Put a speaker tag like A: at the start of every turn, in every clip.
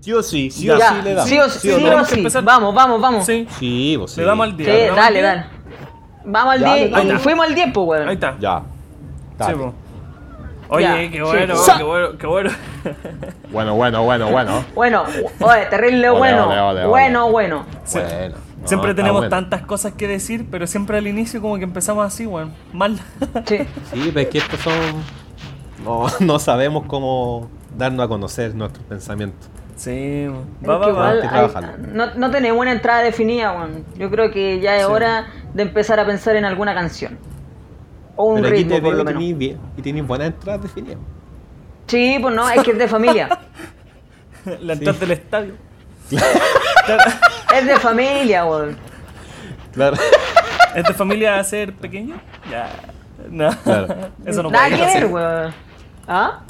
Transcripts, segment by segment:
A: Sí o sí, sí
B: Ya,
A: o sí le damos.
B: sí o sí, sí o
C: Tenemos que
B: sí.
C: empezar.
B: Vamos, vamos, vamos.
C: Sí,
A: Sí, vos sí.
C: le damos al 10.
B: Sí, dale, dale. Vamos
A: Ya,
B: al
A: ahí
B: 10.
A: está.
B: Fuimos al 10, pues, weón.
C: Ahí está.
A: Ya.
C: Sí,
A: Dale.
C: po. Oye,
B: Ya,
C: qué
B: sí.
C: bueno,
B: Sa-
C: qué bueno, qué bueno.
A: Bueno, bueno, bueno, bueno.
B: Bueno, oye, terrible
A: Ole,
B: bueno.
A: ole, ole, ole.
B: Bueno, bueno.
C: Sí.
A: Bueno, no,
C: siempre
A: está
C: tenemos
A: bueno.
C: tantas cosas que decir, pero siempre al inicio como que empezamos así, weón. Mal.
B: Sí.
A: Sí, pero es que estos son. No, no sabemos cómo darnos a conocer nuestros pensamientos.
C: sí,
B: Es
C: va,
B: que
C: va, va.
B: igual
A: Hay que
B: hay-
A: trabajarlo.
B: no, no tenemos una entrada definida, weón. Yo creo que ya es
C: Sí.
B: hora de empezar a pensar en alguna canción. O un
A: Pero aquí
B: ritmo,
A: te
B: por
A: veo
B: lo
A: que
B: menos.
A: tenés bien- y tenés buenas entradas definidas.
B: Sí, pues no, es que es de familia.
C: La entrada del estadio.
B: es de familia, weón.
A: Claro.
C: ¿Es de familia a ser pequeño? Ya. No.
A: Claro.
C: Eso no
B: Nada
C: puede ir
B: que
C: así.
B: ver, weón. ¿Ah?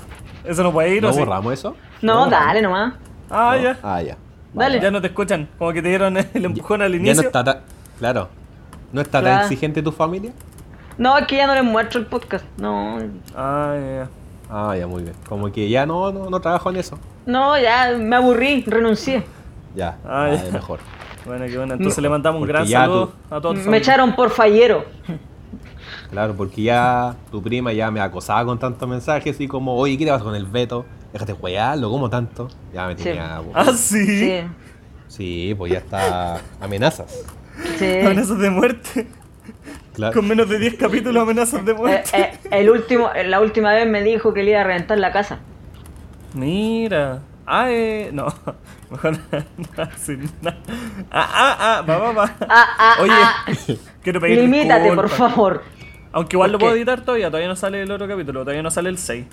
C: Eso no puede ir
A: ¿No
C: así.
A: borramos eso?
B: No,
A: ¿Lo borramos?
B: dale nomás.
C: Ah,
A: No.
C: ya.
A: Ah, ya.
B: Dale.
C: Ya no te escuchan. Como que te dieron el empujón al inicio.
A: Ya no está tan. Claro. ¿No está tan
B: Claro.
A: exigente tu familia?
B: No, es que ya no les muestro el podcast. No.
C: Ah, ya.
A: Ah, ya, muy bien. Como que ya no, no, no trabajo en eso.
B: No, ya me aburrí, renuncié.
A: Ya.
C: Ah,
A: Ah,
C: ya.
A: ya. Mejor.
C: Bueno, qué bueno. Entonces
B: Me-
C: le mandamos un
A: Porque
C: gran
A: ya
C: saludo
A: tú-
C: a todos.
B: Me echaron por fallero.
A: Claro, porque ya tu prima ya me acosaba con tantos mensajes así como, oye, ¿qué te pasa con el veto? Déjate jugar, lo como tanto. Ya me
B: Sí.
A: tenía. bu-
C: Ah, sí.
B: Sí.
A: Sí, pues ya está. Amenazas.
B: Sí. Eh,
C: Amenazas de muerte.
A: Claro.
C: Con menos de 10 capítulos, amenazas de
B: Eh,
C: muerte.
B: eh, el último, la última vez me dijo que le iba a reventar la casa.
C: Mira. Ah, eh. No. Mejor no hacer nada. Ah, ah, ah. Va, va, va.
B: Ah, ah,
C: Oye,
B: ah.
C: quiero pedir.
B: Limítate, por
C: disculpas.
B: favor.
C: Aunque
B: ¿Por
C: igual lo puedo
B: qué?
C: editar todavía, todavía no sale el otro capítulo, todavía no sale el 6.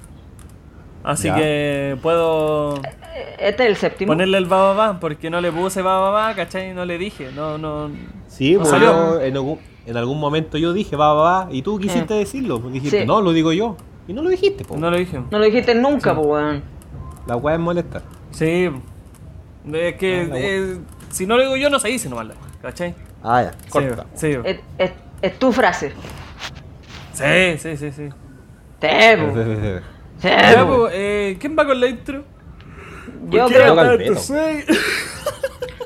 C: Así
A: Ya.
C: que puedo
B: Eh, Este es el séptimo.
C: ponerle el va, va, va, porque no le puse va, va, va, ¿cachai? No le dije, no, no.
A: Sí,
C: no
A: pues
C: salió.
A: yo en algún, en algún momento yo dije, va, va, va, y tú quisiste decirlo. pues Dijiste,
B: Sí.
A: no, lo digo yo. Y no lo dijiste, po.
C: No lo dije.
B: No lo dijiste nunca, pues, weón.
A: La weá es molesta.
C: Sí. Es que
A: Ah, la
C: eh, si no lo digo yo, no se dice nomás, la- ¿cachai?
A: Ah, ya. Corta.
C: Sí,
B: Es, es- es tu frase.
C: sí, sí, sí.
B: eh,
C: sí.
B: Te,
A: Sí,
B: po.
A: sí, sí, sí.
B: Te,
C: Ya,
B: po.
C: pues, eh, ¿Quién va con la intro? Ah,
B: Yo
C: ¿Por qué
B: creo.
A: Toca el
C: hablar
A: Beto.
C: tu seis?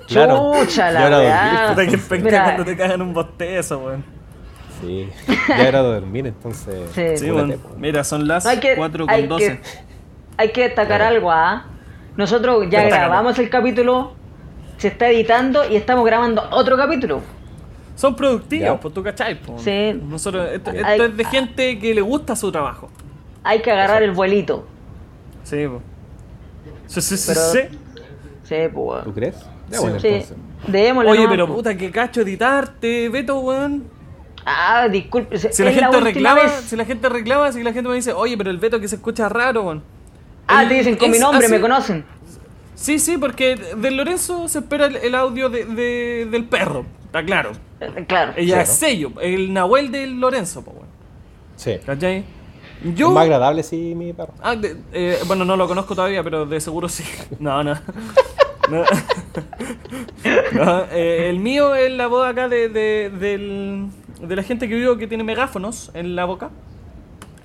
A: Claro.
B: Chucha la
A: Yo era
B: weá.
C: Puta que penca
B: Mira,
C: cuando te cagan un bostezo, weón.
A: Sí. Ya era de dormir, entonces. pues.
B: Sí.
C: Sí,
A: apúrate,
C: weón.
A: po.
C: Mira, son las
B: no hay que,
C: 4
B: hay
C: con 12.
B: que- hay que destacar algo, ¿ah? Nosotros ya
C: Pero sácalo.
B: grabamos el capítulo, se está editando y estamos grabando otro capítulo.
C: Son productivos,
A: Ya.
C: pues tú cachai. po.
B: Sí.
C: Nosotros, esto,
A: Hay-
C: esto es de gente que le gusta su trabajo.
B: Hay que agarrar el vuelito.
C: Sí, po. Sí, sí, sí,
B: Pero-
C: sí.
B: Sí, pues.
A: ¿Tú crees? Ya,
C: Sí.
A: bueno,
B: Sí,
A: entonces.
B: démosle
C: Oye,
B: nomás,
C: pero
B: po.
C: puta, que cacho editarte, Beto, weón.
B: Ah, disculpe.
C: Si la gente
B: última
C: reclama,
B: vez.
C: si la gente reclama, si la gente me dice, oye, pero el Beto que se escucha raro, weón.
B: Ah,
C: Él
B: te dicen con mi
C: es
B: nombre,
C: así.
B: me conocen.
C: Sí, sí, porque de Lorenzo se espera el, el audio de- de- del perro, está claro.
B: Eh, Claro.
C: Ella es
A: Claro.
C: sello, el Nahuel del Lorenzo, po, weón.
A: Sí.
C: ¿Cachai?
A: Es
C: Yo.
A: más agradable, sí, mi perro.
C: Ah, de- eh, bueno, no lo conozco todavía, pero de seguro sí. No, no. No. No, eh, el mío es la voz acá de, de, del- de la gente que vivo que tiene megáfonos en la boca.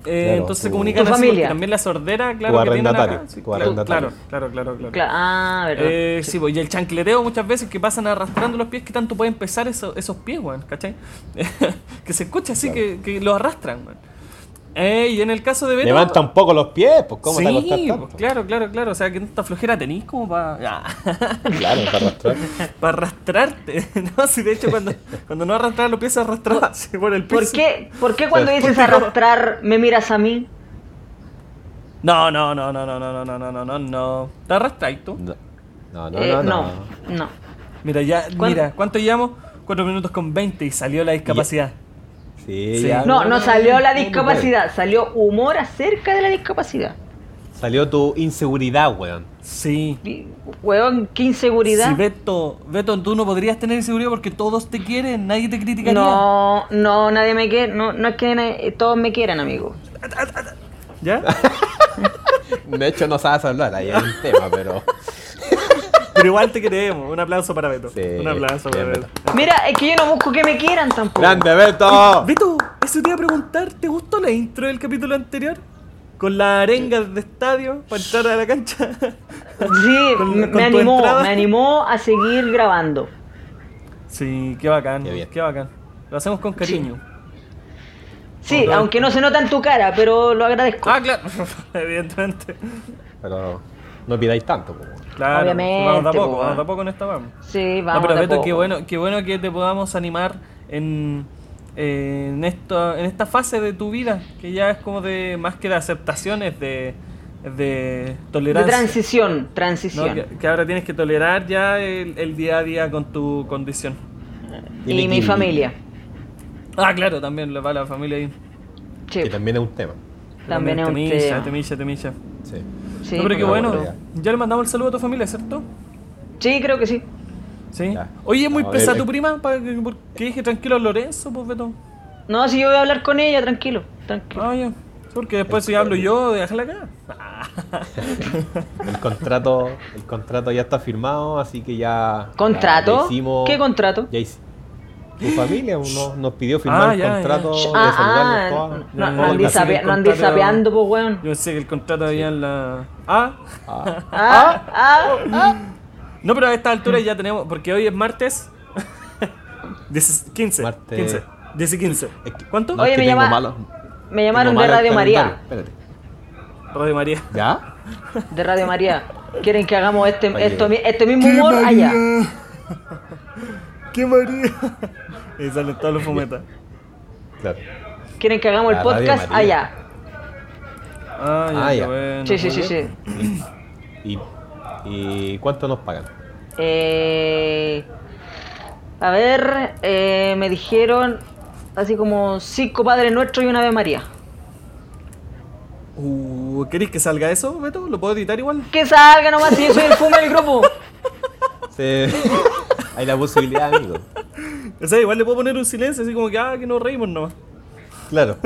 C: Eh,
A: Claro,
C: entonces se
A: tu-
C: comunican
B: Tu
C: así,
B: familia.
C: porque también la sordera, claro,
A: Tu
C: que tienen acá.
A: arrendatario,
C: Sí,
A: tu
C: claro,
A: arrendatario.
C: claro, claro, claro, claro.
B: Cla- Ah, verdad.
C: Eh, sí, pues, y el chancleteo muchas veces que pasan arrastrando los pies, que tanto pueden pesar eso- esos pies, weón, ¿cachai? que se escucha así, que, que los arrastran, weón. Eh, y en el caso de Beto...
A: Levanta un poco los pies, pues cómo
C: sí,
A: te va a costar tanto?
C: pues, claro, claro, claro. O sea, que tanta flojera tenís como para
A: Claro, para arrastrar.
C: arrastrarte. No, si de hecho cuando, cuando no arrastraba los pies se arrastraba así por el piso.
B: ¿Por qué, ¿Por qué cuando
A: Pues,
B: dices
C: porque-
B: arrastrar me miras a mí?
C: No, no, no, no, no, no, no, no, no, no, no, no. Te arrastráis tú.
A: No, no, no.
B: Eh,
A: no, no.
B: no, no.
C: Mira, ya,
B: ¿Cuán-
C: mira, ¿cuánto llevamos? 4 minutos con 20 y salió la discapacidad.
A: Sí,
C: Sí.
A: ya,
B: No, no salió la
A: no, no,
B: discapacidad, salió humor acerca de la discapacidad.
A: no. Salió tu inseguridad, weón.
C: Sí.
B: Y, Weón, qué inseguridad.
C: Si Beto, Beto, tú no podrías tener inseguridad porque todos te quieren, nadie te criticaría.
B: No, no, nadie me quiere, no, no es que na- eh, todos me quieran, amigo.
C: ¿Ya?
A: De hecho, no sabes hablar, ahí hay un tema, pero.
C: Pero igual te queremos. Un aplauso para Beto.
A: Sí,
C: Un aplauso para
A: bien,
C: Beto.
B: Mira, es que yo no busco que me quieran tampoco.
A: ¡Grande, Beto!
C: Beto, eso te iba a preguntar, ¿te gustó la intro del capítulo anterior? Con las arengas de estadio para entrar a la cancha.
B: Sí,
C: Con-
B: me,
C: con
B: me
C: tu
B: animó,
C: entrada.
B: me animó a seguir grabando.
C: Sí, qué bacán,
A: Qué bien.
C: qué bacán. Lo hacemos con cariño.
B: Sí,
C: Ok.
B: aunque no se nota en tu cara, pero lo agradezco.
C: Ah, claro, evidentemente.
A: Pero no pidáis tanto, po, weón.
C: Claro,
B: Obviamente,
C: vamos de a
B: po,
C: poco, vamos
B: weón.
C: de a poco en esta vamos.
B: Sí,
C: No,
B: vamos.
C: pero
B: de a
C: Beto, qué
B: poco.
C: bueno, qué bueno que te podamos animar en, eh, en, esto, en esta fase de tu vida, que ya es como de más que de aceptación, es de, es de
B: De
C: tolerancia.
B: transición,
C: ¿no?
B: transición.
C: que, que ahora tienes que tolerar ya el, el día a día con tu condición.
B: Y mi
A: Tiene que-
B: familia.
C: Ah, claro, también le va a la familia ahí.
B: Sí,
A: Que también es un tema.
B: también es un
C: temilla,
B: tema.
C: temilla, temilla.
A: Sí.
B: Sí,
C: no, pero qué
A: por
C: bueno.
A: favor,
C: Ya le mandamos el saludo a tu familia, ¿cierto?
B: Sí, creo que sí.
C: Sí.
A: Ya.
C: Oye, muy
A: No, a
C: pesa
A: ver,
C: tu
A: eh.
C: prima, pa- porque dije tranquilo Lorenzo, pues Beto.
B: No, si yo voy a hablar con ella, tranquilo, tranquilo.
C: Ah, ya. Porque después si hablo yo, déjala acá.
A: El contrato, el contrato ya está firmado, así que
C: Ah.
A: ya.
B: ¿Contrato?
A: ya hicimos-
B: ¿Qué contrato?
A: Ya hici- Tu familia nos, nos pidió firmar
C: Ah,
A: el
C: ya, ya.
A: contrato
B: Sh-
A: de
B: Ah,
A: saludarnos
B: ah,
A: todas.
B: no,
C: Ya,
B: no
C: ya,
B: andí
C: ya.
B: sape- no andí
C: Contrato-
B: sapeando, pues, weón.
C: Yo pensé que el contrato había en la. Ah.
A: Ah,
B: Ah, ah, ah.
C: No, pero a esta altura ya tenemos. Porque hoy es martes. 10 15.
A: Martes.
C: 15. 10 y 15.
A: es que-
C: ¿Cuánto?
A: no, es
B: Oye,
A: que
B: me
A: tengo
B: llama-
A: malo-
B: Me llamaron
A: tengo
B: de
A: malo el
B: Radio María.
A: calendario, espérate.
C: Radio María.
A: ¿Ya?
B: De Radio María. Quieren que hagamos este,
A: Oye.
B: esto mi- este mismo humor allá.
C: ¡Qué María! Y salen todos los fumetas.
A: Claro.
B: Quieren que hagamos el
A: La Radio
B: podcast
A: María.
B: allá.
C: Ah, ya,
A: Ah,
C: qué
A: ya.
C: bueno.
B: Sí, sí,
C: muy
B: sí,
C: bien.
B: sí.
A: ¿Y, y cuánto nos pagan?
B: Eh, a ver, eh, me dijeron así como cinco padres nuestros y una Ave María.
C: Uh, ¿Queréis que salga eso, Beto? ¿Lo puedo editar igual?
B: Que salga nomás si yo soy el fume del grupo.
A: Se- Hay la posibilidad, amigo.
C: O sea, igual le puedo poner un silencio así como que, ah, que nos reímos nomás.
A: Claro.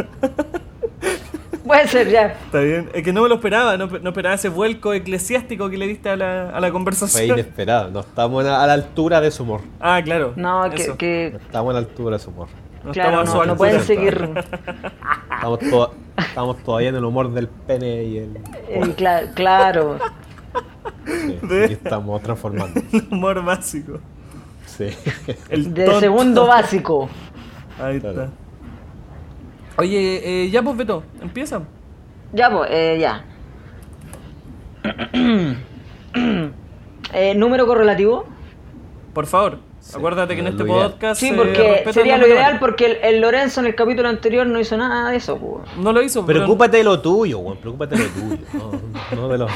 B: Puede ser ya.
C: Está bien. Es que no me lo esperaba, no, no esperaba ese vuelco eclesiástico que le diste a la, a la
A: Fue
C: conversación.
A: inesperado. No estamos a a la altura de su humor.
C: Ah, claro.
B: No,
C: eso.
B: que,
A: No
B: que
A: estamos a la altura de su humor.
C: No
B: claro,
C: estamos a su
B: no, no
C: altura.
B: pueden
A: altura.
B: seguir.
A: Estamos, to- estamos todavía en el humor del pene y el.
B: eh, cla- claro.
A: Sí,
C: De-
A: así que estamos transformando.
C: El humor básico.
A: Sí.
C: El
B: De
C: tonto.
B: segundo básico.
C: Ahí
A: Claro.
C: está. Oye, eh, ya pues Beto, empieza.
B: Ya, pues, eh, ya. Eh, Número correlativo.
C: Por favor,
A: Sí,
C: acuérdate que en
A: lo
C: este
A: ideal.
C: podcast.
B: Sí,
C: se
B: porque
C: respetan
B: sería
C: los
B: lo ideal
C: menores.
B: porque el, el Lorenzo en el capítulo anterior no hizo nada de eso. pues. po.
C: No lo hizo, pero-
A: Preocúpate de lo tuyo, weón. Preocúpate de lo tuyo. No, no de lo.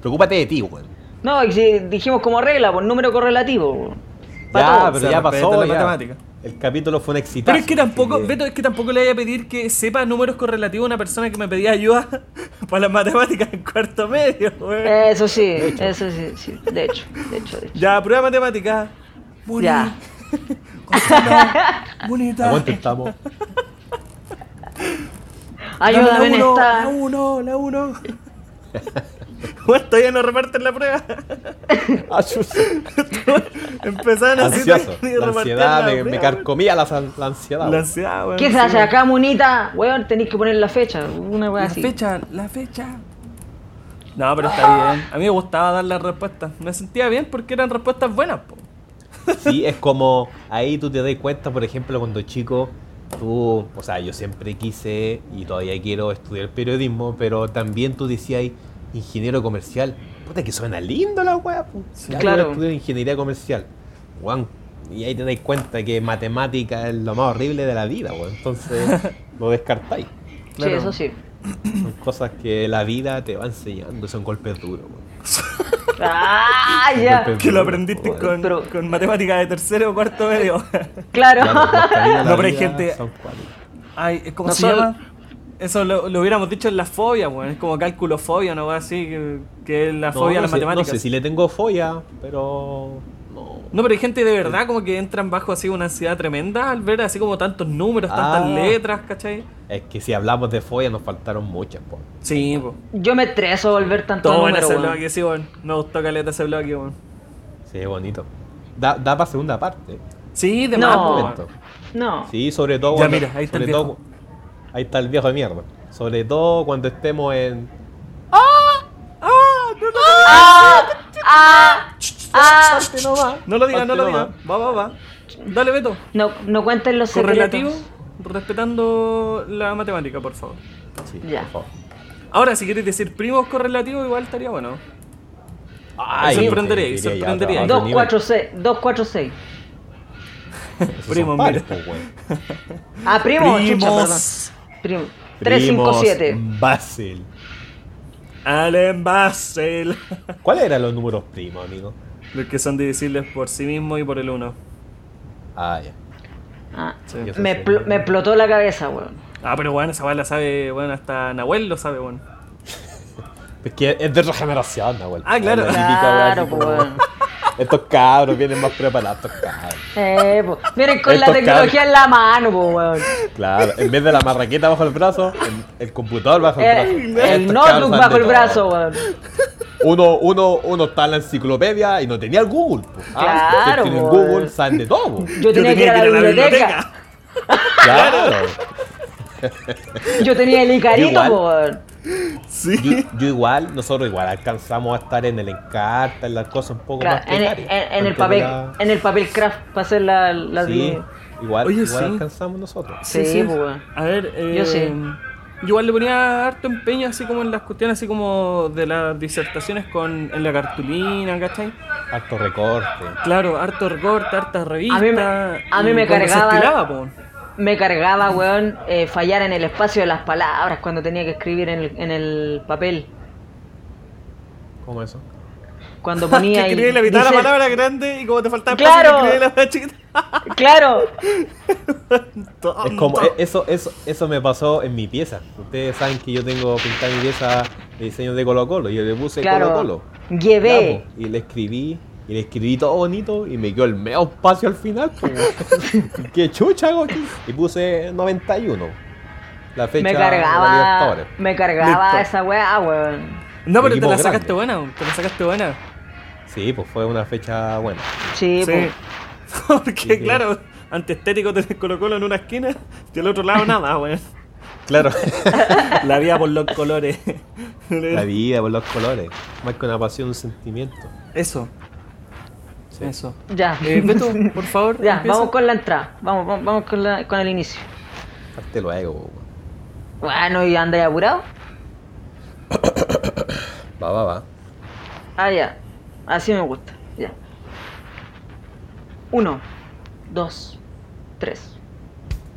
A: Preocúpate de ti, weón.
B: No, y si dijimos como regla, por número correlativo. po. Pa'
A: Ya,
B: todos.
A: pero
C: Se
A: ya
C: respeta
A: pasó.
C: la
A: ya.
C: matemática.
A: El capítulo fue un exitazo.
C: Pero es que tampoco,
A: así que-
C: Beto, es que tampoco le voy a pedir que sepa números correlativos a una persona que me pedía ayuda para las matemáticas en cuarto medio, güey.
B: Eso sí, eso sí, sí, de hecho, de hecho, de hecho.
C: Ya, prueba de matemáticas. Boni-
B: Ya.
C: Gonzalo, Bonita.
A: ¿A cuánto estamos?
B: Ayuda,
C: Dame la uno,
B: Benestar.
C: La uno, la uno. Bueno, todavía no reparten la prueba. Ah, Empezaron así.
A: Ansioso.
C: todavía ni
A: La
C: repartían
A: ansiedad
C: la
A: me, me
C: prueba,
A: carcomía la, san- la
C: güey.
A: ansiedad.
C: La
A: weón.
C: ansiedad, güey.
B: ¿Qué se
C: sí,
B: hace
C: güey.
B: acá, monita? Weón, tenéis que poner la fecha, una weá
C: La
B: así.
C: fecha, la fecha. Ah. No, pero está bien. A mí me gustaba dar las respuestas. Me sentía bien porque eran respuestas buenas. po.
A: Sí, es como ahí tú te das cuenta, por ejemplo, cuando chico, tú, o sea, yo siempre quise y todavía quiero estudiar periodismo, pero también tú decías ingeniero comercial. Puta, que suena lindo la weá, pues.
C: Sí,
B: claro.
A: estudiar ingeniería comercial. Weón, y ahí te das cuenta que matemática es lo más horrible de la vida, weón. Entonces, lo descartáis.
C: Claro.
B: Sí, eso sí.
A: Son cosas que la vida te va enseñando, son golpes duros, weón.
B: Ah,
A: Son
B: ya.
A: golpes
C: Que lo
A: duros,
C: aprendiste
A: weón.
C: con,
B: Pero-
C: con matemáticas de tercero o cuarto medio.
B: Claro.
A: Claro, los caminos de la
C: No, pero hay
A: vida
C: gente-
A: son cuáticos.
C: Ay, es como
B: No
C: se
B: solo-
C: llama. Eso lo, lo hubiéramos dicho en la fobia, weón. Es como cálculofobia, una weá así, que, que es la
A: No,
C: fobia a
A: no
C: las
A: sé,
C: matemáticas.
A: No sé si le tengo fobia, pero. No.
C: No, pero hay gente de verdad como que entran bajo así una ansiedad tremenda al ver así como tantos números, tantas
A: Ah.
C: letras, ¿cachai?
A: Es que si hablamos de fobia nos faltaron muchas, po.
C: Sí, po.
B: Yo me estreso volver tanto
C: Todo bueno
B: número,
C: ese
B: weón.
C: bloque, sí, weón. Me gustó caleta ese bloque, weón.
A: Sí, bonito. Da, da para segunda parte. este
C: Sí, de
B: No.
C: más, po,
A: Momento.
C: weón.
B: No.
A: Sí, sobre todo
C: Ya,
A: cuando.
C: mira, ahí está
A: sobre
C: el viejo.
A: todo- ahí está el viejo de mierda. Sobre todo cuando estemos en.
C: ¡Ah! ¡No, no, no!
B: ¡Ah! ah, ah.
C: No lo digas, no lo
A: Parte
C: digas. Va, va, va. Dale, Beto.
B: No, no cuenten los
C: Correlativo,
B: secretos.
C: respetando la matemática, por favor.
A: Sí,
B: Ya.
A: por favor.
C: Ahora, si quieres decir primos correlativos, igual estaría bueno.
A: Ay,
C: sorprenderéis,
A: diría ya,
C: sorprenderéis.
A: otro
C: Dos,
B: 246. 246.
A: Esos son
C: Primos,
A: pares,
C: mira.
A: po, weón.
B: Ah, primo. Chucha, perdón.
C: Primos.
B: Primo.
A: Primos Mm.
B: 357.
A: Basel.
C: Allen Basel.
A: ¿Cuáles eran los números primos, amigo?
C: Los que son divisibles por sí mismo y por el uno.
A: Ah, ya.
B: Ah,
C: Sí.
A: Yo-
B: me, expl- me explotó la cabeza, weón.
C: Ah, pero bueno, esa weá la sabe, bueno, hasta Nahuel lo sabe, bueno.
A: Es que es de regeneración, Nahuel.
C: Ah, claro.
A: Es la típica weá
B: Claro,
A: que
B: pues,
A: como-
B: weón.
A: Estos cabros vienen más preparados, estos cabros.
B: Eh, po. Miren con la
A: Estos
B: tecnología en la mano, po, weón.
A: Claro, en vez de la marraqueta bajo el brazo, el, el computador bajo el brazo.
B: Eh, el
A: Estos cabros
B: notebook
A: saben
B: bajo
A: de
B: el
A: todo.
B: brazo, weón.
A: Uno, uno, uno está en la enciclopedia y no tenía el Google. po. Ah, ustedes
B: Claro,
A: tienen
B: po.
A: Google, saben de todo. po.
B: Yo tenía que ir a la biblioteca.
A: Claro.
B: Yo tenía el icarito,
A: Igual.
B: po, weón.
A: Yo,
C: Sí.
A: yo igual, nosotros igual alcanzamos a estar en el encarta, en las cosas un poco
B: Cra-
A: más
B: En, el-
A: precarias.
B: en- en el
A: Antes
B: papel,
A: de la-
B: en el papel craft para hacer la, la
A: Sí, igual,
C: Oye,
A: igual
C: sí.
A: alcanzamos nosotros.
B: Sí, pues, weón.
C: A ver, eh,
B: Yo sí.
C: yo igual le ponía harto empeño así como en las cuestiones así como de las disertaciones con en la cartulina, ¿cachai?
A: Harto recorte.
C: Claro, harto recorte, hartas revistas.
B: me- a mí
C: y
B: me
C: como que se
B: cargaba-
C: estilaba, po.
B: Me cargaba, weón, eh, fallar en el espacio de las palabras cuando tenía que escribir en el, en el papel.
A: ¿Cómo eso?
B: Cuando ponía
C: que
B: ahí.
C: escribí la mitad de la
B: dice-
C: palabra grande y como te faltaba
B: Claro.
C: espacio, escribí la palabra chiquita.
B: Claro, Mm,
A: Es como, e- eso, eso, eso me pasó en mi pieza. Ustedes saben que yo tengo pintada mi pieza de diseño de Colo Colo. Yo le puse
B: claro.
A: Colo Colo. Ya,
B: Llevé.
A: po, Y le escribí, y le escribí todo bonito y me quedó el medio espacio al final. po. Qué chucha hago aquí. Y puse 91. La fecha
B: Me
A: de la
B: cargaba.
A: Libertadores.
B: Me cargaba
C: Listo.
B: esa weá, weón.
C: No, pero te
A: Equipo
C: la
A: grande.
C: sacaste buena, te la sacaste buena.
A: Sí, pues fue una fecha buena.
B: Sí, po.
A: Sí,
C: Porque,
A: sí.
C: claro, antiestético tenés Colo Colo en una esquina y al otro lado nada, weón.
A: Claro.
C: La vía por los colores.
A: la vida por los colores. Más que una pasión, un sentimiento.
C: Eso,
A: Sí.
C: eso.
B: ya.
C: Eh, Beto, por favor.
B: ya,
C: empieza.
B: vamos con la entrada. Vamos, vamos, vamos con, la- con el inicio.
A: Parte luego, po, weón.
B: Bueno, ¿y andáis apurado?
A: Va, va, va.
B: Ah, ya. Así me gusta. Ya. Uno, dos, tres.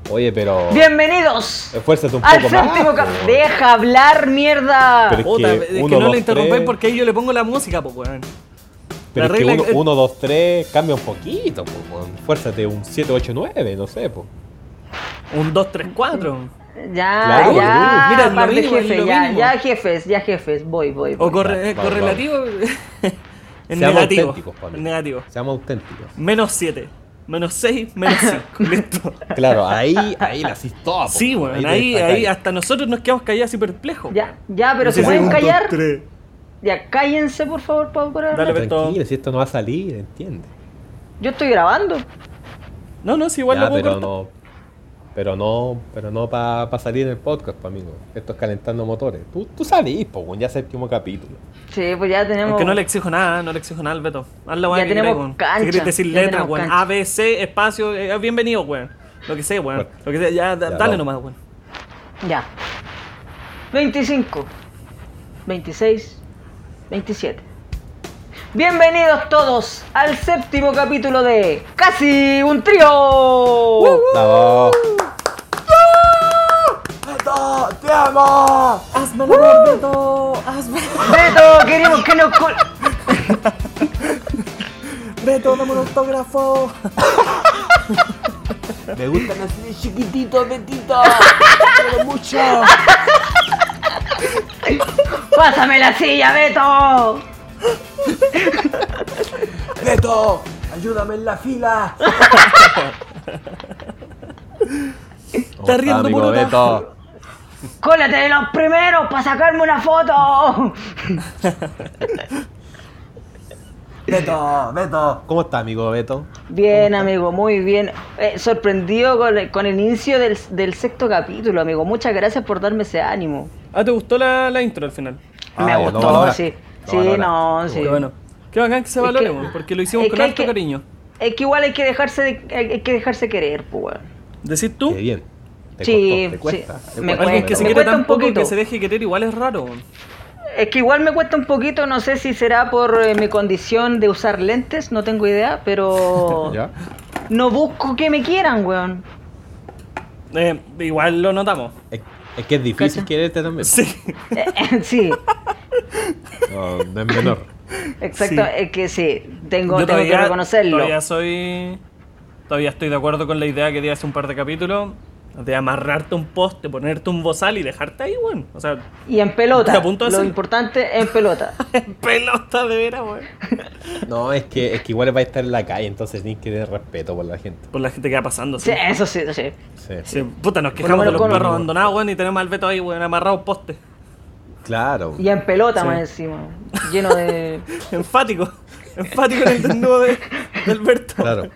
A: Oye, pero.
B: ¡Bienvenidos!
A: Esfuérzate un
B: Al
A: poco más.
B: séptimo
A: po,
B: cap-
A: weón.
B: Ah, ¡Deja hablar, mierda!
A: Pero-
C: Puta,
A: que
C: es que
A: uno,
C: no
A: dos,
C: le interrumpáis
A: tres.
C: porque ahí yo le pongo la música, pues, weón.
A: Pero
C: La
A: es que
C: regla
A: uno,
C: es-
A: uno, dos, tres, cambia un poquito, po, weón. Fuérzate un 7, 8, 9, no sé, po.
C: Un, dos, tres, cuatro.
B: Ya,
A: Claro,
B: ya,
C: mira, es lo
B: par de
C: mismo, es
B: jefes,
C: lo
B: ya,
C: mismo.
B: ya jefes, ya jefes, voy, voy. voy.
C: O corre-
A: va, va,
C: correlativo. En
A: Seamos
C: negativo.
A: auténticos, Pablo.
C: En negativo.
A: Seamos auténticos.
C: Menos siete. Menos seis, menos cinco. Listo.
A: Claro, ahí, ahí la asís toda, po,
C: Sí, weón.
A: Oh, te
C: Ahí,
A: destacáis.
C: ahí hasta nosotros nos quedamos callados así perplejos.
B: Ya, ya, pero
C: No sé
B: se
C: si
B: pueden
C: un, dos,
B: callar.
C: tres.
B: Ya, cállense, por favor, para poder
C: Dale,
B: hablar.
C: Beto.
A: Tranquilo, si esto no va a salir, ¿entiendes?
B: Yo estoy grabando.
C: No, no, si igual
A: Ya,
C: lo puedo
A: pero
C: cortar.
A: no, pero no, pero no para salir en el podcast, pa, amigo. Esto es calentando motores. Tú, tú salís, po, weón, ya séptimo capítulo.
B: Sí, pues ya tenemos.
C: Aunque no le exijo nada, no le exijo nada al Beto. Haz la
B: Ya
C: weá que
B: tenemos
C: queráis, weón.
B: cancha,
C: Si quieres decir
B: ya
C: letras,
B: tenemos
C: weón.
B: cancha.
C: A, B, C, espacio, eh, bienvenido, weón. Lo que sea, weón.
A: Bueno.
C: Lo que sea, ya, da-
A: Ya, vamos.
C: dale nomás, weón.
B: Ya. 25, 26, 27. Bienvenidos todos al séptimo capítulo de Casi un trío.
A: uh.
C: Uh,
A: ¡Bravo!
C: Hazme la Beto. Hazme
B: Beto, queremos que nos col-
C: Beto, dame un autógrafo.
A: Me gusta
B: Pásame la silla, Beto.
A: Beto, ayúdame en la fila.
C: Está riendo
A: amigo
C: puro
A: Beto.
C: tajo.
B: Cólate de los primeros para sacarme una foto.
D: Eh,
A: Beto, Beto. ¿Cómo está, amigo Beto?
B: Bien, amigo, muy bien. Eh, sorprendido con el, con el inicio del, del sexto capítulo, amigo. Muchas gracias por darme ese ánimo.
C: Ah, ¿te gustó la, la intro al final?
B: Me
A: Ah, ya,
B: gustó,
A: lo valora.
B: sí.
A: Lo
B: Sí,
A: valora.
B: no, sí.
C: Qué bueno. Qué bacán que se
B: Es
C: valore,
B: que-
C: weón, porque lo hicimos
B: es
C: con
B: que hay
C: harto
B: que-
C: cariño.
B: Es que igual hay que dejarse, de- hay hay que dejarse querer, pues, weón.
C: ¿Decís tú?
A: Qué bien. Te
B: Sí,
A: costó, te
B: sí.
A: cuesta. te
B: Me
A: cuesta,
C: Alguien que
A: pero
C: se
B: me
C: quiere
B: cuesta
C: tan
B: un
C: poco que
B: poquito.
C: se deje querer igual es raro. weón.
B: Es que igual me cuesta un poquito, no sé si será por eh, mi condición de usar lentes, no tengo idea, pero
A: ¿Ya?
B: no busco que me quieran, weón.
C: Eh, igual lo notamos.
A: Es, es que es difícil
B: Cacha.
A: quererte también.
C: Sí.
B: Eh, eh, sí,
A: No, no es menor.
B: exacto,
C: Sí.
B: es que sí, tengo, tengo que reconocerlo.
C: Todavía soy. Todavía estoy de acuerdo con la idea que di hace un par de capítulos. De amarrarte un poste, ponerte un bozal y dejarte ahí, weón. O sea,
B: Y en pelota,
C: Estoy a punto de
B: lo
C: hacerlo.
B: importante en pelota.
C: pelota de veras, weón.
A: No, es que, es que igual va a estar en la calle, entonces tienes que tener respeto por la gente.
C: Por la gente que va pasando,
B: Sí,
C: sí.
B: eso sí, eso sí.
A: Sí.
C: Sí, Puta, nos
B: lo
C: quejamos de
B: menos
C: los
B: con-
C: perros abandonados, weón, y tenemos al Beto ahí, weón, amarrado a un poste.
A: Claro.
B: Y en pelota
C: Sí.
B: más encima, lleno de...
C: Enfático. Enfático en el desnudo de, de Alberto.
A: Claro.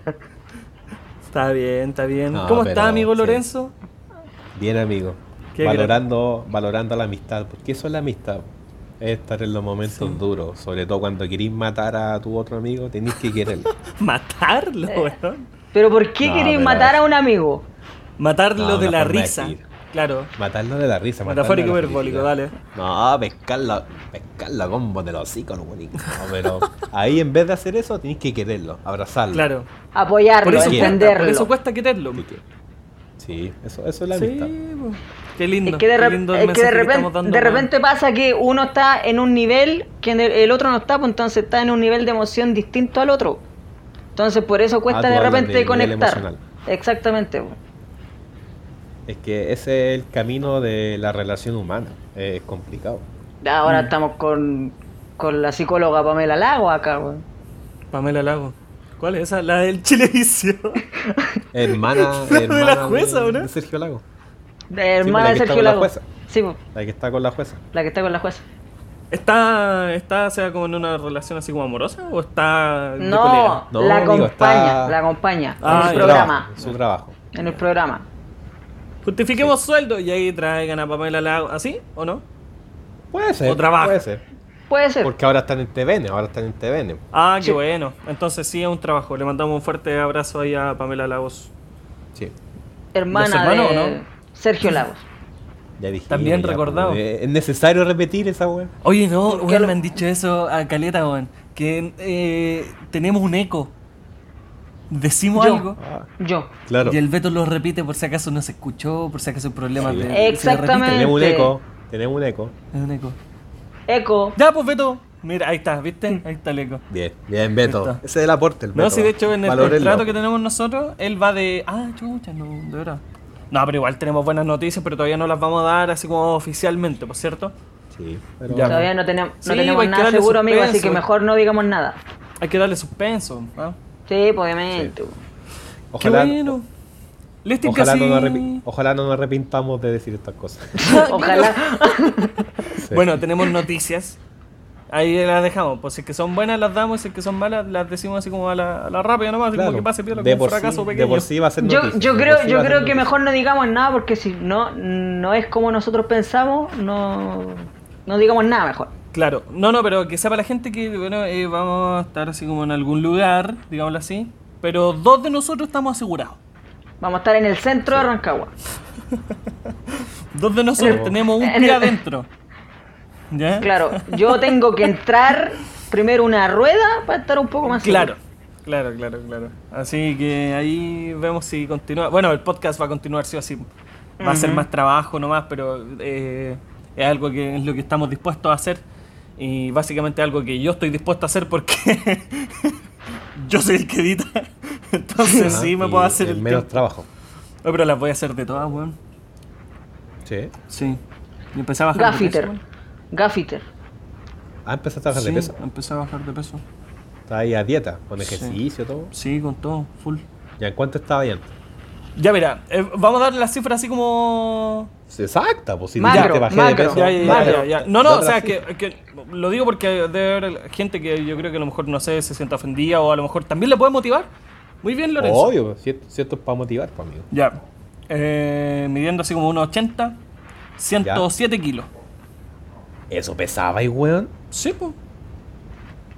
C: Está bien, está bien.
A: No,
C: ¿Cómo
A: pero,
C: está, amigo
A: sí.
C: Lorenzo?
A: Bien, amigo.
C: Qué
A: Valorando, valorando la amistad. Porque eso es la amistad. Es estar en los momentos duros. Sobre todo cuando querís matar a tu otro amigo, tenés que quererlo.
C: Matarlo,
B: Eh.
C: weón.
B: Pero ¿por qué
A: No,
B: queréis
A: pero-
B: matar a un amigo?
C: Matarlo
A: No,
C: de
A: una
C: la
A: forma de
C: risa.
A: decir.
C: claro.
A: Matarlo de la risa. matarlo
C: Metafórico
A: de la
C: hiperbólico,
A: felicidad.
C: dale.
A: No, pescarlo, pescarlo a combo de los hocico, no, bonito. No, pero ahí en vez de hacer eso, tenés que quererlo, abrazarlo.
C: Claro.
B: Apoyarlo,
C: Por eso, cuesta,
B: entenderlo.
C: por eso cuesta quererlo.
A: Así que- Sí, eso, eso es la
C: Sí,
A: amistad.
C: po. qué lindo.
B: Es que de,
C: qué
B: re-
C: lindo el
B: es que
C: mensaje
B: de
C: que
B: repente,
C: estamos dando,
B: de
C: weón.
B: repente pasa que uno está en un nivel que en el, el otro no está, pues entonces está en un nivel de emoción distinto al otro. Entonces por eso cuesta
A: Ah, tú
B: de
A: hablas
B: repente
A: de nivel
B: conectar.
A: emocional.
B: Exactamente. po.
A: Es que ese es el camino de la relación humana. Es complicado.
B: Ahora estamos con, con la psicóloga Pamela Lago acá. weón.
C: Pamela Lago. ¿Cuál es esa? La del Chilevisión.
A: Hermana,
C: Pero de
A: hermana
C: la jueza, ¿o no?
A: de Sergio Lago. Sí,
B: La
A: po,
B: hermana
A: la
B: de
A: que está
B: Sergio
A: con la
B: Lago.
A: jueza.
B: sí, po,
A: La que está con la jueza.
B: la que está con la jueza.
C: ¿Está, ¿Está, o sea, como en una relación así como amorosa o está de Ah, colega?
B: No,
A: No,
B: la
A: amigo,
B: acompaña,
A: está-
B: la acompaña
C: Ah,
B: en
C: ya.
B: el programa.
A: Su trabajo.
B: En el programa.
C: Justifiquemos sueldo y ahí traigan a Pamela Lago. ¿Así o no?
A: Puede ser.
C: O trabajo.
A: Puede ser.
B: Puede ser.
A: Porque ahora están en TVN, ahora están en TVN.
C: Ah, qué
B: Sí.
C: bueno. Entonces sí es un trabajo. Le mandamos un fuerte abrazo ahí a Pamela Lagos.
A: Sí.
B: Hermana
C: ¿De su hermano
B: de
C: o no?
B: Sergio Lago.
A: Ya dije.
C: También
A: ya,
C: recordado.
A: pues, eh, Es necesario repetir esa weá.
C: Oye, no,
B: ¿Por qué
C: weón,
B: lo-
C: me han dicho eso a Caleta, weón. Que eh, tenemos un eco. Decimos
B: Yo.
C: algo.
A: Ah,
B: Yo.
A: claro.
C: Y el Beto lo repite por si acaso no se escuchó, por si acaso hay problemas
A: Sí.
C: de- de... que se repite.
B: Exactamente.
A: Tenemos un eco. Tenemos un eco.
C: Es un eco.
B: Eco.
C: Ya, pues Beto. Mira, ahí está, ¿viste? Ahí está el eco.
A: Bien, bien, Beto.
C: Está.
A: Ese es el aporte. El
C: No,
A: Beto.
C: si de hecho en el
A: Valórenlo.
C: contrato que tenemos nosotros, él va de. Ah, chucha, no, de verdad. No, pero igual tenemos buenas noticias, pero todavía no las vamos a dar así como oficialmente, ¿por cierto?
A: Sí, pero
C: Ya.
B: Todavía no tenemos, no
C: Sí,
B: tenemos
C: hay que
B: nada
C: darle
B: seguro, amigo, así
C: suspenso.
B: que mejor no digamos nada.
C: Hay que darle suspenso. ¿ah?
B: Sí, pues, obviamente.
A: ojalá,
C: Qué bueno. Listing
A: ojalá,
C: casi.
A: no nos arrepi- ojalá no nos arrepintamos de decir estas cosas.
B: Ojalá.
A: Sí.
C: Bueno, tenemos noticias. Ahí las dejamos. Pues si es que son buenas las damos, si es que son malas las decimos así como a la, a la rápida nomás, así
A: Claro,
C: como que pase piola,
A: de,
C: como un
A: por sí,
C: fracaso
A: de
C: pequeño.
A: por sí va a ser
B: Yo,
A: noticia,
B: yo
A: de
B: creo,
A: por sí
B: yo
A: va a
B: creo
A: ser
B: que
A: noticia.
B: mejor no digamos nada porque si no no es como nosotros pensamos, no, no digamos nada mejor.
C: Claro, no, no, pero que sepa la gente que bueno, eh, vamos a estar así como en algún lugar, digámoslo así. Pero dos de nosotros estamos asegurados.
B: Vamos a estar en el centro de Rancagua.
C: Dos de nosotros
A: En el-
C: tenemos un
B: en
C: pie
B: el-
C: adentro. ¿Ya?
B: Claro, yo tengo que entrar primero una rueda para estar un poco más
C: Claro,
B: seguro.
C: claro, claro, claro. Así que ahí vemos si continúa. Bueno, el podcast va a continuar sí o sí. Va a ser
B: Ujú.
C: más trabajo nomás, pero eh, es algo que es lo que estamos dispuestos a hacer. Y básicamente algo que yo estoy dispuesto a hacer porque yo soy el que edita. Entonces
A: Ajá,
C: sí me
A: Ah, y
C: puedo hacer el
A: menos
C: tiempo.
A: trabajo.
C: No, pero las voy a hacer de todas, weón.
A: Sí.
C: Sí. Y empecé a bajar
B: Gaffiter.
C: de peso.
B: Gaffiter.
A: Ah, empezaste a
C: weón.
A: bajar
C: Sí,
A: de peso.
C: empecé a bajar de peso.
A: Estás ahí a dieta, con ejercicio, todo.
C: Sí, con todo, full.
A: ¿Ya en cuánto estaba ahí antes?
C: Ya verá, eh, vamos a dar la cifra así como...
A: Sí, Exacta, pues si
B: Macro,
A: dijiste bajé
B: macro.
A: de peso.
C: Ya, ya, ya,
A: Macro.
C: ya, ya. No, no,
A: La
C: o sea,
A: otra
C: que, que lo digo porque debe haber gente que yo creo que a lo mejor, no sé, se sienta ofendida o a lo mejor también le puede motivar. Muy bien,
A: sí.
C: Lorenzo.
A: Obvio, pues, si esto, si esto es para motivar, pues amigo.
C: Ya. Eh, midiendo así como 1,80, 107 kilos.
A: Eso pesaba y weón.
C: Sí, pues.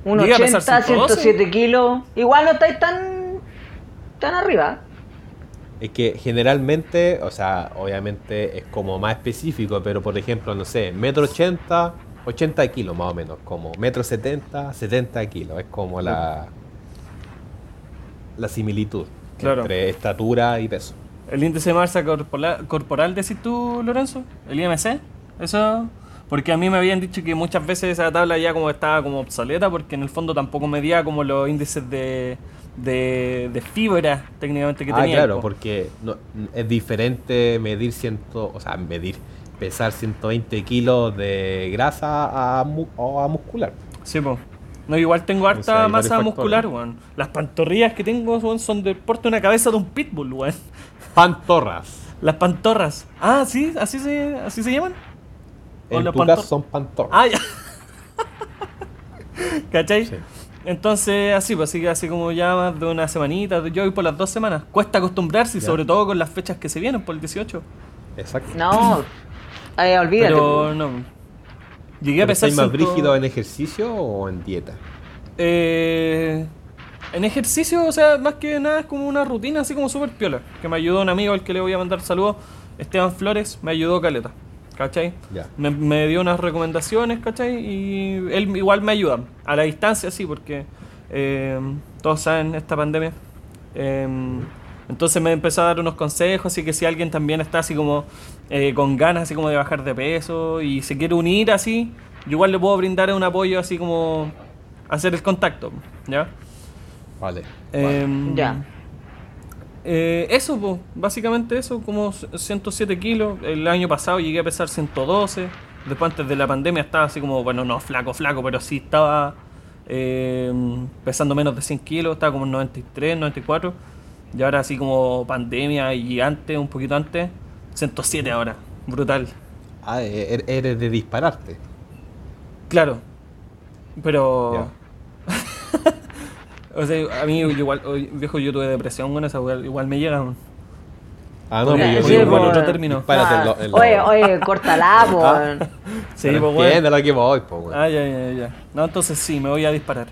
B: Un
C: Llega a pesar
B: 80,
C: 112.
B: 107 kilos. Igual no estáis tan, tan arriba.
A: Es que generalmente, o sea, obviamente es como más específico, pero por ejemplo, no sé, metro ochenta, 80 kilos más o menos, como metro setenta, 70 kilos, es como la, la similitud
C: Claro.
A: entre estatura y peso.
C: ¿El índice de masa corporal, corporal decís tú, Lorenzo? ¿El IMC? ¿Eso? Porque a mí me habían dicho que muchas veces esa tabla ya como estaba como obsoleta porque en el fondo tampoco medía como los índices de, de, de fibra técnicamente que
A: ah,
C: tenía.
A: claro,
C: po.
A: porque no- es diferente medir ciento, o sea, medir, pesar 120 kilos de grasa a, mu- o a muscular.
C: Sí, po. No, igual tengo harta
A: O sea, hay varios
C: masa
A: factores.
C: muscular, weón. Las pantorrillas que tengo weón, son del porte de una cabeza de un pitbull, weón.
A: Pantorras.
C: Las pantorras. Ah, sí, así se, así se llaman. O
A: En
C: las
A: tu
C: pantor-
A: caso son pantorras.
C: Ah, ya. ¿Cachai?
A: Sí.
C: Entonces, así, pues así, que así como ya más de una semanita, yo voy por las dos semanas. Cuesta acostumbrarse y
A: Ya.
C: sobre todo con las fechas que se vienen por el 18.
A: Exacto.
B: No, eh, olvídate.
C: Pero no. Llegué a
A: ¿Pero
C: pesar
A: ¿Estáis más
C: ciento-
A: brígido en ejercicio o en dieta?
C: Eh, en ejercicio, o sea, más que nada es como una rutina así como súper piola. Que me ayudó un amigo al que le voy a mandar saludos, Esteban Flores, me ayudó Caleta. ¿Cachai?
A: Ya.
C: Me, me dio unas recomendaciones, ¿cachai? Y él igual me ayuda. A la distancia, sí, porque eh, todos saben esta pandemia. Eh, entonces me empezó a dar unos consejos, así que si alguien también está así como eh, con ganas, así como de bajar de peso y se quiere unir así, yo igual le puedo brindar un apoyo así como hacer el contacto, ¿ya?
A: Vale.
C: Em,
B: Ya.
C: eh, eso, po, básicamente eso, como 107 kilos. El año pasado llegué a pesar 112. Después, antes de la pandemia, estaba así como, bueno, no flaco, flaco, pero sí estaba eh, pesando menos de 100 kilos, estaba como en 93, 94. Y ahora, así como pandemia y antes, un poquito antes, 107 ahora, brutal.
A: Ah, e- er- eres de dispararte.
C: Claro, pero. o sea, a mí, igual, oh, viejo, yo tuve depresión con esa, weá, igual me llegan.
A: Ah, no,
B: Ya,
A: pero yo
B: Eh, sí,
A: digo,
B: por-
A: bueno,
C: otro término.
A: dispárate
B: Ah,
A: en lo- en lo-
B: oye, oye, córtala, po.
A: Ah.
C: Sí,
A: pero
C: pues, weón.
A: entiende lo que voy, pues, po, weón.
C: Ah, ya, ya, ya. No, entonces sí, me voy a disparar.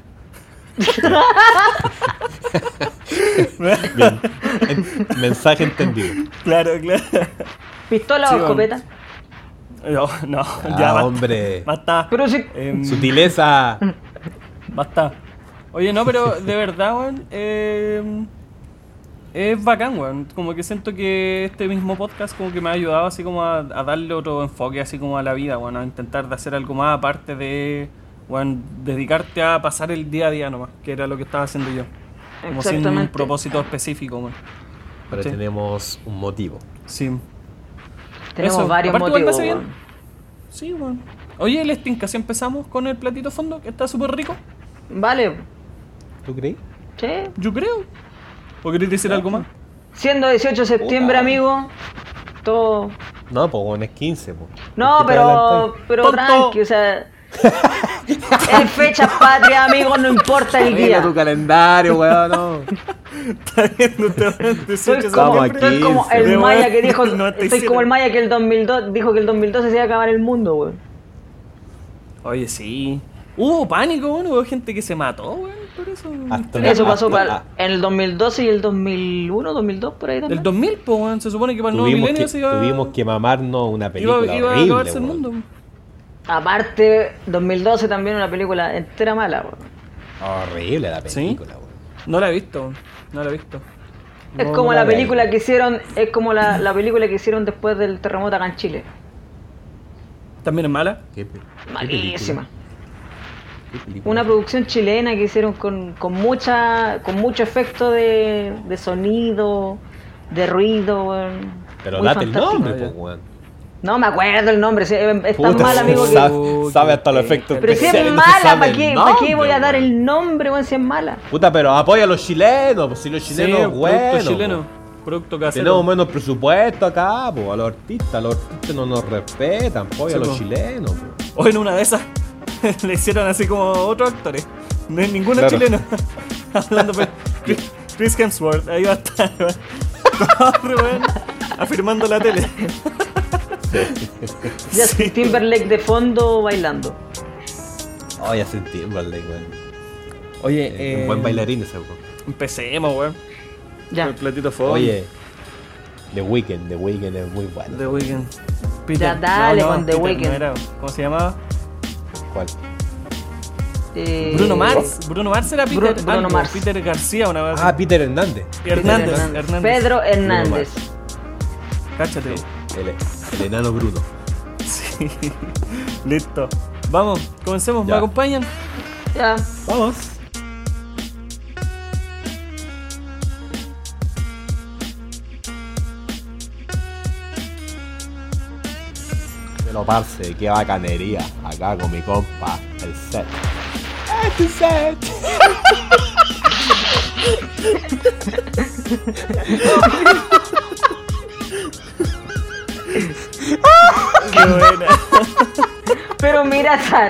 A: Bien. En- mensaje entendido.
C: claro, claro.
B: ¿Pistola
C: Sí,
B: o escopeta?
C: No, no,
A: Ah,
C: ya, basta.
A: hombre.
C: Basta.
B: Pero si-
C: Em,
A: Sutileza.
C: Basta. Oye, no, pero de verdad, weón. em, es bacán, weón. Como que siento que este mismo podcast como que me ha ayudado así como a, a darle otro enfoque así como a la vida, weón. A intentar de hacer algo más aparte de, weón, dedicarte a pasar el día a día nomás, que era lo que estaba haciendo yo. Como sin un
B: Exactamente.
C: propósito específico, weón.
A: Pero
C: sí.
A: tenemos un motivo.
C: Sí.
B: Tenemos
C: Eso,
B: varios
C: aparte igual me
B: motivos.
C: hace bien.
B: weón.
C: Sí, weón. Oye, el Sting, casi empezamos con el platito fondo, que está súper rico.
B: Vale,
A: ¿Tú creí?
B: sí.
C: Yo creo. ¿O querés decir algo más?
B: Siendo 18 de septiembre,
A: Puta.
B: amigo, todo.
A: No, pues bueno, es 15, po. ¿Por
B: No,
A: qué te
B: pero,
A: adelantáis?
B: pero
C: Tonto.
B: tranqui, o sea. en fecha patria, amigo, no importa el
A: Mira
B: día.
A: tu calendario, weón, no.
C: Está viendo, está viendo,
B: Estoy
C: 18
A: Estamos
B: como, estoy
A: Pues, aquí,
B: como
A: sí.
B: el
C: Pero,
B: Maya
C: weón,
B: que dijo.
C: no te
B: estoy
C: hicieron.
B: como el Maya que el 2002 dijo que el 2012 se iba a acabar el mundo, weón.
C: Oye, sí. Hubo pánico, bueno, hubo gente que se mató, weón, por eso.
A: Hasta
C: Tenía-
A: la-
B: Eso pasó
A: hasta-
B: para en el 2012 y el 2001, 2002, por ahí también.
C: El 2000, pues, weón, se supone que para el nuevo
A: Tuvimos
C: milenio
A: que,
C: se iba,
A: tuvimos que mamarnos una película
C: iba, iba a
A: horrible,
C: acabarse el
A: weón.
C: mundo.
B: Aparte, 2012 también una película entera mala, weón.
A: Horrible la
C: ¿Sí?
A: película, weón.
C: No la he visto, weón, no la he visto.
B: Es
A: No,
B: como
A: no
B: la
A: la veis.
B: película que hicieron, es como la, la película que hicieron después del terremoto acá en Chile.
C: También es mala.
A: Qué pe- qué película.
B: Malísima.
A: Qué película.
B: Una producción chilena que hicieron con, con mucha con mucho efecto de, de sonido, de ruido. weón.
A: Pero
B: Muy
A: date el
B: fantástico.
A: nombre,
C: Ah,
A: po,
C: ya.
A: pues, weón.
B: No me acuerdo el nombre, sí, es es tan
A: Puta,
B: mal,
A: se
B: amigo. Que,
A: sabe, sabe hasta los efectos
B: pero si
A: especiales,
B: es
A: no se
B: mala,
A: sabe
B: ¿para
A: el
B: qué, pa'
A: nombre,
B: qué voy a dar
A: weón.
B: el nombre, weón, si es mala?
A: Puta, pero apoya a los chilenos, pues si los chilenos,
C: sí,
A: bueno. pues.
C: producto chileno, producto casero.
A: Tenemos menos presupuesto acá, po, a los artistas, los artistas no nos respetan, pues, apoya
C: Sí,
A: a los
B: pues.
C: po.
A: chilenos. pues. po.
C: O en una de esas le hicieron así como otros actores. No es ninguno
A: Claro.
C: chileno. Hablando pues, Chris, Chris Hemsworth, ahí va a estar. weón. Corre, weón, afirmando la tele.
B: Justin Timberlake de fondo bailando.
A: Ay, hace tiempo, weón.
C: Oye,
A: Eh,
C: eh,
A: un buen bailarín ese weón.
C: Empecemos, weón.
B: Ya.
C: El platito fuego.
A: Oye, The Weeknd, The Weeknd es muy bueno.
C: The Weeknd.
B: Ya, dale con The
C: Peter,
B: Weeknd.
C: no era. ¿Cómo se llamaba?
A: ¿Cuál?
B: Eh,
C: Bruno Mars. Bruno Mars era Peter.
B: Bru- Bruno
C: algo,
B: Mars.
C: Peter García, una vez.
A: Ah, Peter Hernández.
C: Hernández,
B: Pedro
C: Hernández.
B: Pedro Hernández.
C: Cáchate.
A: El, el enano Bruno.
C: Sí. Listo. Vamos, comencemos. ¿Me
A: Ya.
C: acompañan?
B: Ya.
A: Vamos. Pero parce, qué bacanería. Acá con mi compa, el set. Este set.
C: Qué buena.
B: Pero mira esa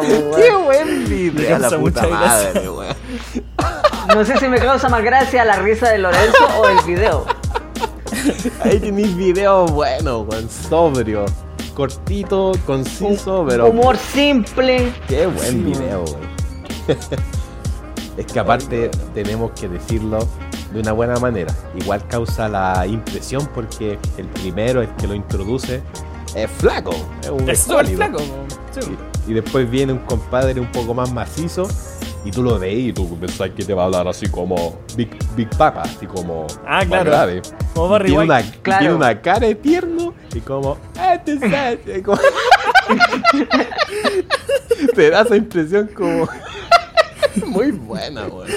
B: weón.
A: buen
C: Me
A: video!
C: causa mucha gracia.
A: weón.
B: No sé si me causa más gracia la risa de Lorenzo o el video.
A: Ahí tenéis video bueno, weón. Sobrio. Cortito, conciso, pero.
B: Humor simple.
A: Qué buen video, güey. es que aparte tenemos que decirlo de una buena manera. Igual causa la impresión porque el primero, el que lo introduce, es flaco. Es un
C: Es súper
A: sólido.
C: flaco. Sí.
A: Y, y después viene un compadre un poco más macizo y tú lo veis y tú pensás que te va a hablar así como Big, Big Papa, así como
C: Ah,
A: más
C: claro.
A: grave.
C: Como
A: Y
C: Barry
A: tiene,
C: White.
A: una, y
B: Claro.
A: tiene una cara de tierno y como, este es Seth", y como- te da esa impresión como muy buena, güey.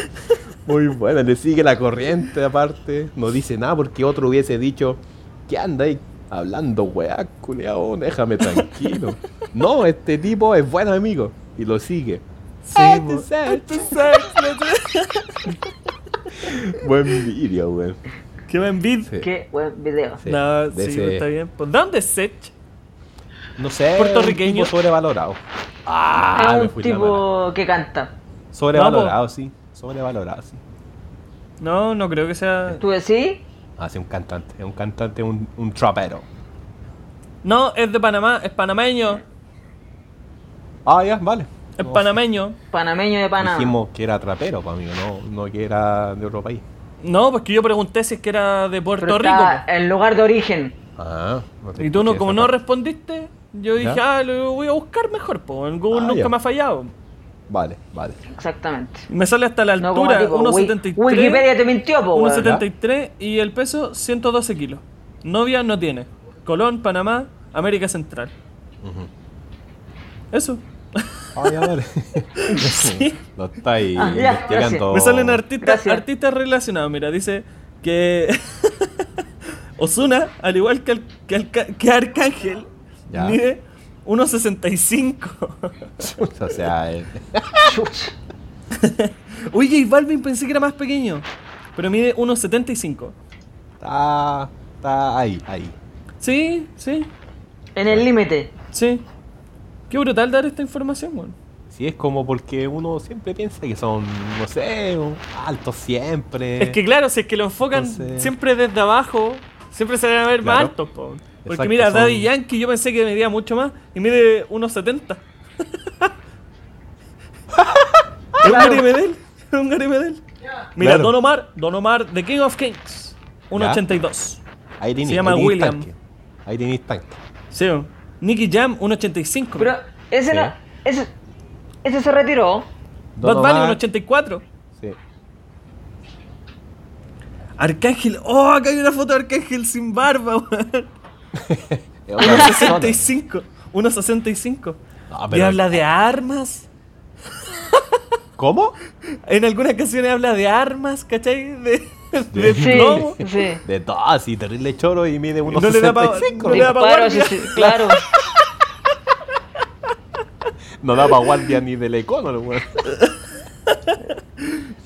A: Muy buena, le sigue la corriente aparte, no dice nada porque otro hubiese dicho, ¿qué andáis hablando, weá, culiao? Déjame tranquilo. No, este tipo es buen amigo y lo sigue.
C: Sí,
A: "Este
C: po.
A: es Seth". Buen video, güey.
C: Qué buen beat.
A: Sí.
B: Qué buen video.
A: Sí,
C: no,
A: de
C: sí,
A: ese-
C: está bien. Pues, ¿Dónde es Sech?
A: No sé,
C: Puertorriqueño.
A: un tipo sobrevalorado.
B: es
A: Ah, me
B: un
A: fui la mala.
B: tipo que canta.
A: Sobrevalorado, sí. Sobrevalorado, sí.
C: No, no creo que sea.
B: ¿Tú decís?
A: Ah, sí, un cantante. Es un cantante, un, un trapero.
C: No, es de Panamá, es panameño.
A: Ah, ya, vale.
C: Es
A: No,
C: panameño.
B: Panameño de Panamá.
A: Dijimos que era trapero, pues, amigo, no, no que era de otro país.
C: No, pues que yo pregunté si es que era de Puerto
B: Pero
C: Rico.
B: está
C: po.
B: en lugar de origen.
A: Ah, no te
C: Y tú no,
A: escuché
C: como
A: esa
C: no
A: parte.
C: respondiste, yo
A: ¿Ya?
C: dije, ah, lo voy a buscar mejor, po. En Google
A: Ah,
C: nunca
A: ya.
C: me ha fallado.
A: Vale, vale.
B: Exactamente.
C: Me sale hasta la
B: No como
C: altura,
B: tipo, Wi-
C: 1.73.
B: Wikipedia te mintió, po, weón.
C: 1.73 y el peso 112 kilos. Novia no tiene. Colón, Panamá, América Central. Eso.
A: Ah, ya, vale.
C: Sí.
A: Lo estáis
B: Ah, ya,
A: investigando.
C: Me salen artistas,
B: Gracias.
C: artistas relacionados. Mira, dice que Osuna, al igual que, al- que, Alca- que Arcángel,
A: Ya.
C: mide 1.65.
A: O sea, eh,
B: Chuch.
C: Oye, y Balvin pensé que era más pequeño, pero mide 1.75.
A: está, está ahí, ahí.
C: Sí, sí,
B: En el límite.
C: sí. Qué brutal dar esta información, weón.
A: Sí, es como porque uno siempre piensa que son, no sé, altos siempre.
C: Es que claro, si es que lo enfocan
A: Entonces-
C: siempre desde abajo, siempre se van a ver más
A: Claro.
C: altos, po. Porque
A: Exacto,
C: mira,
A: son-
C: Daddy Yankee yo pensé que medía mucho más y mide 1,70. es un
B: Claro.
C: Gary Medel, es un Gary Medel. Mira,
A: Claro.
C: Don Omar, Don Omar, The King of Kings, 1,82.
A: Ahí tenéis,
C: Se llama
A: ahí tenéis
C: William.
A: tanque. Ahí tenéis tanque.
C: Sí, weón. Nicky Jam, 1,85.
B: Pero ese
A: Sí.
B: no. Ese, ese se retiró.
C: Bad
A: Don
C: Bunny,
A: Omar,
C: 1,84.
A: sí.
C: Arcángel, oh, acá hay una foto de Arcángel sin barba, weón.
A: Es otra persona.
C: 1,65. 1,65.
A: No,
C: Y
A: Ah, pero-
C: habla de armas.
A: ¿Cómo?
C: En algunas canciones habla de armas, ¿cachai? De, de
B: Sí.
C: plomo.
B: Sí.
A: De todo, así, terrible choro y mide
C: no le da pa-
A: 1,65.
C: no le da pa'
B: Disparos,
C: guardia.
B: sí, sí, claro.
A: No da pa' guardia ni del econo, el weón.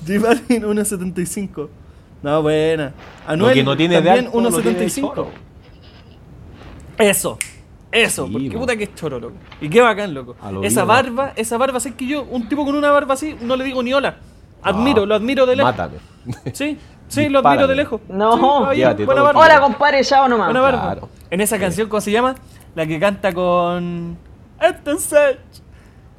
C: J Balvin, 1.75. No, buena. Anuel,
A: Lo que no tiene de
C: también
A: alto, lo tiene de
C: 1.75.
A: choro.
C: Eso. Eso,
A: Sí,
C: porque
A: po.
C: puta que es choro, loco. Y qué bacán, loco.
A: A lo
C: Esa
A: vivo.
C: barba, esa barba, sé que yo, un tipo con una barba así, no le digo ni hola. Admiro,
A: Ah,
C: lo admiro de lejos.
A: Mátame.
C: Sí, sí, lo admiro
A: Dispárame.
C: de lejos.
B: No.
C: Sí, caballero,
A: Llévate
C: buena
A: todo el
C: barba.
A: día.
B: Hola, compadre, chao nomás.
C: Buena barba.
A: Claro.
C: En esa canción, ¿cómo se llama? La que canta con. Entonces.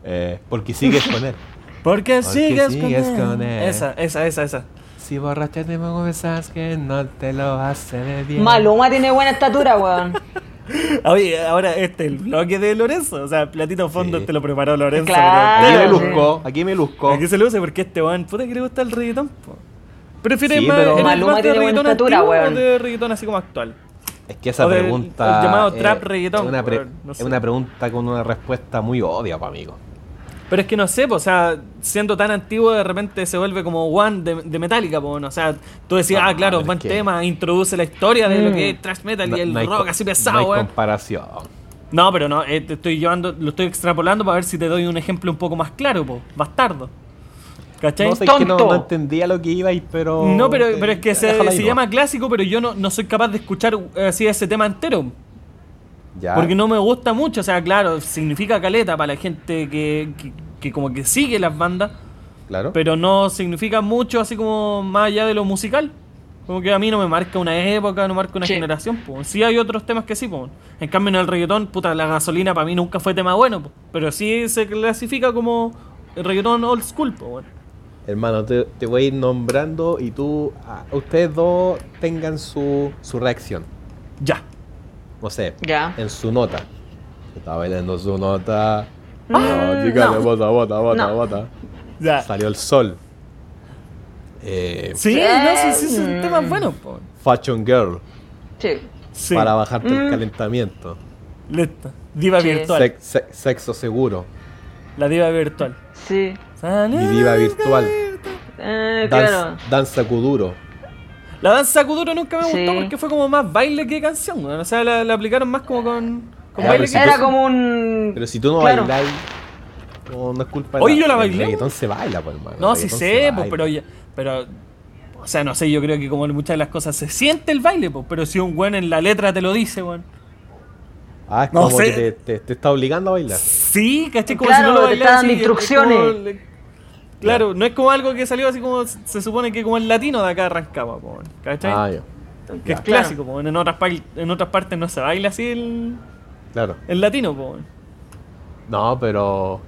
A: Eh, porque sigues con él.
C: Porque, sigues,
A: sigues
C: con, él.
A: con él.
C: Esa, esa, esa, esa.
A: Si borracha te confesas que no te lo hace de bien.
B: Maluma tiene buena estatura, weón.
C: Oye, ahora este, el bloque de Lorenzo. O sea, platito fondo
A: Sí.
C: te lo preparó Lorenzo.
B: Claro.
A: Aquí me
C: pero-
B: sí.
A: luzco, aquí me luzco.
C: Aquí se lo usa porque este weón, puta que le gusta el reggaetón, po. Prefiere
A: Sí,
C: más,
A: pero-
C: eres
B: Maluma
C: más de
B: tiene buena
C: reggaetón
B: estatura,
C: antiguo
B: weón.
C: o de reggaetón así como actual.
A: Es que esa
C: O del-
A: pregunta.
C: el llamado
A: eh,
C: trap reggaetón,
A: Es una, pre-
C: weón, no
A: es
C: sé.
A: una pregunta con una respuesta muy obvia, pa' amigo.
C: Pero es que no sé, po, o sea, siendo tan antiguo de repente se vuelve como One de, de Metallica, po, bueno, o sea, tú decías,
A: Ah,
C: ah, claro,
A: pero es
C: buen
A: que-
C: tema, introduce la historia de lo
B: Mm.
C: que es thrash metal
A: No-
C: y el
A: no hay
C: rock
A: co-
C: así
A: No
C: pesado,
A: hay
C: weón.
A: comparación.
C: No, pero no, eh, te estoy llevando, lo estoy extrapolando para ver si te doy un ejemplo un poco más claro, po, bastardo. ¿Cachai?
A: No sé, es que no,
B: ¡Tonto!
A: no entendía lo que ibais, pero.
C: No, pero,
A: te-
C: pero es que
A: déjala
C: se,
A: ahí,
C: se
A: ¿no?
C: llama clásico, pero yo no, no soy capaz de escuchar eh, así ese tema entero.
A: Ya.
C: Porque no me gusta mucho. O sea, claro, significa caleta para la gente que, que- que como que sigue las bandas,
A: Claro.
C: pero no significa mucho así como más allá de lo musical. Como que a mí no me marca una época, no marca una
B: Sí.
C: generación. Po. Sí hay otros temas que sí, po. En cambio en el reggaetón, puta, la gasolina para mí nunca fue tema bueno, po. pero sí se clasifica como reggaetón old school, po, bueno.
A: Hermano, te, te voy a ir nombrando y tú. ah, ustedes dos tengan su, su reacción.
C: Ya.
A: No sé.
B: Ya.
A: En su nota. Está bailando su nota.
B: Mm,
A: Ah, chica,
B: no.
A: bota, bota, bota,
B: No.
A: bota.
C: Ya.
A: Salió el sol. Eh,
C: Sí, no, sí, sí,
B: Mm.
C: son temas buenos, po.
A: Fashion Girl.
B: Sí.
C: Sí.
A: Para bajarte el
B: Mm.
A: calentamiento.
C: Listo. Diva
B: Sí.
C: virtual.
A: Sex- se- sexo seguro.
C: La diva virtual.
B: Sí.
A: Mi diva virtual.
B: Eh,
A: Danza,
B: claro.
A: danza Kuduro.
C: La danza Kuduro nunca me gustó
B: Sí.
C: porque fue como más baile que canción. weón. O sea, la, la aplicaron más como con, con
A: Ya,
C: baile
A: pero si
C: que
B: Era
A: tú-
B: como un.
A: Pero si tú no
B: Claro.
A: bailas, no, no es culpa
C: Oye,
A: nadie.
C: yo la
A: El
C: bailé,
A: reggaetón se baila, pues, hermano.
C: No,
A: El
C: sí
A: reggaetón
C: sé,
A: se
C: pues,
A: baila.
C: pero ya- pero o sea, no sé, yo creo que como en muchas de las cosas se siente el baile, pues, pero si un weón en la letra te lo dice, weón.
A: Ah, es
C: No
A: como
C: sé.
A: que te, te- te está obligando a bailar.
C: Sí, caché como
B: Claro,
C: si no lo
B: te está
C: bailara
B: dando
C: así, es
B: instrucciones.
C: como le- Claro, no es como algo que salió así como se supone que como el latino de acá arrancaba, po, weón, ¿cachai?
A: Ah, ya.
C: que es
A: ya,
B: Claro.
C: clásico, po, weón. en otras, pa- en otras partes no se baila así el,
A: Claro.
C: el latino, po. weón.
A: No, pero.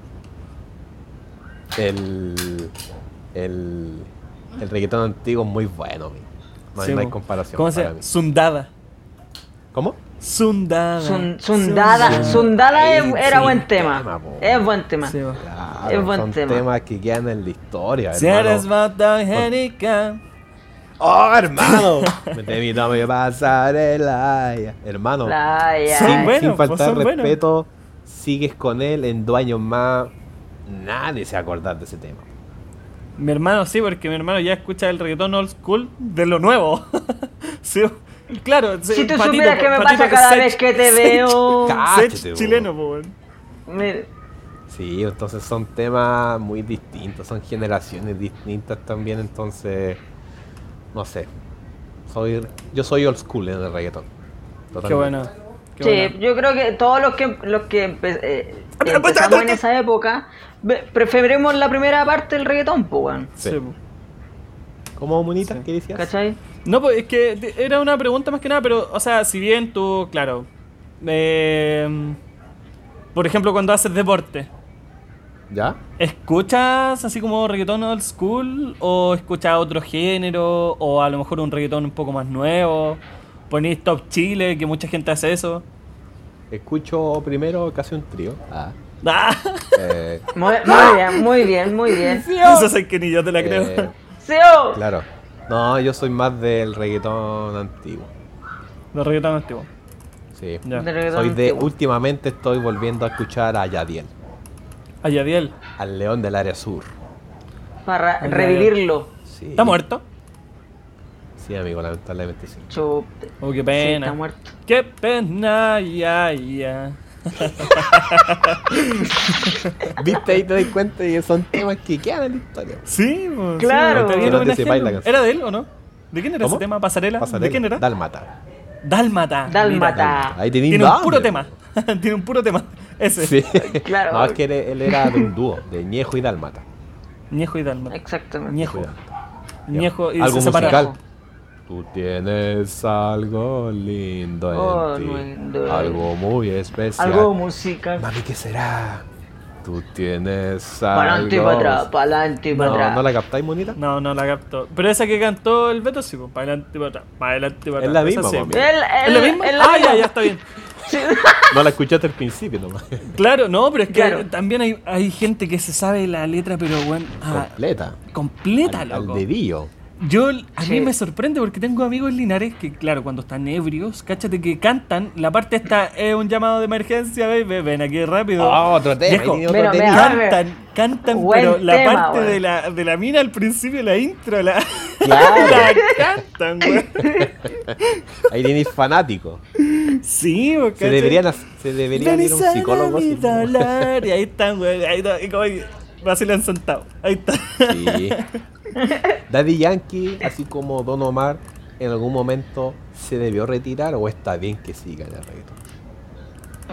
A: El. El. El reggaetón antiguo es muy bueno, amigo. No, hay-
C: Sí,
A: no hay
C: po.
A: comparación.
C: ¿Cómo se
A: para
C: llama?
A: mí.
C: Sundada.
A: ¿Cómo?
C: Sundada.
B: Sun- Sundada, Sundada es- era
A: Sí,
B: buen tema.
A: tema, po.
B: es buen tema.
C: Sí, va.
A: Claro,
B: Es buen
A: son
B: tema.
A: temas que quedan en la historia.
C: Si
A: hermano.
C: eres bata angélica.
A: ¡Oh, hermano! Mete mi nombre pasarela. ya. Hermano,
B: La- ya,
C: Sí,
A: sin,
B: eh.
C: bueno,
A: sin faltar
C: pues son buenos.
A: respeto, sigues con él en dos años más. Nadie se va a acordar de ese tema.
C: Mi hermano sí, porque mi hermano ya escucha el reggaetón old school de lo nuevo. sí, claro.
B: Si tú supieras que me pasa cada vez que te veo.
A: Ca- Cáchate,
C: Sech
A: po.
C: chileno, po, weón.
B: Mira,
A: Sí, entonces son temas muy distintos, son generaciones distintas también, entonces. No sé. Soy, yo soy old school en el reggaetón.
C: Qué
A: Totalmente.
C: bueno. Qué
B: sí,
C: bueno.
B: yo creo que todos los que los que empe- eh,
C: Abre la
A: pues,
C: puerta,
B: empezamos en
C: abre.
B: esa época ve- preferimos la primera parte del reggaetón, pues, weón.
A: Sí.
C: Sí, po.
A: ¿Cómo, Monita?
C: Sí.
A: ¿Qué decías?
B: ¿Cachai?
C: No, pues es que te- era una pregunta más que nada, pero, o sea, si bien tú, claro. eh, por ejemplo, cuando haces deporte.
A: ¿Ya?
C: ¿Escuchas así como reggaetón old school? ¿O escuchas otro género? ¿O a lo mejor un reggaetón un poco más nuevo? ¿Ponís Top Chile, que mucha gente hace eso?
A: Escucho primero casi un trío. Ah.
C: ¡Ah!
A: Eh,
B: Muy, muy bien, muy bien, muy bien. oh.
C: Eso sé que ni yo te la creo.
A: eh,
B: ¡Seo!
A: claro. No, yo soy más del reggaetón antiguo.
C: Los reggaetón antiguos.
A: Sí.
C: Ya.
B: Del reggaetón
A: Soy de.
B: antiguo.
A: Últimamente estoy volviendo a escuchar a Yadiel,
C: A Yadiel.
A: al león del área sur.
B: Para
C: Ay,
B: revivirlo.
A: Sí.
C: ¿Está muerto?
A: Sí, amigo, lamentablemente sí.
B: Chupte.
C: Oh, qué
B: Sí,
C: pena.
B: está muerto.
C: Qué pena, ya, ya.
A: Viste ahí te das cuenta y son temas que quedan en la historia.
C: Sí, pues,
B: Claro.
C: sí, pues, está bien
A: Pero antes se
C: homenajeando.
A: baila canción.
C: ¿Era de él o no? ¿De quién era
A: ¿Cómo?
C: ese tema? ¿Pasarela? ¿De quién era?
A: Dálmata.
B: Dálmata.
C: Dálmata.
A: Dálmata. Ahí tenés
C: Tiene un
A: nombre.
C: puro tema. Tiene un puro tema. Ese.
A: Sí.
B: Claro.
A: No, es que él, él era de un dúo, de Ñejo y Dálmata.
C: Ñejo y Dálmata.
B: Exactamente.
C: Ñejo.
A: Cuidado.
C: Ñejo y
A: algo
C: se separaron.
A: musical. Tú tienes algo lindo en
B: Oh,
A: ti.
B: lindo.
A: Algo muy especial.
B: Algo musical.
A: Mami, ¿qué será? Tú tienes
B: Pa'lante y
A: algo.
B: para atrás, pa'lante y para
A: No,
B: atrás.
A: ¿no la captáis, monita?
C: No, no la capto. Pero esa que cantó el Beto, sí, pues, para adelante y para atrás. Para adelante y para
A: Es
C: atrás.
A: la
C: Esa
A: misma,
C: sí.
A: mami.
B: El- el-
C: ¿Es la misma?
B: el-
C: ah, ya, ya está bien.
A: No la escuchaste al principio nomás.
C: Claro, no, pero es que
B: Claro.
C: también hay, hay gente que se sabe la letra, pero bueno, ah,
A: Completa.
C: completa,
A: Al, al
C: loco.
A: dedillo.
C: Yo, a
B: Sí.
C: mí me sorprende porque tengo amigos en Linares que, claro, cuando están ebrios, cáchate que cantan, la parte esta es un llamado de emergencia, baby, ven aquí rápido.
A: Ah, otro tema,
C: Viejo,
A: ahí tiene otro
B: Mira,
A: tema.
B: mira.
C: Cantan, cantan,
B: Buen
C: pero la
B: tema,
C: parte
B: weón.
C: de la, de la mina al principio, la intro, la, la
A: Claro,
C: cantan, güey.
A: ahí tenéis fanático.
C: Sí, güey,
A: Se deberían, hac- se deberían ir a un psicólogo.
C: Y
A: así.
C: ahí están, güey, ahí está, y como que vacilan sentado, ahí está.
A: Sí. Daddy Yankee, así como Don Omar, en algún momento se debió retirar o está bien que siga en el reggaetón.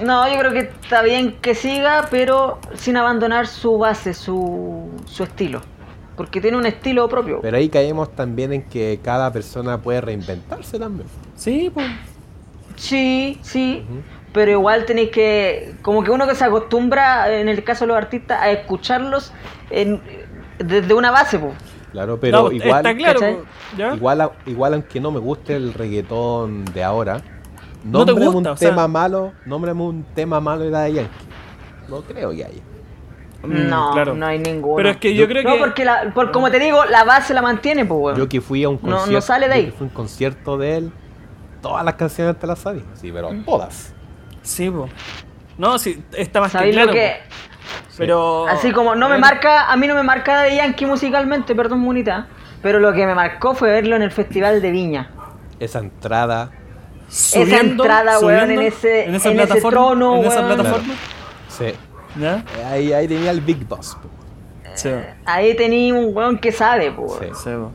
B: No, yo creo que está bien que siga, pero sin abandonar su base, su, su estilo. Porque tiene un estilo propio.
A: Pero ahí caemos también en que cada persona puede reinventarse también.
C: Sí, pues.
B: Sí, sí. Pero igual tenéis que, como que uno que se acostumbra, en el caso de los artistas, a escucharlos en- desde una base, pues.
A: Claro, pero
C: No,
A: igual,
C: Está claro,
B: ¿cachai?
C: po, ¿ya?
A: igual, a- igual aunque no me guste el reggaetón de ahora,
C: No te
A: nómbrame
C: gusta,
A: un
C: o sea-
A: tema malo, nómbrame un tema malo de Daddy Yankee. No creo que haya.
C: Mm,
B: No,
C: claro.
B: no hay ninguno.
C: Pero es que yo creo
B: no,
C: que-
B: porque la- por, como te digo, la base la mantiene, pues, weón.
A: Yo que fui a un
B: No, no
A: concierto,
B: sale de
A: yo
B: ahí.
A: que fui a un concierto de él, todas las canciones te las sabía. Sí, pero
B: Mm.
A: todas.
C: Sí, po. No, sí, está más que
B: ¿Sabéis
C: claro. Oh,
B: lo que?
C: po. Pero.
B: Así como no me
C: Bueno,
B: marca, a mí no me marca de Yankee musicalmente, perdón, Munita. Pero lo que me marcó fue verlo en el Festival de Viña.
A: Esa entrada,
C: subiendo,
B: entrada, weón,
C: subiendo,
B: en ese-
C: en esa
B: en ese
C: plataforma,
B: trono,
C: en esa
B: weón.
C: plataforma.
A: sí.
C: ¿Ya?
A: Ahí, ahí tenía el Big Boss. po.
C: Sí,
B: Eh, Ahí tenía un weón que sabe, pues.
A: Sí.
C: sí, po.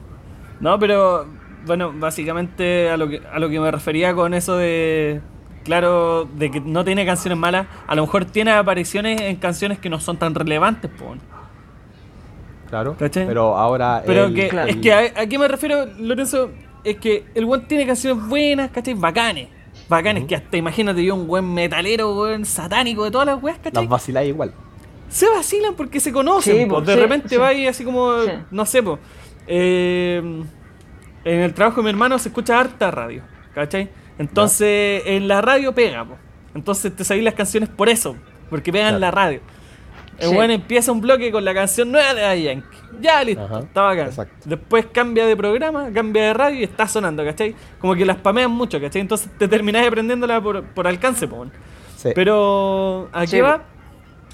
C: No, pero. Bueno, básicamente a lo, que, a lo que me refería con eso de. Claro, de que no tiene canciones malas. A lo mejor tiene apariciones en canciones que no son tan relevantes, po.
A: Claro.
C: ¿Cachai?
A: Pero ahora.
C: Pero
A: él-
C: que,
B: Claro.
C: es que a, a qué me refiero, Lorenzo, es que el weón tiene canciones buenas, ¿cachai? Bacanes. Bacanes, que hasta imagínate yo un buen metalero, weón satánico de todas las weas, ¿cachai?
A: Las vaciláis igual.
C: se vacilan porque se conocen.
B: Sí,
C: po.
B: po,
C: de
B: sí,
C: repente
B: sí.
C: va y así como,
B: Sí.
C: no sé, po. Eh, en el trabajo de mi hermano se escucha harta radio, ¿cachai? Entonces en la radio pega, po. Entonces te sabís las canciones por eso, porque pegan
A: Claro.
C: en la radio. El
B: Sí.
C: weón empieza un bloque con la canción nueva de Daddy Yankee. Ya listo,
A: Ajá,
C: está bacán.
A: exacto.
C: Después cambia de programa, cambia de radio y está sonando, ¿cachai? Como que las pamean mucho, ¿cachai? Entonces te terminás aprendiéndola por, por alcance, po. weón.
A: Sí.
C: Pero ¿a
B: Este, Sí,
C: qué
B: po.
C: va?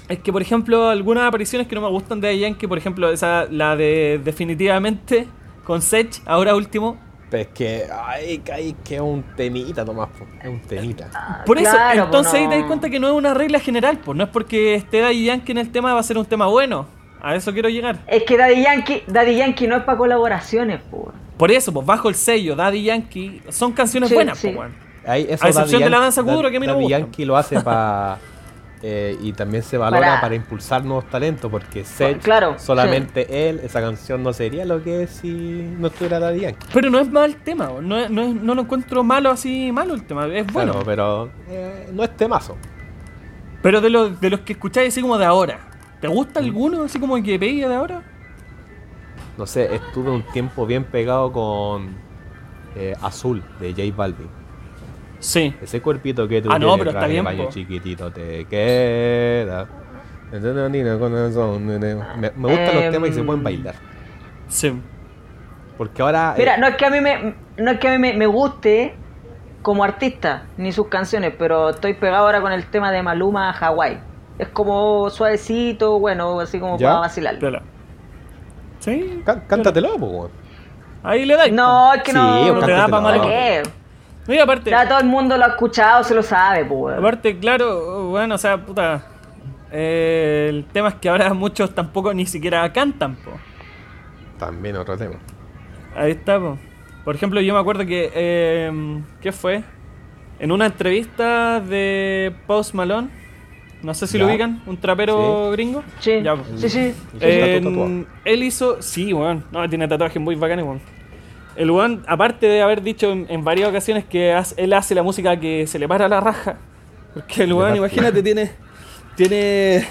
C: Es que, por ejemplo, algunas apariciones que no me gustan de Yankee, por ejemplo, esa, la de definitivamente con Sech, ahora último.
A: Pero es que. Ay, que- ay, que es un temita nomás. po. Es un temita.
C: Por eso,
B: Ah, Claro, po,
C: entonces ahí
B: no.
C: te das cuenta que no es una regla general, pues no es porque esté Daddy Yankee en el tema va a ser un tema bueno. A eso quiero llegar.
B: Es que Daddy Yankee, Daddy Yankee no es para colaboraciones, pues.
C: Por eso, pues bajo el sello, Daddy Yankee, son canciones
B: Sí,
C: buenas,
B: sí.
C: pues, weón.
A: Ahí, eso
C: A excepción
A: Daddy
C: de la
A: Yan-
C: danza
A: Da-
C: kuduro, que a mí no me
A: Daddy
C: gusta.
A: Yankee lo hace para. y también se valora para,
B: Para-
A: impulsar nuevos talentos, porque Sech,
B: claro,
A: solamente él, esa canción no sería lo que es si no estuviera Daddy Yankee.
C: Pero no es mal el tema, weón. no, es- no, es- no lo encuentro malo así, malo el tema, es bueno.
A: Claro, pero eh, no es temazo.
C: Pero de los, de los que escucháis así como de ahora, ¿te
A: Mm.
C: gusta alguno así como que pega de ahora?
A: No sé, estuve un tiempo bien pegado con eh, Azul de J Balvin.
C: Sí.
A: Ese cuerpito que tú
C: Ah, no,
A: tienes,
C: pero está
A: traje de
C: bien,
A: baño
C: po.
A: chiquitito te queda. Me, me gustan los
B: Em.
A: temas que se pueden bailar.
C: Sí.
A: Porque ahora. eh,
B: Mira, no es que a mí me, no es que a mí me, me guste como artista, ni sus canciones, pero estoy pegado ahora con el tema de Maluma Hawái. Es como suavecito, bueno, así como
A: ¿Ya?
B: para vacilar.
C: Piola. Sí.
A: Cá- Cántatelo, po, weón.
C: Ahí le dais.
B: No, es que
A: Sí,
B: no.
A: un
C: No te da pa'
A: cántatelo.
B: ¿Para qué?
C: po. Mira, aparte,
B: Ya todo el mundo lo ha escuchado, se lo sabe, pues.
C: aparte, claro, bueno, o sea, puta. eh, el tema es que ahora muchos tampoco ni siquiera cantan, po.
A: También otro tema.
C: Ahí está, po. Por ejemplo, yo me acuerdo que. eh, ¿Qué fue? En una entrevista de Post Malone. No sé si lo
A: Ya.
C: ubican, un trapero gringo.
B: Sí.
C: Ya, po.
B: sí, sí.
A: El que está
C: En-
A: tatuado.
C: él hizo. Sí, weón. No, tiene tatuajes muy bacanes, weón. El weón, aparte de haber dicho en, en varias ocasiones que hace- él hace la música que se le para la raja. Porque el
A: Le
C: weón,
A: parte.
C: imagínate, tiene. Tiene.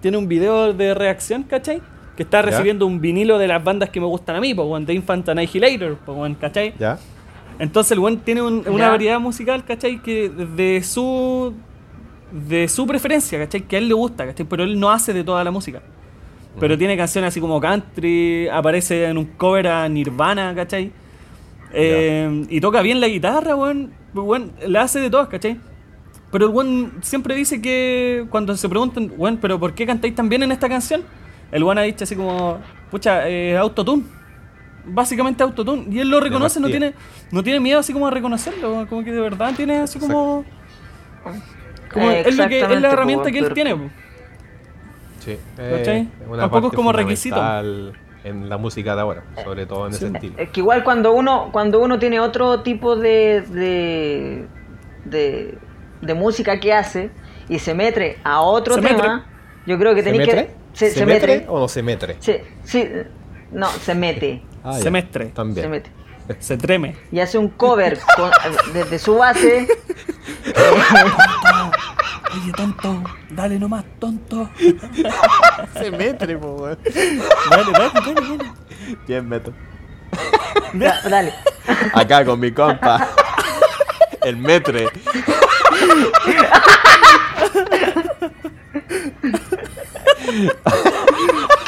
C: tiene un video de reacción, ¿cachai? Que está
A: Ya.
C: recibiendo un vinilo de las bandas que me gustan a mí, pues, The Infant Annihilator, pues, ¿cachai?
A: ¿Ya?
C: Entonces el weón tiene un- una
B: Ya.
C: variedad musical, ¿cachai? Que de su. de su preferencia, ¿cachai? Que a él le gusta, ¿cachai? Pero él no hace de toda la música. Pero tiene canciones así como country, aparece en un cover a Nirvana, ¿cachai? Eh, y toca bien la guitarra, weón. Weón, la hace de todas, ¿cachai? Pero el weón siempre dice que cuando se preguntan, weón, ¿pero por qué cantáis tan bien en esta canción? El weón ha dicho así como, pucha, eh, autotune. Básicamente autotune. Y él lo reconoce, no
A: partida.
C: tiene, no tiene miedo así como a reconocerlo. weón, Como que de verdad tiene así como... como
B: Eh,
C: es, lo que- es
B: exactamente,
C: la
B: po,
C: herramienta que él
B: pero-
C: tiene. po.
A: Sí. Eh,
C: ¿Cachai?
A: es una
C: Tampoco es
A: parte
C: como requisito.
A: fundamental En la música de ahora, sobre todo en ese estilo.
B: Es que igual cuando uno, cuando uno tiene otro tipo de, de, de, de música que hace y se mete a otro
C: Se
B: tema,
C: metre.
B: yo creo que
A: ¿Se
B: tenéis que...
A: metre?
B: Se,
A: ¿Se
B: se
A: metre
B: mete.
A: o no se metre?
B: Sí, sí, no, se mete.
A: Ah, ya.
C: Semestre.
A: También.
B: Se mete.
C: Se treme.
B: Y hace un cover con- desde su base.
C: Oye, tonto, dale nomás, tonto.
A: Se metre, po, weón.
C: Dale, dale, dale, dale.
A: Bien, Beto.
B: Da- dale.
A: Acá con mi compa. El metre.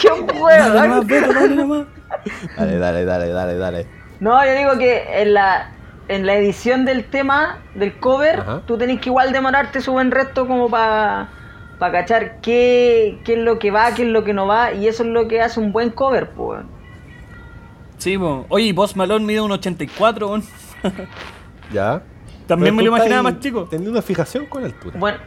B: ¡Qué huevo!
C: Dale nomás, Beto, dale nomás.
A: Dale, dale, dale, dale, dale.
B: No, yo digo que en la, en la edición del tema, del cover,
A: Ajá.
B: tú tenés que igual demorarte su buen resto como para pa cachar qué, qué es lo que va, qué es lo que no va, y eso es lo que hace un buen cover, pues.
C: Sí, po. Oye, Boss Malone mide un 84, weón.
A: ¿Ya?
C: También
A: Pero
C: me lo
A: tú
C: imaginaba
A: estás
C: más chico.
A: Teniendo una fijación con la altura.
B: Bueno,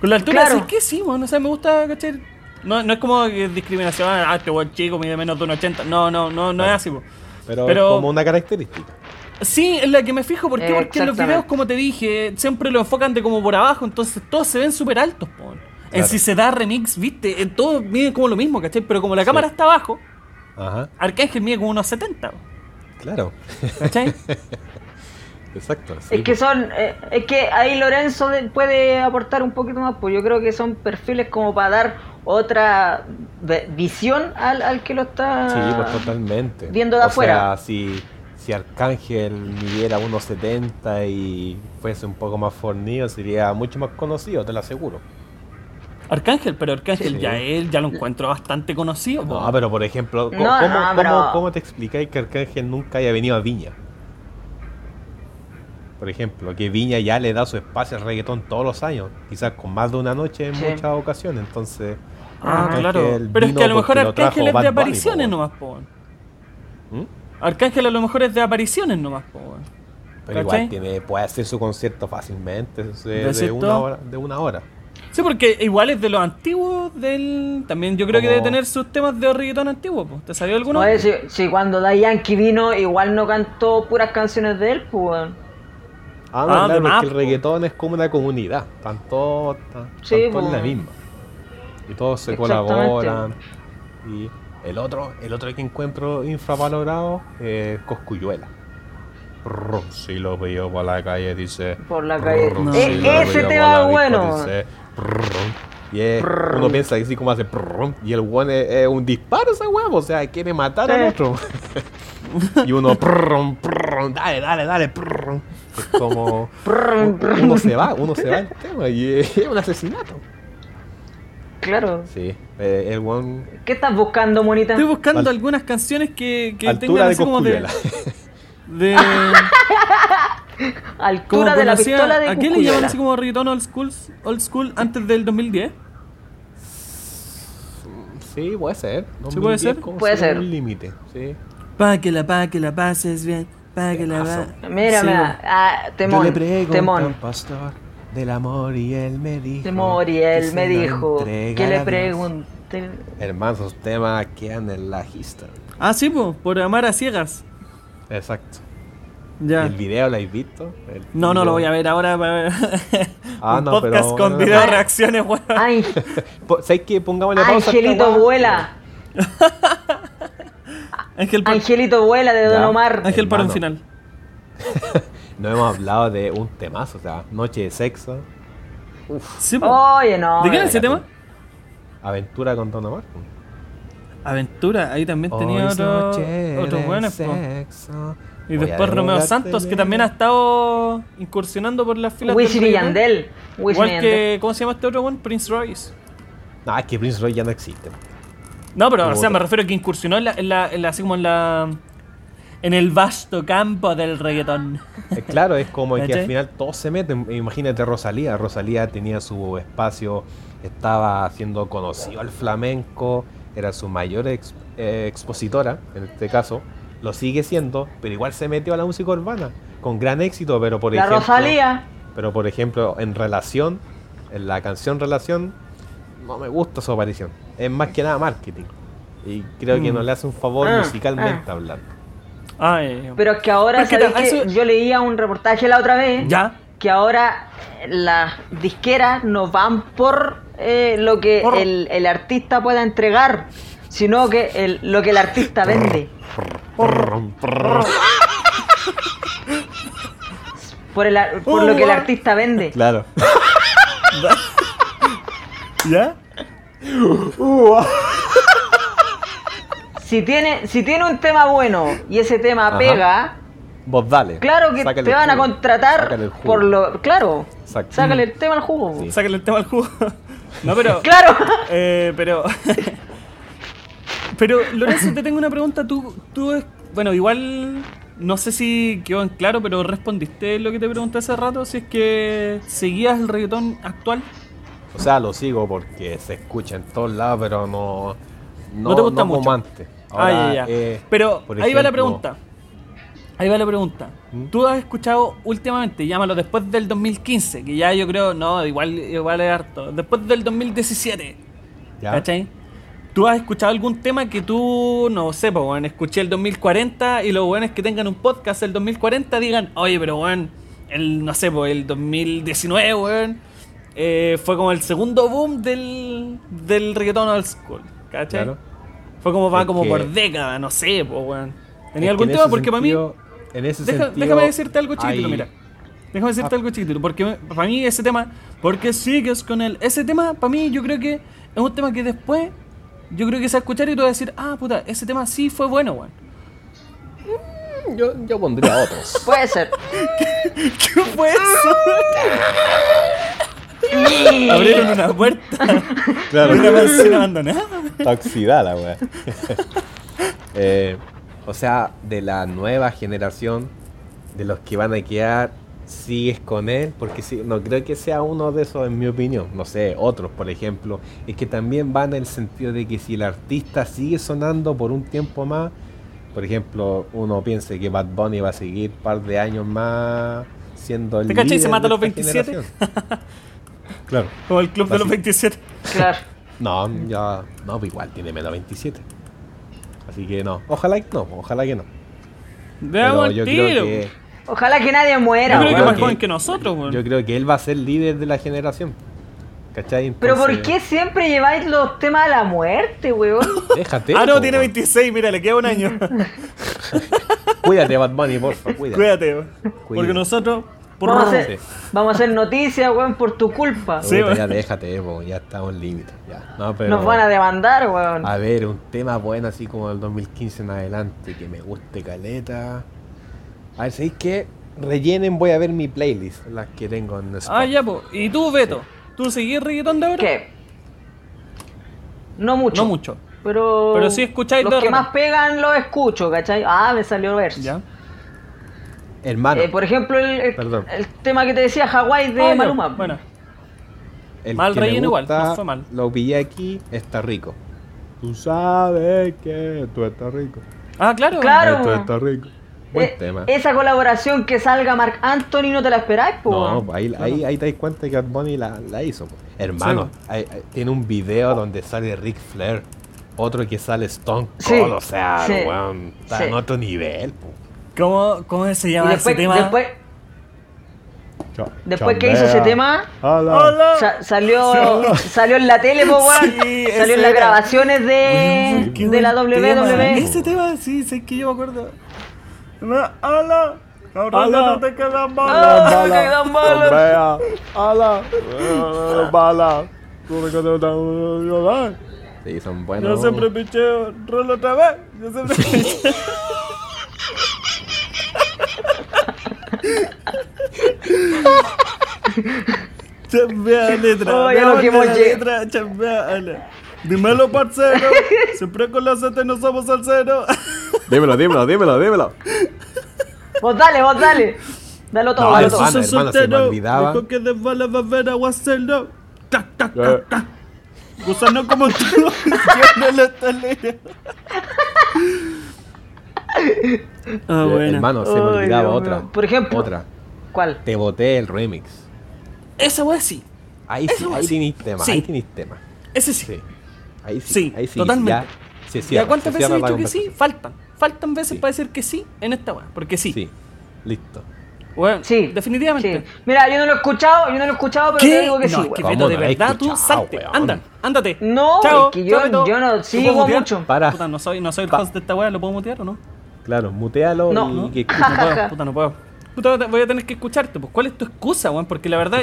C: Con la altura,
B: Claro.
C: sí que sí, weón. O sea, me gusta, ¿cachai? No, no es como que discriminación, ah, este weón chico mide menos de un 80. No, no, no, no es así, po.
A: pero,
C: pero-
A: es como una característica.
C: Sí, es la que me fijo, ¿por qué?
B: Eh,
C: Porque en los
B: exactamente.
C: videos, como te dije, siempre lo enfocan de como por abajo, entonces todos se ven súper altos, po. En
A: Claro.
C: si se da remix, viste, en todos miden como lo mismo, ¿cachai? Pero como la cámara está abajo,
A: Ajá,
C: Arcángel mide como unos 70, po,
A: claro.
C: ¿cachai?
A: Exacto. sí,
B: es que son, eh, es que ahí Lorenzo de- puede aportar un poquito más, pues yo creo que son perfiles como para dar otra ve- visión al, al que lo está...
A: Sí, pues totalmente.
B: Ah. Viendo de
A: o Sea,
B: afuera.
A: si, si Arcángel midiera 1,70 y fuese un poco más fornido, sería mucho más conocido, te lo aseguro.
C: Arcángel, pero Arcángel
A: Sí.
C: ya él ya lo encuentro bastante conocido. po.
A: No, pero por ejemplo, co-
B: No,
A: ¿cómo,
B: no,
A: cómo-
B: pero-
A: cómo te explicáis que Arcángel nunca haya venido a Viña? Por ejemplo, que Viña ya le da su espacio al reggaetón todos los años, quizás con más de una noche en
B: Sí.
A: muchas ocasiones, entonces...
C: Ah,
A: Arcángel
C: claro. Pero es
A: vino
C: que a
A: porque
C: lo mejor
A: trajo
C: Arcángel es
A: Bad
C: de
A: Bunny, po,
C: apariciones
A: weón.
C: nomás, po.
A: ¿Mm?
C: Arcángel a lo mejor es de apariciones nomás, po. weón.
A: Pero
C: ¿Cachai?
A: igual tiene, puede hacer su concierto fácilmente de,
C: ¿De
A: de
C: cierto?
A: una hora, de una hora.
C: Sí, porque igual es de los antiguos del. También yo creo que
A: Como-
C: debe tener sus temas de reggaetón antiguo, po. ¿Te salió alguno?
B: Oye, eh, si, si cuando Da Yankee vino, igual no cantó puras canciones de él, pues. weón.
A: Ah, no,
C: Ah, de
A: claro,
C: más,
A: porque el
C: po.
A: reggaetón es como una comunidad, están todos, están,
B: Sí,
A: están todos
B: po.
A: en la misma. Y todos se
B: Exactamente.
A: colaboran. Y el otro, el otro que encuentro infravalorado es Coscuyuela. Prr, si lo veo por la calle dice.
B: Por la calle.
A: prr,
C: Eh,
A: lo
B: ese
A: veo por
B: tema
A: la
B: es
A: disco,
B: bueno.
A: dice, prr. y es- uno piensa que sí como hace prr, y el one es, es un disparo esa huevo, o sea, quiere matar
B: Sí.
A: al otro. y uno prr, prr, dale, dale, dale, prr. Es como
B: Prr, prr.
A: uno se va, uno se va al tema y es un asesinato.
B: Claro.
A: Sí, eh, el one
B: ¿Qué estás buscando, monita?
C: Estoy buscando
A: Al-
C: algunas canciones que, que tengan
A: altura de
C: así como de.
A: Coscuyuela.
C: de como
B: Altura de la
C: conocía-
B: pistola de
C: ¿A qué le
B: Cucuyuela.
C: llaman así como reggaetón old school, old school antes del 2010?
A: Sí, puede ser.
C: Sí, puede
A: 2010
C: ser.
A: como
B: Puede
A: solo
B: ser.
A: Un límite, sí.
C: Pa' que la, pa' que la pases bien, pa' que la
A: Temazo.
C: va-
B: Mira,
C: Sí,
B: mira. ah,
A: Yo le
B: temón.
A: pregunto a un
B: Temón.
A: pastor del amor y él me dijo.
B: Temor. Y
A: que
B: él
A: se
B: me
A: lo
B: dijo que
A: entregara
B: le
A: a Dios.
B: pregunté.
A: Hermanos, esos temas quedan en la historia.
C: Ah, sí, po, por amar a ciegas.
A: Exacto.
C: Ya.
A: ¿El video lo habéis visto? El
C: No, no
A: video-
C: lo voy a ver ahora. para ver.
A: Ah,
C: Un
A: no,
C: podcast
A: pero-
C: con
A: no, no,
C: video
A: no.
C: reacciones, weón.
B: Ay,
A: Po- ¿Sabes qué? Pongámosle pausa. a esta
B: Angelito
A: guagua.
B: vuela.
C: Ángel, por-
B: Angelito vuela de Don
A: Ya.
B: Omar.
C: Ángel para un
A: hermano.
C: final.
A: No hemos hablado de un temazo, o sea, Noche de Sexo.
C: Sí, po.
B: Oye, no.
C: ¿De qué era
B: eh.
C: ese tema?
A: Aventura con Don Omar. po.
C: Aventura, ahí también tenía
A: Hoy eh. es
C: otro-
A: noche de
C: otros buenos. po.
A: sexo.
C: Y
A: Voy a
C: después Romeo
A: desnudarte
C: Santos, que
A: de-
C: también ha estado incursionando por las filas
B: Wisin y
C: reggaetón.
B: Yandel. Wisin y
C: Igual
B: Yandel.
C: que, ¿cómo se llama este otro one? Prince Royce.
A: No, Ah, es que Prince Roy ya no existe.
C: No, pero,
A: Como
C: o sea,
A: otro.
C: me refiero a que incursionó en la, en la- en la- así como en la... En el vasto campo del reggaetón.
A: Eh, Claro, es como que
C: ¿Cachai?
A: al final todos se meten. Imagínate Rosalía. Rosalía tenía su espacio, estaba haciendo conocido al flamenco, era su mayor ex- eh, expositora, en este caso. Lo sigue siendo, pero igual se metió a la música urbana, con gran éxito, pero por
B: La
A: ejemplo...
B: Rosalía.
A: Pero por ejemplo, en relación, en la canción relación, no me gusta su aparición. Es más que nada marketing. Y creo que
C: Mm.
A: no le hace un favor
B: Ah,
A: musicalmente hablando.
C: Ay,
B: Pero es que ahora,
C: Pero es que
B: ¿sabéis
C: ta-
B: qué?
C: eso-
B: yo leía un reportaje la otra vez
C: ya.
B: que ahora las disqueras no van por eh, lo que
C: Por-
B: el, el artista pueda entregar, sino que el- lo que el artista vende. Por, el, ar- por lo que el artista vende.
A: Claro.
C: ¿Ya?
B: Si tiene, si tiene un tema bueno y ese tema
A: Ajá.
B: pega,
A: Vos dale.
B: claro que
A: sácale
B: te
A: el
B: van a
A: jugo,
B: contratar
A: sácale el jugo.
B: por lo. Claro,
A: Exacto. Mm.
B: sácale el tema al jugo.
A: Sí.
C: Sácale el tema al jugo. No, pero...
B: Claro.
C: Eh, pero. pero, Lorenzo, te tengo una pregunta. Tú, tú es- Bueno, igual. No sé si quedó en claro, pero respondiste lo que te pregunté hace rato. Si es que seguías el reggaetón actual.
A: O sea, lo sigo porque se escucha en todos lados, pero no. No,
C: No te gusta
A: como
C: mucho.
A: antes.
C: ah,
A: Ahora,
C: ya, ya.
A: eh,
C: pero
A: por
C: ahí va la
A: ejemplo,
C: pregunta. Ahí va la pregunta.
A: ¿Mm?
C: Tú has escuchado últimamente, llámalo después del 2015, que ya yo creo, no, igual, igual es harto. Después del 2017.
A: ¿ya?
C: ¿Cachai? ¿Tú has escuchado algún tema que tú, no sé, pues, weón, escuché el 2040 y los weones que tengan un podcast del 2040 digan, oye, pero weón, el, no sé, pues, el 2019, weón, eh, fue como el segundo boom del, del reggaetón old school, ¿cachai?
A: Claro.
C: Fue como va
A: Es
C: como
A: que-
C: por década, no sé, pues, weón.
A: Es que
C: ¿Tenía algún
A: en
C: tema?
A: ese
C: Porque para mí...
A: sentido- en ese
C: Deja-
A: sentido,
C: déjame decirte algo chiquitito,
A: hay-
C: mira. Déjame decirte algo chiquitito, porque me- para mí ese tema, porque sigues con él, ese tema para mí yo creo que es un tema que después yo creo que se va a escuchar y tú vas a decir, ah, puta, ese tema sí fue bueno, weón.
A: Yo, yo pondría otros.
B: Puede ser.
C: ¿Qué fue eso? Abrieron una puerta, una mansión abandonada. ¿eh?
A: Toxidad la wea. Eh, o sea, de la nueva generación, de los que van a quedar, sigues con él, porque sí, no creo que sea uno de esos, en mi opinión. No sé, otros, por ejemplo. Es que también van en el sentido de que si el artista sigue sonando por un tiempo más, por ejemplo, uno piense que Bad Bunny va a seguir un par de años más siendo el.
C: ¿Te cachai? Se
A: líder
C: mata
A: de
C: a los
A: esta
C: 27.
A: generación. claro.
C: Como el club de los
A: Así.
C: 27.
B: Claro.
A: No, ya. No, pues igual tiene menos 27. Así que no. Ojalá que no, ojalá que no.
C: Veamos el tiro.
A: que.
B: Ojalá que nadie muera.
C: Yo creo que
B: weón.
C: más joven que nosotros, weón.
A: Yo creo que él va a ser líder de la generación. ¿Cachai?
B: Pero ¿por qué
A: Entonces,
B: siempre lleváis los temas a la muerte, weón?
A: Déjate.
C: Ah,
A: po,
C: no, tiene
A: weón.
C: 26, mira, le queda un año.
A: Cuídate, Bad Bunny, porfa, cuídate.
C: Cuídate, weón. Porque
A: Cuídate.
C: nosotros, por
B: Vamos a,
C: favor,
B: hacer,
A: Sí.
B: vamos a hacer noticias, weón, por tu culpa.
A: Puta,
C: Sí, weón.
A: ya déjate, po, ya estamos en límite. ya. No, pero.
B: Nos van a demandar, weón.
C: Ah.
A: A ver, un tema bueno así como del 2015 en adelante, que me guste caleta. A ver, ¿sabéis qué? Rellenen, voy a ver mi playlist, las que tengo en
C: Ah,
A: Spotify.
C: ya, po. ¿Y tú, Beto? ¿Tú seguís reggaetón de ahora?
B: ¿Qué? No mucho.
C: No mucho.
B: Pero,
C: Pero sí escucháis
B: los
C: todo el
B: que
C: rato.
B: más pegan los escucho, ¿cachai? Ah, me salió verso.
C: ¿Ya?
A: Hermano,
B: Eh, por ejemplo, el, el,
A: Ah, Perdón.
B: el tema que te decía Hawái de
C: Ah, ya.
B: Maluma. Eh,
C: Bueno.
A: el
C: mal
A: que me
C: relleno igual,
A: gusta,
C: no fue mal.
A: Lo pillé aquí, está rico. Tú sabes que tú estás rico.
C: Ah, claro.
B: Claro.
A: Eh, Tú estás rico. Buen
B: Eh,
A: tema.
B: Esa colaboración que salga Mark Anthony no te la esperáis, po,
A: No,
B: weón.
A: ahí, ahí, ahí te das cuenta que Bad Bunny la, la hizo. po. Hermano,
C: Sí.
A: hay- hay- tiene un video donde sale Ric Flair, otro que sale Stone Cold,
B: Sí,
A: o sea,
B: sí,
A: weón, está
B: sí.
A: en otro nivel. po.
C: ¿Cómo, cómo se
B: Y
C: llama
B: después,
C: ese tema?
B: después,
A: Cho-
B: Después que hizo ese
A: chambea.
B: tema,
A: Hola.
C: ¡Hola!
B: sa- salió, salió en la tele, po, weón.
C: Sí, ese
B: salió en las
C: era.
B: grabaciones de,
C: Uy, qué
B: de la E.
C: buen tema. ¿eh?
B: WWE.
C: Ese tema, sí, sé que yo me acuerdo. Hola, hola,
A: Hola.
C: no te quedan
B: Ah,
C: balas.
B: que dan balas.
A: chambea. Hola. Eh, bala. Sí, son
C: Yo
A: buenos.
C: siempre picheo, rolo otra vez. Yo siempre picheo. Chambea letra.
B: Oh, ya
C: no,
B: lo que hemos
C: la
B: llegado.
C: letra, chambea ala. Dímelo, parcero. Siempre con la Z no somos salseros.
A: Dímelo, dímelo, dímelo, dímelo.
B: Vos dale, vos dale. Dalo todo,
A: No,
B: dalo
A: eso
B: todo.
A: sí. hermano, se me olvidaba.
C: Dijo que de bala va a ver aguacero. Tac, tac, tac, tac. Gusano como tú. Yo no lo tolero. Ah,
A: Eh,
C: bueno.
A: Hermano, se me
B: Ay,
A: olvidaba
B: Dios
A: otra.
B: mío. Por ejemplo.
A: Otra.
B: ¿Cuál?
A: Te boté el remix.
C: Esa wea sí.
A: Ahí sí,
C: Eso
A: ahí
C: sí.
A: tienes tema,
C: Sí.
A: ahí tienes tema.
C: Ese sí.
A: Sí. Ahí sí.
C: Sí,
A: ahí sí.
C: totalmente.
A: Ya, se
C: ¿Ya
A: cierra,
C: cuántas
A: se
C: veces he
A: cierra la
C: dicho que sí?
A: conversación.
C: Faltan. Faltan veces
A: Sí.
C: para decir que sí en esta wea. Porque sí.
A: Sí. Listo.
C: Bueno,
B: Sí.
C: definitivamente.
B: sí. Mira, yo no lo he escuchado, yo no lo he escuchado, pero te digo que
C: no,
B: sí,
C: es que
B: weón.
A: ¿Cómo
C: Beto, de
A: no la he
C: verdad tú
A: escuchado,
C: salte.
A: weón?
C: Anda, ándate.
B: No,
C: Chao,
B: es que yo-
C: chao, Beto.
B: yo no
C: ¿Lo
B: sigo
C: puedo mutear?
B: mucho.
A: Para.
C: Puta, no soy, no soy el
A: Pa-
C: host de esta wea, ¿lo puedo mutear o no?
A: Claro, mutealo
B: No,
A: y
B: no.
A: que
C: Puta, no puedo, puta, no puedo. Puta, te- voy a tener que escucharte. Pues, ¿cuál es tu excusa, weón? Porque la verdad,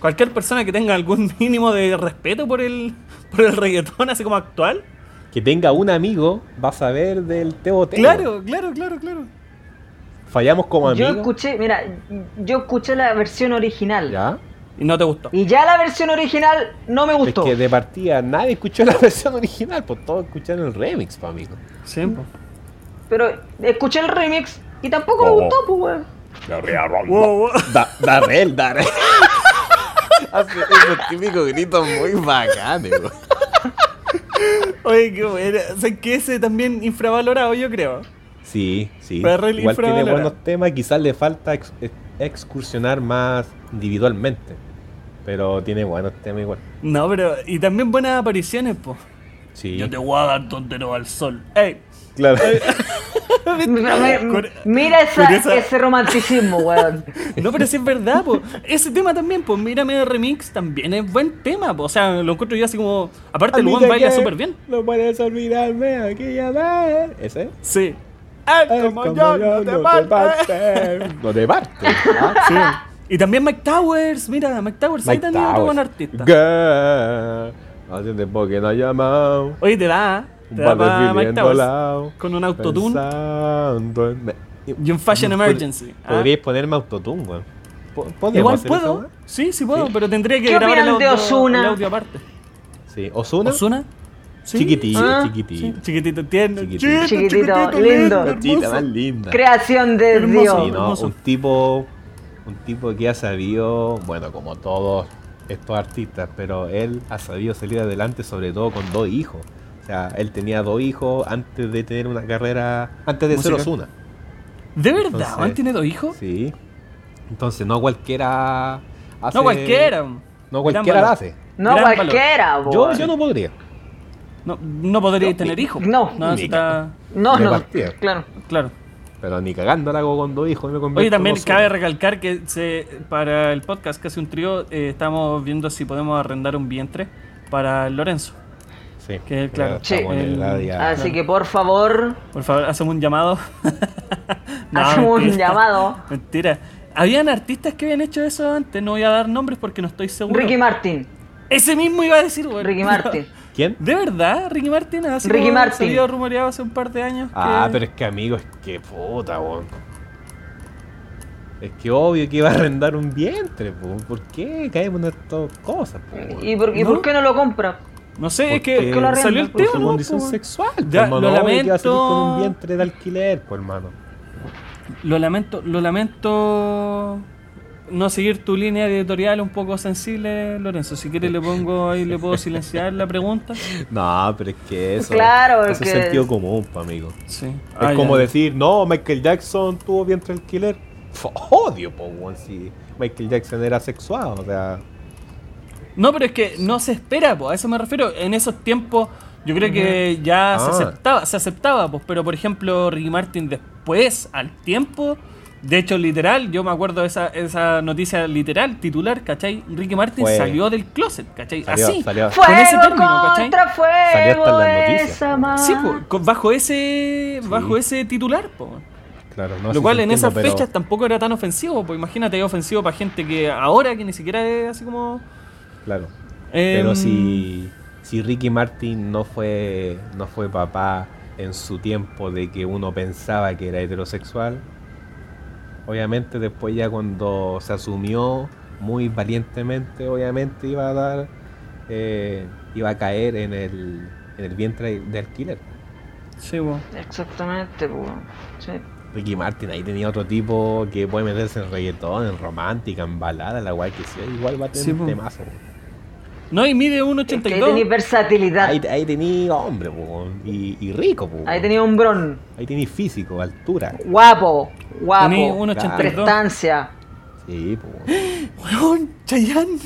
C: cualquier persona que tenga algún mínimo de respeto por el, por el reggaetón, así como actual.
A: que tenga un amigo va a saber del te boté.
C: Claro, claro, claro, claro.
A: Fallamos como
B: Yo
A: amigos.
B: escuché, mira, yo escuché la versión original.
A: Ya.
C: Y no te gustó.
B: Y ya la versión original no me gustó.
A: Es que de partida nadie escuchó la versión original, pues todos escucharon el remix, pa' amigo.
C: Sí, po.
B: Pero escuché el remix y tampoco me
A: Oh.
B: gustó, pues, weón.
C: Wow, wow.
A: Da, Darrell, Darrell. Hace esos típicos gritos muy bacanes, weón.
C: Oye, qué bueno. O sea, que ese también infravalorado, yo creo.
A: Sí, sí.
C: Darrell
A: Igual tiene
C: infravalorado.
A: buenos temas, quizás le falta ex- ex- excursionar más individualmente. Pero tiene buenos temas igual.
C: No, pero. Y también buenas apariciones, po.
A: Sí,
C: voy a dar tontero al sol. ¡Ey!
A: claro.
B: Mira, me-
C: Con-
B: mira esa-
C: con esa-
B: ese romanticismo, weón.
C: No, pero sí es verdad, po. Ese tema también, pues Mírame de Remix también es buen tema, po. O sea, lo encuentro yo así como. Aparte, el
A: Amiga,
C: One baila
A: ¿qué?
C: súper bien.
A: No puedes olvidarme aquella vez. ¿Ese?
C: Sí.
A: Es como yo, no te partes. No te partes. ¿ah?
C: Y también Mike Towers. Mira, Mike Towers ahí
A: Mike
C: también otro
A: Towers.
C: buen artista.
A: pues. Girl, hace tiempo que no ha llamado.
C: Oye, te da.
A: Un
C: Te da
A: par de
C: para Mike
A: feeling
C: Towers.
A: volado,
C: Con un autotune.
A: pensando en-
C: Y un Fashion
A: Pod-
C: Emergency. ah.
A: Podríais ponerme autotune, weón. Po- ¿podríamos
C: Igual
A: hacer esa
C: puedo.
A: weá?
C: Sí, sí puedo,
A: Sí.
C: pero tendría que
B: ¿Qué
C: grabar el
B: opinan de
C: audio,
B: Ozuna?
C: el audio aparte.
A: Sí. ¿Osuna?
C: ¿Osuna? Sí,
A: Chiquitito,
B: Ah,
C: sí,
A: chiquitito.
C: Chiquitito, tierno.
A: Chiquitito.
B: Chiquitito, lindo.
A: La chita más
C: hermoso.
A: linda.
B: Creación de
C: Hermoso.
B: Dios.
A: Sí, no,
C: hermoso.
A: un tipo, un tipo que ha sabido, bueno, como todos estos artistas, pero él ha sabido salir adelante sobre todo con dos hijos. O sea, él tenía dos hijos antes de tener una carrera, antes de ser
C: Musical.
A: Ozuna.
C: ¿De verdad?
A: Entonces-
C: ¿Han tiene dos hijos?
A: Sí. Entonces, no cualquiera hace-
C: No cualquiera.
A: No cualquiera
C: Gran
A: la
C: valor.
A: hace.
B: No
C: Gran
B: cualquiera,
A: Yo,
B: weón.
A: yo no podría.
C: No, no podríais tener hijos.
B: no,
C: No, eso
A: ni
C: está...
B: No,
A: de
B: no,
A: partida.
B: claro.
C: Claro.
A: Pero ni cagando la hago con dos hijos. y Me convierto
C: Oye,
A: en
C: también
A: Ozuna.
C: cabe recalcar que se, para el podcast Casi un Trío eh, estamos viendo si podemos arrendar un vientre para Lorenzo.
A: Sí,
C: que,
A: ya
C: claro,
B: Sí.
A: estamos en el
C: el-
A: área-
B: Así que por favor,
C: Por favor, hacemos un llamado. No,
B: hacemos un
C: mentira.
B: llamado.
C: Mentira. Habían artistas que habían hecho eso antes, no voy a dar nombres porque no estoy seguro.
B: Ricky Martin.
C: Ese mismo iba a decir, güey.
B: Ricky Martin.
A: ¿Quién?
C: ¿De verdad? ¿Ricky Martin? Así
B: Ricky
C: como
B: Martin.
C: Se había rumoreado hace un par de años.
A: Ah,
C: que-
A: pero es que amigo, es que puta, weón. Es que obvio que iba a arrendar un vientre, po. ¿por qué caemos en estas cosas? po, weón?
B: ¿Y por, y
C: ¿No?
B: por qué no lo compra?
C: No sé, es
A: Porque-
C: que
B: Que lo arrenda,
C: salió el
A: Por
C: tema.
A: su
C: ¿no?
A: condición
C: Pues,
A: sexual, po,
C: Ya,
A: hermano.
C: lo
A: obvio que va a salir con
C: lamento.
A: un vientre de alquiler, pues, hermano.
C: Lo lamento, lo lamento. No seguir tu línea editorial un poco sensible, Lorenzo. Si quieres le pongo ahí, le puedo silenciar la pregunta.
A: No, pero es que eso.
B: Claro,
A: eso es
B: porque-
A: sentido común, pa, amigo.
C: Sí.
A: Es como decir, no, Michael Jackson tuvo vientre de alquiler. Fo- Odio, po, weón, si Michael Jackson era sexual, o sea.
C: No, pero es que no se espera, pues, a eso me refiero. En esos tiempos yo creo que ya se
A: Ah.
C: aceptaba, se aceptaba, pues, pero por ejemplo Ricky Martin después, al tiempo, de hecho literal, yo me acuerdo de esa, esa noticia literal, titular, ¿cachai? Ricky Martin
A: Fue-
C: salió del closet, ¿cachai?
A: Salió-
C: Así.
A: salió.
C: Con ese
B: ¡Fuego
C: término, ¿cachai?
B: contra
A: Salió hasta en
B: fuego!
A: las noticias,
B: Esa
A: po.
B: más.
C: Sí, pues, con- bajo ese,
A: Sí.
C: bajo ese titular, pues.
A: Claro, no
C: Lo
A: sí
C: cual
A: te
C: en
A: entiendo,
C: esas
A: pero-
C: fechas tampoco era tan ofensivo, pues imagínate, es ofensivo para gente que ahora que ni siquiera es así como
A: Claro. Pero
C: Em,
A: si, si Ricky Martin no fue, no fue papá en su tiempo de que uno pensaba que era heterosexual, obviamente después ya cuando se asumió muy valientemente, obviamente iba a dar, eh, iba a caer en el, en el vientre del killer.
C: Sí, bo.
B: Exactamente, pues. weón. Sí.
A: Ricky Martin ahí tenía otro tipo que puede meterse en reggaetón, en romántica, en balada, la guay que sea, igual va a tener
C: Sí,
A: un
C: po.
A: temazo. po.
C: No, y mide
B: Es que ahí tenía
C: 1,82.
B: versatilidad.
A: Ahí, ahí tenía hombre, po, y, y rico, po.
B: Ahí tenía un bron.
A: Ahí tenía físico, altura.
B: Guapo,
C: Tenía
B: guapo.
C: 1,82.
B: Prestancia.
A: Sí, pues.
C: Weón, Chayanne.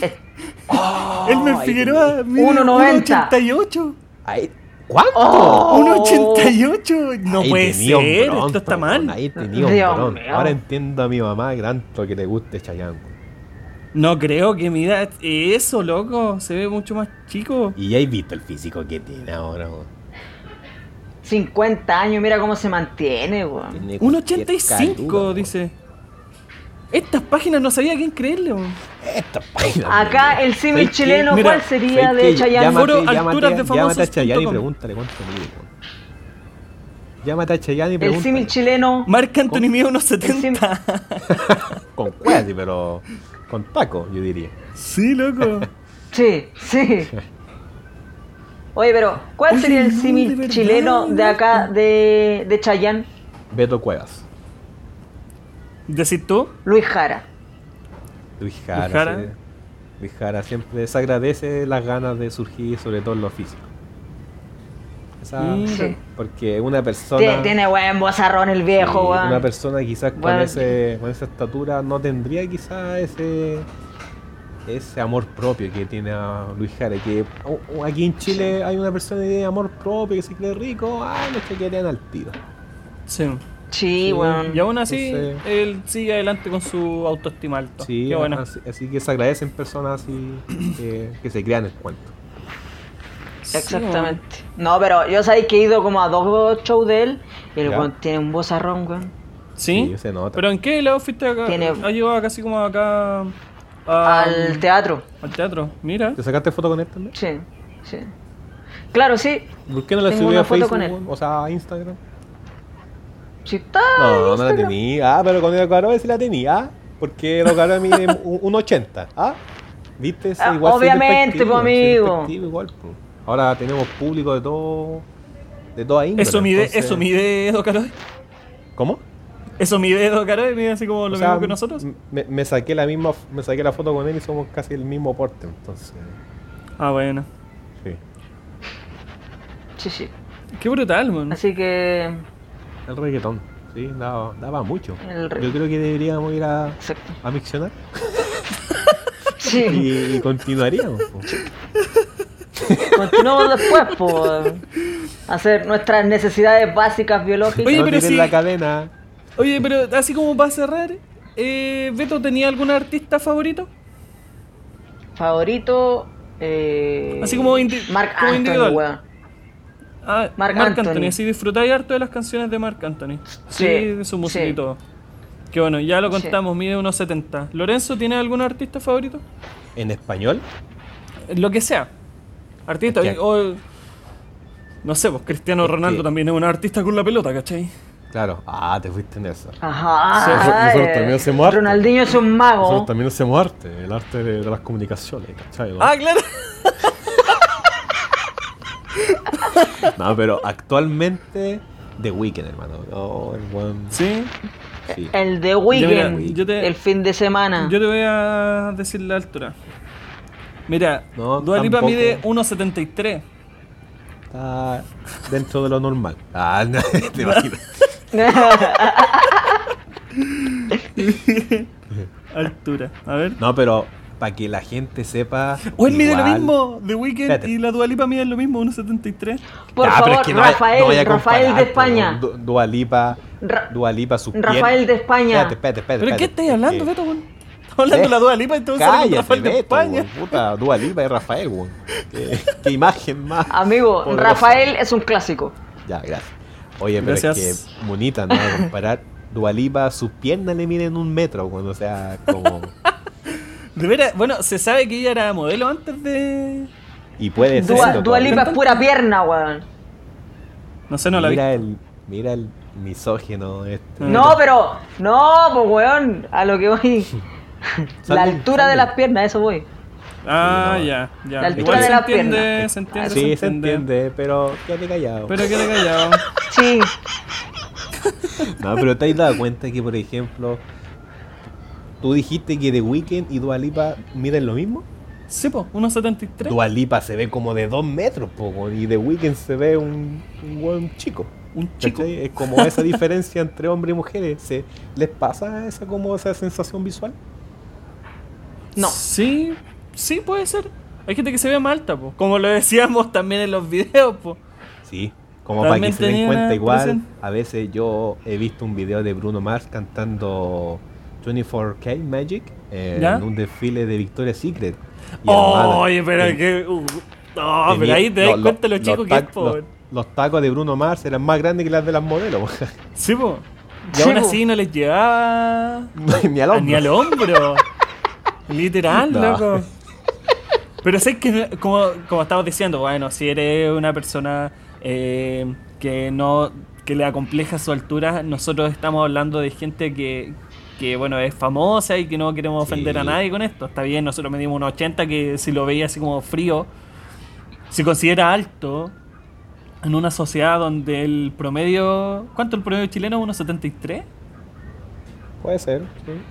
C: Elmer
A: ahí
C: Figueroa mide
B: 1,90.
C: 1,88.
A: Ahí, ¿Cuánto?
B: Oh,
C: 1,88. No
A: Ahí
C: puede
A: tenía un
C: ser,
A: bronce,
C: esto está
A: po,
C: mal.
A: Ahí tenía un
B: Dios
A: bronce.
B: mío.
A: Ahora entiendo a mi mamá que tanto que le guste Chayanne. po.
C: No creo que mida eso, loco. Se ve mucho más chico.
A: Y ya he visto el físico que tiene ahora, po.
B: 50 años, mira cómo se mantiene, weón.
A: Tiene cualquier
C: 1,85
A: caludo,
C: dice. Estas páginas no sabía a quién creerle. weón.
A: po. Esta página,
B: Acá
A: po.
B: el símil
A: ¿Sabes qué?
B: chileno,
C: Mira,
B: ¿cuál sería
A: ¿Sabes
B: de
A: qué?
B: Chayanne?
A: Llámate-
C: Foro
A: llámate-
C: alturas de
A: Llámate a Chayanne y
C: famosos.com.
A: pregúntale cuánto mide, po. Llámate a Chayanne y
B: El símil
A: pregúntale.
B: chileno.
C: Marc Anthony mide
B: Encima-
C: 1,70.
A: Con cuasi, pero con taco, yo diría.
C: Sí, loco.
B: Sí, sí. Oye, pero ¿cuál
C: Oye,
B: sería el
C: no, de
B: símil
C: verdad,
B: chileno de acá,
C: loco.
B: de, de Chayanne?
A: Beto Cuevas.
C: ¿Decís tú?
B: Luis Jara.
A: Luis Jara.
C: Luis Jara.
A: sí. Luis Jara siempre se agradece las ganas de surgir, sobre todo en lo físico. Esa-
C: Mm.
B: Sí.
A: Porque una persona.
B: Tiene, tiene buen bozarrón el viejo,
A: sí,
B: weón.
A: Una persona quizás con,
B: Bueno.
A: ese, con esa estatura no tendría quizás ese. Ese amor propio que tiene a Luis Jara, que o- o aquí en Chile hay una persona que tiene amor propio, que se cree rico, ah, no se querían al tiro.
C: Sí.
B: Sí, weón.
C: Y aún así,
A: Entonces-
C: él sigue adelante con su autoestima alta.
A: Sí,
C: Qué bueno.
A: Ah, así, así que se agradecen personas así que, que se crean el cuento.
C: Sí,
B: Exactamente. No, pero yo sabéis que he ido como a dos shows de él y el
A: Ya.
B: weón tiene un bozarrón, weón.
C: ¿Sí?
A: Sí, se nota.
C: ¿Pero en qué lado fuiste acá?
B: Tiene-
C: Ha llegado casi como acá. a- um,
B: Al teatro.
C: al teatro. Mira.
A: ¿Te sacaste foto con él también?
B: Sí, sí. Claro, sí.
A: ¿Por qué no la
B: Tengo
A: subí
B: una
A: a
B: foto
A: Facebook?
B: con él.
A: weón? O sea, a Instagram.
B: Sí está.
A: No, no la
B: Instagram.
A: tenía. Ah, pero con Edo Caroe sí la tenía. ¿ah? Porque Edo Caroe mide un, un 80. ¿Ah? ¿Viste? Sí,
B: Ah,
A: soy
B: obviamente,
A: despectivo, soy
B: po, amigo.
A: despectivo igual, po. Ahora tenemos público de todo. De toda índole.
C: Eso mide,
A: entonces-
C: eso mide Edo Caroe.
A: ¿Cómo?
C: Eso mide Edo Caroe, mide así como lo
A: O sea,
C: mismo que nosotros.
A: m- Me, me saqué la misma, me saqué la foto con él y somos casi el mismo porte, entonces.
C: Ah, bueno.
A: Sí.
B: Sí, sí.
C: Qué brutal, man.
B: Así que.
A: El reggaetón. Sí, daba, daba mucho.
B: El re-
A: Yo creo que deberíamos ir a,
B: Exacto.
A: a miccionar
B: Sí.
A: y, y continuaríamos. po.
B: Continuamos después por hacer nuestras necesidades básicas biológicas.
C: Oye,
A: no
C: pero
A: tiren
C: sí.
A: la cadena.
C: Oye, pero así como para cerrar, eh, Beto, ¿tenía algún artista favorito?
B: Favorito. Eh,
C: Así como indi-
B: Mark
C: como
B: Anthony,
C: individual.
B: weón.
C: Ah,
B: Marc Anthony.
C: Sí, disfrutáis harto de las canciones de Marc Anthony.
B: Sí,
C: Sí, de su música
B: sí.
C: y todo. Que bueno, ya lo
B: Sí.
C: contamos, mide unos 70. ¿Lorenzo tiene algún artista favorito?
A: ¿En español?
C: Lo que sea. Artista,
A: Es que-
C: o- No sé, pues Cristiano
A: Es que-
C: Ronaldo también es un artista con la pelota, ¿cachai?
A: Claro. Ah, te fuiste en eso.
B: Ajá.
A: Nosotros-
B: ajá,
A: nosotros
B: eh,
A: también hacemos arte.
B: Ronaldinho es un
C: Ah,
B: mago.
A: Nosotros también hacemos arte, el arte de, de las comunicaciones, ¿cachai? no?
C: Ah, claro.
A: No, pero actualmente The Weeknd, hermano. Oh, el buen...
C: Sí.
A: Sí.
C: Eh,
B: El de
C: mira,
B: Weekend.
C: yo te-
B: El fin de semana.
C: Ah. Yo te voy a decir la altura. Mira,
A: No,
C: Dua Lipa
A: tampoco.
C: mide 1,73.
A: Está dentro de lo normal. Ah, no, te imaginas.
C: Altura. A ver.
A: No, pero para que la gente sepa.
C: O él mide lo
A: igual-
C: mismo, The Weeknd
A: Espérate.
C: y la Dualipa miden lo mismo, 1,73.
B: Por
A: Ya, pero
B: favor,
A: es que no vaya-
B: Rafael,
A: no vaya a
B: Rafael de
A: comparar,
B: España.
A: po, Du- Dua Lipa,
B: Ra-
A: Dua Lipa, sus
B: Rafael
A: piernas.
B: de España.
A: Espérate, espérate, espérate.
C: ¿Pero
A: espérate,
C: qué estáis hablando,
A: porque-
C: Beto? weón? Estamos hablando de la Dualipa y te vas a salir con
A: Cállate,
C: Rafael de
A: Beto,
C: España.
A: weón, puta, Dua Lipa y Rafael, weón. Qué, qué imagen más.
B: Amigo,
A: poderosa.
B: Rafael es un clásico.
A: Ya, gracias. Oye, pero
C: Gracias.
A: es que Monita, no comparar. Dualipa, sus piernas le miden un metro, weón. O sea, como.
C: De veras, bueno, se sabe que ella era modelo antes de.
A: Y puede ser.
B: Dua,
A: loco.
B: Dua Lipa es pura pierna,
C: Ah,
B: weón.
C: No sé, no la vi.
A: mira, el, mira el misógino este.
B: No, pero. No, pues weón. A lo que voy.
A: Sale,
B: La altura de
A: sale.
B: las piernas, a eso voy.
C: Ah,
A: Sí, no.
C: ya, ya.
B: La altura
C: Igual
B: de
C: se
B: la
C: entiende,
B: pierna.
C: se
A: Ah,
C: entiende,
A: sí,
C: se entiende.
A: pero quédate callado.
C: Pero que le callado.
B: Sí.
A: No, pero te has dado cuenta que, por ejemplo, tú dijiste que The Weeknd y Dualipa miden lo mismo.
C: Sí, po, 1.73.
A: Dualipa se ve como de dos metros, po, weón, y The Weeknd se ve un, un buen chico.
C: Un chico.
A: ¿Cachai? Es como esa diferencia entre hombres y mujeres. ¿Se, ¿Les pasa esa como esa sensación visual?
B: No.
C: Sí, sí, puede ser. Hay gente que se ve más alta, po. Como lo decíamos también en los videos, po.
A: Sí. Como para
C: También
A: que se den
C: tenía
A: cuenta igual,
C: presen-
A: a veces yo he visto un video de Bruno Mars cantando 24K Magic eh,
C: ¿Ya?
A: en un desfile de Victoria's Secret. Y Armada.
C: Oye, pero
A: Ten-
C: que. uh, no,
A: tenía-
C: pero ahí te
A: no,
C: das cuenta lo
A: los
C: chico que es,
A: tac-
C: po.
A: los, los tacos de Bruno Mars eran más grandes que las de las modelos.
C: Sí, po. Y
B: Sí,
C: aún
B: po.
C: así no les llegaba.
A: Ni al hombro.
C: Ni al hombro. Literal,
A: No.
C: loco. Pero sé que, como, como estabas diciendo, bueno, si eres una persona eh, que no que le acompleja su altura, nosotros estamos hablando de gente que, que bueno, es famosa y que no queremos
A: Sí.
C: ofender a nadie con esto. Está bien, nosotros medimos unos 80 que si lo veía así como frío, se considera alto en una sociedad donde el promedio... ¿Cuánto el promedio chileno? ¿1,73?
A: Puede ser.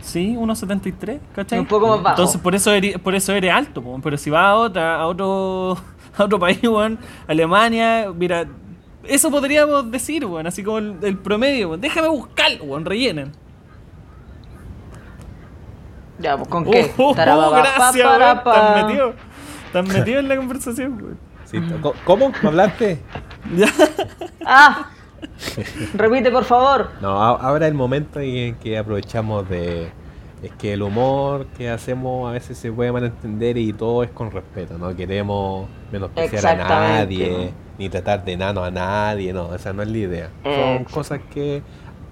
A: sí.
C: Sí, 1.73, ¿cachai?
B: Un poco más bajo.
C: Entonces por eso eres, por eso eres alto, po, pero si vas a otra, a otro, a otro país, weón, Alemania, mira, eso podríamos decir, weón, así como el, el promedio, weón. Déjame buscarlo, weón, rellenen.
B: Ya, pues con qué.
C: Oh, oh, oh,
B: Tarababa,
C: gracias,
B: pa,
C: weón.
B: para, pa.
C: Estás metido. Estás metido en la conversación, weón.
A: Sí, co- ¿Cómo? ¿Me hablaste?
C: Ya.
B: Ah. Repite, por favor.
A: No, a- ahora es el momento en que aprovechamos de... Es que el humor que hacemos a veces se puede malentender y todo es con respeto. No queremos menospreciar a
B: Exactamente.
A: nadie, ni tratar de enano a nadie. No, esa no es la idea. Son
B: Exacto.
A: cosas que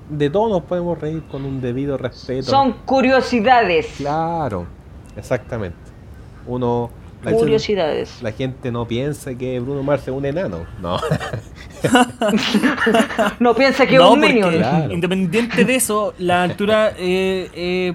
A: de todos nos podemos reír con un debido respeto.
B: Son curiosidades.
A: Claro, exactamente. Uno... la-
B: Curiosidades.
A: La gente no piensa que Bruno Mars es un enano. No.
B: No piensa que es
C: No,
B: un
C: porque
B: minion.
A: Claro.
C: independiente de eso, la altura eh, eh,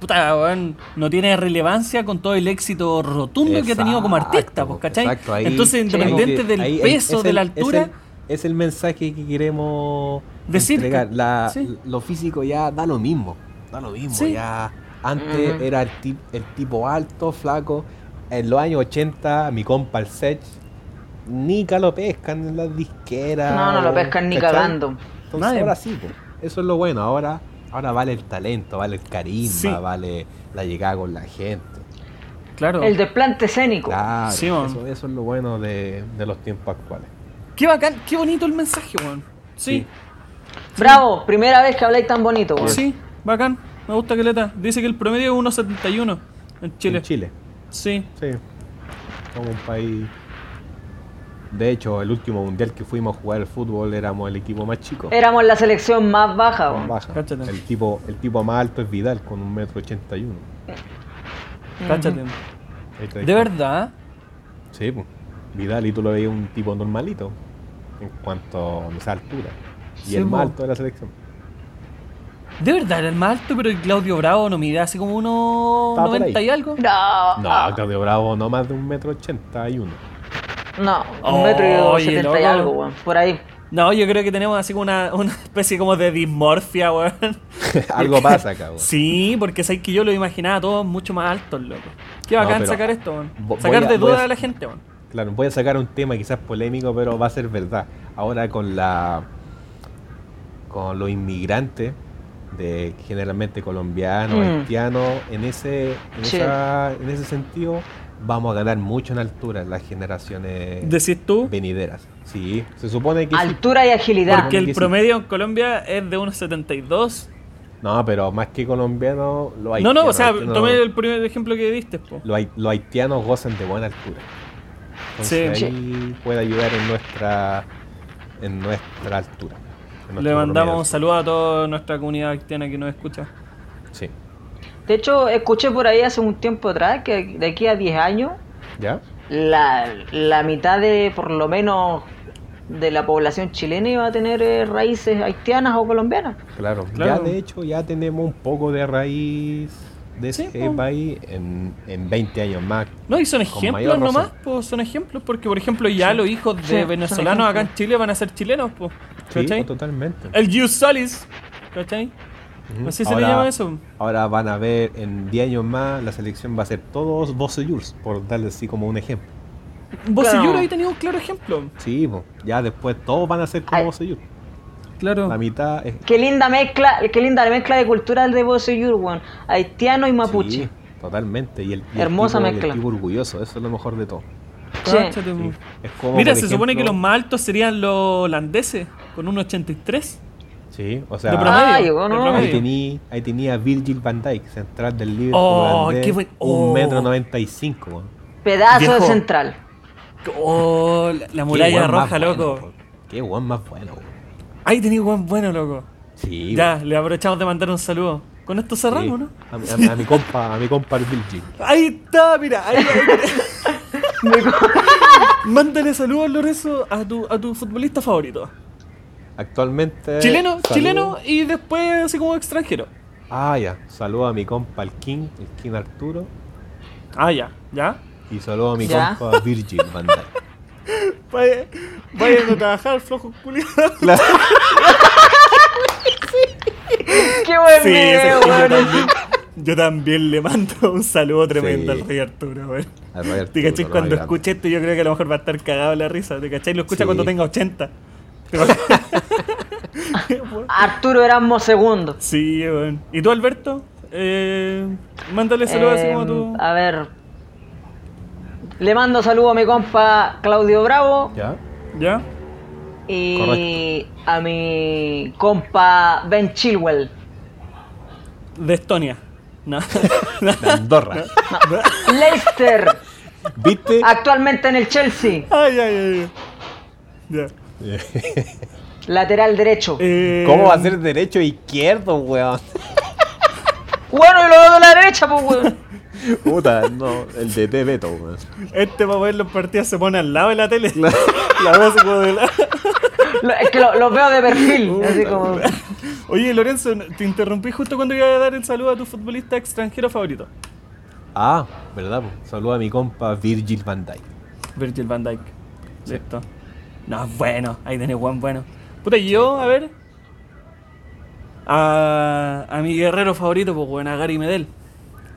C: puta, weón, no tiene relevancia con todo el éxito rotundo que ha tenido como artista, pues, ¿cachai?
A: exacto, ahí-
C: Entonces,
A: como
C: independiente
A: que
C: del
A: ahí- ahí-
C: peso,
A: es
C: de la
A: el- es
C: altura,
A: el- Es el, mensaje que queremos
C: Decir
A: entregar.
C: que-
A: La-
C: sí.
A: Lo físico ya da lo mismo. Da lo mismo.
C: Sí.
A: Ya antes
B: Ujú.
A: era el, ti- el tipo alto, flaco. En los años 80, mi compa el Sech, Nica lo pescan en las disqueras.
B: No, no lo
A: o-
B: pescan ni
A: ¿cachai?
B: cagando.
A: Entonces
C: Nadie.
A: ahora sí, po. eso es lo bueno. Ahora, ahora vale el talento, vale el carisma,
C: Sí.
A: vale la llegada con la gente.
C: claro.
B: El desplante escénico.
A: Claro,
C: Sí, man.
A: eso, eso es lo bueno de, de los tiempos actuales.
C: Qué bacán, qué bonito el mensaje, weón. Sí,
B: Bravo, primera vez que habláis tan bonito,
C: sí,
B: weón.
C: bacán. Me gusta Caleta. Dice que el promedio es 1.71 en Chile.
A: En Chile,
C: Sí.
A: sí. Somos un país. De hecho, el último mundial que fuimos a jugar al fútbol éramos el equipo más chico.
B: Éramos la selección más baja,
A: Más
B: weón.
A: baja.
C: Cáchate.
A: El tipo, el tipo más alto es Vidal con un metro ochenta y uno.
C: Cáchate.
A: Ahí te das
C: De
A: cuenta.
C: verdad.
A: Sí, pues. Vidal y tú lo veías un tipo normalito en cuanto a esa altura. Y
C: Sí,
A: el más
C: po.
A: alto de la selección.
C: De verdad era el más alto, pero el Claudio Bravo no mide así como
A: Estaba por
C: 1.90
A: ahí.
C: y algo.
B: No.
A: No, Claudio Bravo no más de un metro ochenta y uno.
B: No,
C: Oh,
B: un metro y
C: oye,
B: setenta y
C: loco.
B: algo, weón. Por ahí.
C: No, yo creo que tenemos así como una, una especie como de dismorfia, weón.
A: Algo pasa, cabrón.
C: Sí, porque sabes que yo lo imaginaba todos mucho más altos, loco. Qué
A: No,
C: bacán
A: pero
C: sacar esto, weón.
A: vo-
C: Sacar
A: voy a- voy
C: de duda
A: a-
C: a... la gente, weón.
A: Claro, voy a sacar un tema quizás polémico, pero va a ser verdad. Ahora con la con los inmigrantes de generalmente colombianos,
B: Mm.
A: haitianos, en ese en,
B: Sí.
A: esa- en ese sentido vamos a ganar mucho en altura las generaciones
C: Decís tú,
A: venideras. Sí, se supone que sí.
B: Altura y agilidad.
A: Porque-
C: que el
A: que sí.
C: promedio en Colombia es de 1,72.
A: No, pero más que colombianos, los
C: No,
A: haitianos.
C: no, o sea,
A: haitianos-
C: tomé el primer ejemplo que diste, po.
A: los, hai- los haitianos gozan de buena altura. Entonces
C: Sí.
A: ahí puede ayudar en nuestra en nuestra altura. en nuestra
C: Le mandamos
A: economía.
C: un saludo a toda nuestra comunidad haitiana que nos escucha.
A: Sí.
B: De hecho, escuché por ahí hace un tiempo atrás que de aquí a 10 años,
A: ¿Ya?
B: la, la mitad de, por lo menos, de la población chilena iba a tener eh, raíces haitianas o colombianas.
A: Claro.
C: Claro.
A: Ya de hecho ya tenemos un poco de raíz de
C: Sí,
A: ese
C: po.
A: país en, en 20 años más.
C: No, y son
A: Con mayor
C: ejemplos
A: razón.
C: nomás, pues son ejemplos, porque por ejemplo ya los hijos de
B: Sí, son
C: venezolanos acá en
B: ejemplos.
C: Chile van a ser chilenos, pues.
A: Sí,
C: ¿Cachai?
A: po, totalmente.
C: El Gius Solis, ¿cachai?
A: Ujú.
C: Así se le llama eso.
A: Ahora van a ver en 10 años más la selección va a ser todos vosotros, por darle así como un ejemplo.
C: Vos
B: Claro.
C: y yo ahí tenía un claro ejemplo.
A: Sí, po, ya después todos van a ser como
B: Ay.
A: vosotros.
C: Claro.
A: La mitad es
B: Qué linda mezcla, qué linda la mezcla de culturas de Boseyur, weón. Haitiano y mapuche.
A: Sí, totalmente. Y el, y el
B: Hermosa
A: tipo, y el
B: mezcla.
A: tipo orgulloso, eso es lo mejor de todo.
B: Sí.
C: Cáchate,
A: Sí.
C: po.
A: Es como,
C: Mira,
A: por
C: se
A: ejemplo-
C: supone que los más altos serían los holandeses, con un 83.
A: Sí, o
C: de
A: sea,
B: promedio.
C: promedio.
B: Ah, llegó,
C: de
B: ¿no?
A: ahí
C: promedio.
A: tenía, ahí tenía a Virgil van Dijk, central del Liverpool.
C: Oh,
A: holandés,
C: qué buen- oh.
A: Un metro noventa y cinco, weón.
B: Pedazo de
C: Viejo.
B: central.
C: Oh, la, la
A: Qué eh,
C: muralla
A: weón más
C: roja,
A: bueno,
C: loco.
A: po. Qué guan más bueno, weón.
C: Ahí tenía buen bueno, loco.
A: Sí,
C: ya, le aprovechamos de mandar un saludo. Con esto
A: weón, sí.
C: cerramos, ¿no?
A: A, mi- a mi- a mi compa, a mi compa el Virgil.
C: Ahí está, mira. Ahí, ahí. Mándale saludos, Lorenzo, a tu, a tu futbolista favorito.
A: Actualmente.
C: Chileno,
A: saludo-
C: chileno y después así como extranjero.
A: Ah, ya. Saludo a mi compa el King, el King Arturo.
C: Ah, ya, ya.
A: Y saludo a mi
B: Ya.
A: compa Virgil van Dijk.
C: Vaya- Vayan a trabajar, flojo culiado.
A: Claro.
B: Qué buen
C: Sí,
B: video,
C: sí, sí, yo,
B: weón.
C: también, yo también le mando un saludo tremendo
A: Sí.
C: al Rey Arturo, weón.
A: Al Rey Arturo,
C: ¿Te cachai
A: no,
C: cuando
A: grande.
C: escuché esto? Yo creo que a lo mejor va a estar cagado de la risa. ¿Te cachai? Lo
A: Sí.
C: escucha cuando tenga 80.
B: Arturo Erasmo II.
C: sí, weón. ¿Y tú, Alberto? Eh, mándale saludos así
B: Eh,
C: como tú.
A: Em,
B: A ver. Le mando saludo a mi compa Claudio Bravo
A: ¿Ya?
C: ¿Ya?
B: y a mi compa Ben Chilwell.
C: De Estonia. No.
A: De Andorra.
B: Leicester,
A: ¿Viste?
C: Ah,
B: actualmente en el Chelsea,
C: ay, ay, ay. Ya.
B: lateral derecho.
C: Eh,
A: ¿Cómo va a ser derecho e izquierdo, weón?
B: Bueno, y lo veo de la derecha, pues, weón.
A: Puta, no, el DT Beto, weón.
C: Este para ver los partidos se pone al lado de la tele. La, wea se pone de lado.
B: Lo- Es que lo- los veo de perfil. Así como.
C: Eh, Oye, Lorenzo, te interrumpí justo cuando iba a dar el saludo a tu futbolista extranjero favorito.
A: Ah, verdad, po. saludo a mi compa Virgil van Dijk.
C: Virgil van Dijk. Listo. No, es bueno. Ahí tenés Juan bueno. Puta, y yo, a ver. A, a mi guerrero favorito, pues, weón, a Gary Medel.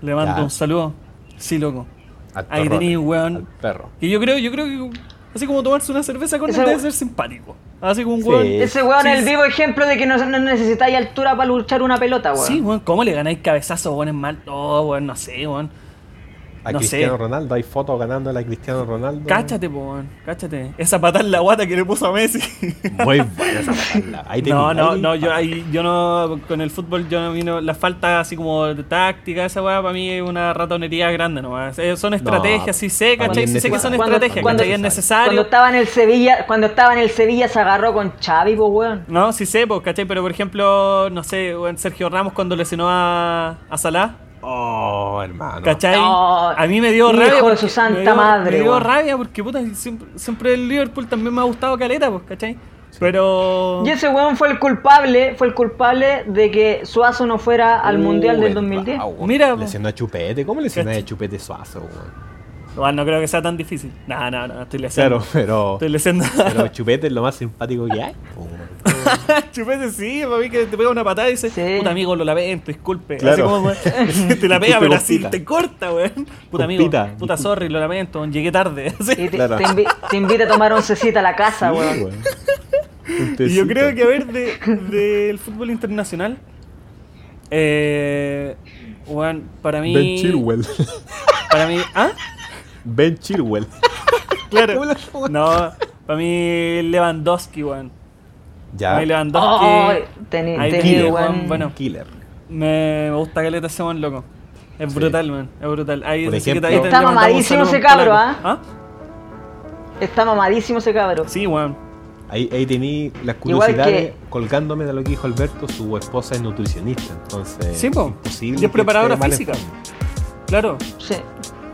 C: Le mando
A: Ya.
C: un saludo. Sí, loco.
A: Al
C: Ahí
A: perrote,
C: tenéis, weón.
A: al perro.
C: Que yo creo, yo creo que así como tomarse una cerveza con él
B: Ese
C: debe
B: we-
C: ser simpático. Así como un
A: Sí.
C: weón.
B: Ese weón es
C: Sí,
B: el
C: sí.
B: vivo ejemplo de que no, no necesitáis altura para luchar una pelota, weón.
C: Sí, weón, ¿cómo le ganáis cabezazo, weón? Es mal. Oh, weón, no sé, weón.
A: A
C: No
A: Cristiano
C: sé.
A: Ronaldo, hay fotos ganándole a Cristiano Ronaldo.
C: Cáchate, po, weón. Cáchate. Esa patada en la guata que le puso a Messi.
A: Muy buena esa patada. Ahí
C: No,
A: tenía,
C: no,
A: ahí-
C: no, yo ahí, yo no, con el fútbol yo no vino, la falta así como de táctica, esa weá para mí es una ratonería grande nomás. Eh, Son estrategias, sí sé,
A: para mí
C: ¿cachai?
A: es
C: Sí sé que son
A: necesario.
B: Cuando-
C: estrategias,
B: cuando-
C: ¿cachai? Es
B: Cuando
C: necesario.
B: estaba en el Sevilla, cuando estaba en el Sevilla se agarró con Xavi, pues, weón.
C: No, sí sé, pues, ¿cachai? Pero por ejemplo, no sé, weón, Sergio Ramos cuando lesionó a, a Salah,
A: Oh, hermano.
C: ¿Cachai?
B: No,
C: a mí me dio
B: hijo
C: rabia.
B: de
C: porque-
B: su santa
C: me dio-
B: madre,
C: Me dio
B: weón.
C: rabia porque puta, siempre, siempre el Liverpool también me ha gustado caleta, pues, ¿cachai? Pero.
B: Y ese weón fue el culpable, fue el culpable de que Suazo no fuera al
A: Uh,
B: Mundial del
A: el
B: 2010.
A: Bravo, weón.
C: Mira, po.
A: Lesionó a Chupete. ¿Cómo lesionó a Chupete Suazo, weón?
C: Bueno, no creo que sea tan difícil. No, no, no, estoy lesionando.
A: Claro, pero.
C: Estoy lesionando.
A: Pero Chupete es lo más simpático que hay. po, weón.
C: Chupete, sí, para mí que te pega una patada y dice,
B: Sí.
C: puta amigo, lo lamento, disculpe.
A: Claro.
C: Así como, weón, te la
A: Disculpe,
C: pega, pero así
A: compita.
C: te corta, weón. Puta amigo,
A: Compita.
C: puta sorry, lo lamento, weón, llegué tarde. Así.
B: Y te,
A: Claro.
B: te invi- te invita a tomar oncecita a la casa,
A: Sí,
B: weón.
A: weón. Un
C: Y yo creo
A: tecito.
C: que, a ver, de- del fútbol internacional, eh, weón, para mí...
A: Ben Chilwell.
C: Para mí... ¿Ah?
A: Ben Chilwell.
C: Claro. No, para mí Lewandowski, weón.
A: Ya.
C: Para mí Lewandowski...
B: Oh, teni- teni-
C: Ahí tiene,
A: Killer,
B: weón.
C: weón, bueno.
A: Killer.
C: Me, me gusta Caleta ese weón, loco. Es
A: Sí.
C: brutal, man. Es brutal. Ahí,
A: Por
C: así que
A: ejemplo-
C: ahí te-
B: Está
C: le mandamos un
B: mamadísimo
C: saludo
B: ese
C: a un
B: cabro,
C: polaco. ¿Ah?
B: Está mamadísimo ese cabro.
C: Sí, weón.
A: Ahí, ahí tení las
B: Igual que-
A: curiosidades colgándome de lo que dijo Alberto, su esposa es nutricionista, entonces
C: Sí, po.
A: imposible
C: Y
A: que
C: es preparadora
A: esté mal
C: física.
A: enfermo.
C: Claro.
B: Sí.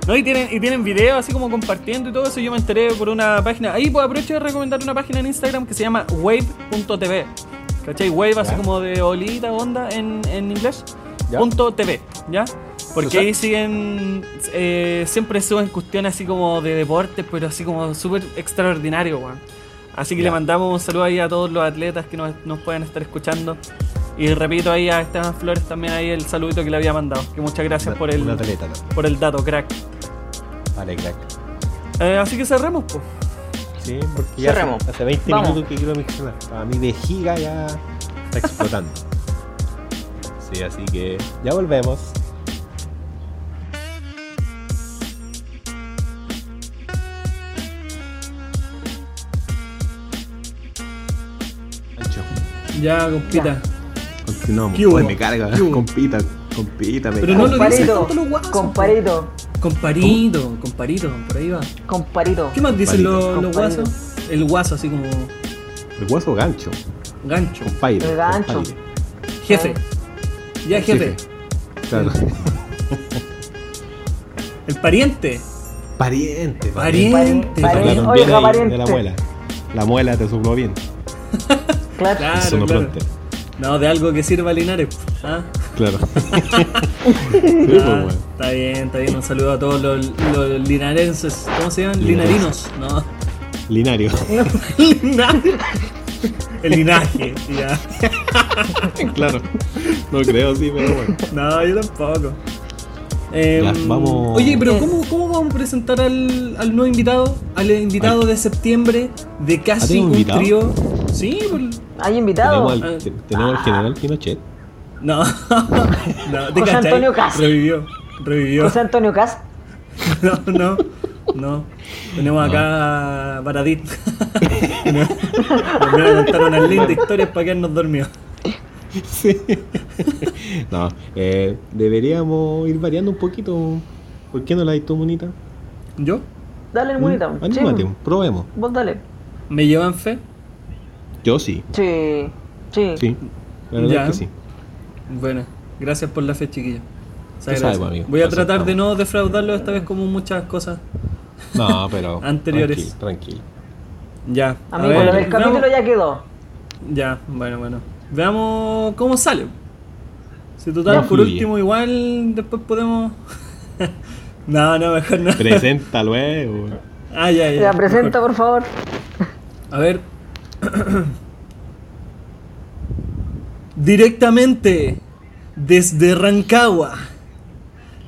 C: No, y tienen, y tienen videos así como compartiendo y todo eso. Yo me enteré por una página. Ahí pues aprovecho de recomendar una página en Instagram que se llama wave.tv. ¿Cachai? Wave así
A: Ya.
C: como de olita, onda en, en inglés.
A: Ya.
C: Punto .tv, ¿ya? Porque
A: O sea-
C: ahí siguen, eh, siempre suben cuestiones así como de deportes, pero así como súper extraordinario, weón. Así que
A: Ya.
C: le mandamos un saludo ahí a todos los atletas que nos, nos pueden estar escuchando. Y repito ahí a Esteban Flores también ahí el saludito que le había mandado. Que muchas gracias
A: Una-
C: por el,
A: Una atleta, ¿no?
C: por el dato, crack.
A: Vale, crack.
C: Eh, así que cerremos, pues.
A: Sí, porque ya
B: Cerremos.
A: hace, hace 20
B: Vamos.
A: minutos que quiero mixar. A mi vejiga ya está explotando. sí, así que ya volvemos. Ancho,
C: Ya, compita.
A: Continuamos.
C: ¿Qué hubo?
A: Uy, me carga,
C: ¿Qué hubo?
A: compita, compita, me
C: Pero
A: carga.
C: no lo dices
B: Comparito,
C: tanto los guasos,
B: comparito,
C: Comparito, comparito, por ahí va.
B: comparito.
C: ¿Qué más dicen
A: Comparito.
C: los, los
B: Comparito.
C: guasos? El guaso, así como
A: El hueso gancho,
C: gancho.
A: compadre.
B: El gancho.
A: compadre.
C: Jefe.
A: Ah,
C: Ya, jefe.
A: Claro.
C: El pariente.
A: Pariente,
C: Pariente.
A: Te
B: Pare-
A: tocaron
B: Oiga,
A: bien ahí
B: pariente.
A: de la muela. La muela te sopló bien.
B: Claro.
C: Claro,
A: Eso no
C: claro.
A: pronto.
C: No, de algo que sirva a Linares. ¿ah?
A: Claro. Sí, pues,
C: Ah,
A: weón.
C: está bien, está bien. Un saludo a todos los, los linarenses. ¿Cómo se llaman?
A: Linarenses.
C: Linarinos. No.
A: Linario.
C: Linaje. El linaje. Ya.
A: claro. No creo, sí, pero bueno.
C: No, yo tampoco. Eh,
A: Ya, vamos.
C: Oye, pero
B: Eh.
C: ¿cómo, cómo vamos a presentar al, al nuevo invitado? Al invitado de septiembre de casi
A: ¿Ah, ¿tenemos
C: un
A: invitado?
C: trío. Sí, por-
B: ¿Hay invitado?
A: Tenemos al, te- tenemos
B: Ah.
A: al general Pinochet.
C: No. no, te
B: José
C: cachai.
B: Antonio Cast.
C: Revivió. Revivió.
B: José Antonio Cas.
C: No, no. No. Tenemos acá a Paradit. Nos van a contar unas lindas historias para quedarnos dormidos.
A: Sí. no, eh, deberíamos ir variando un poquito. ¿Por qué no la hay tú, Monita?
C: ¿Yo?
B: Dale el monito.
A: Mm, Anímate,
B: Sí, pues.
A: probemos.
B: vos dale.
C: ¿Me llevan fe?
A: Yo sí.
B: Sí, sí.
A: Sí. La verdad
C: Ya.
A: es que sí.
C: Bueno, gracias por la fe, chiquillo. Se
A: Tú sabes,
C: agradece.
A: pues, amigo.
C: Voy a
A: Lo
C: tratar de
A: aceptamos.
C: no defraudarlo esta vez como muchas cosas.
A: No, pero.
C: Anteriores.
A: Tranquilo. tranquilo.
C: Ya. a
B: Amigo,
C: ver,
B: lo del capítulo
C: veamos-
B: ya quedó.
C: Ya, bueno, bueno. Veamos cómo sale. Si total,
A: Ya.
C: por
A: Fluye.
C: último, igual después podemos... no, no, mejor no.
A: Presenta luego.
C: Ah, ya, ya.
B: Ya, presenta, por favor.
C: A ver. Directamente desde Rancagua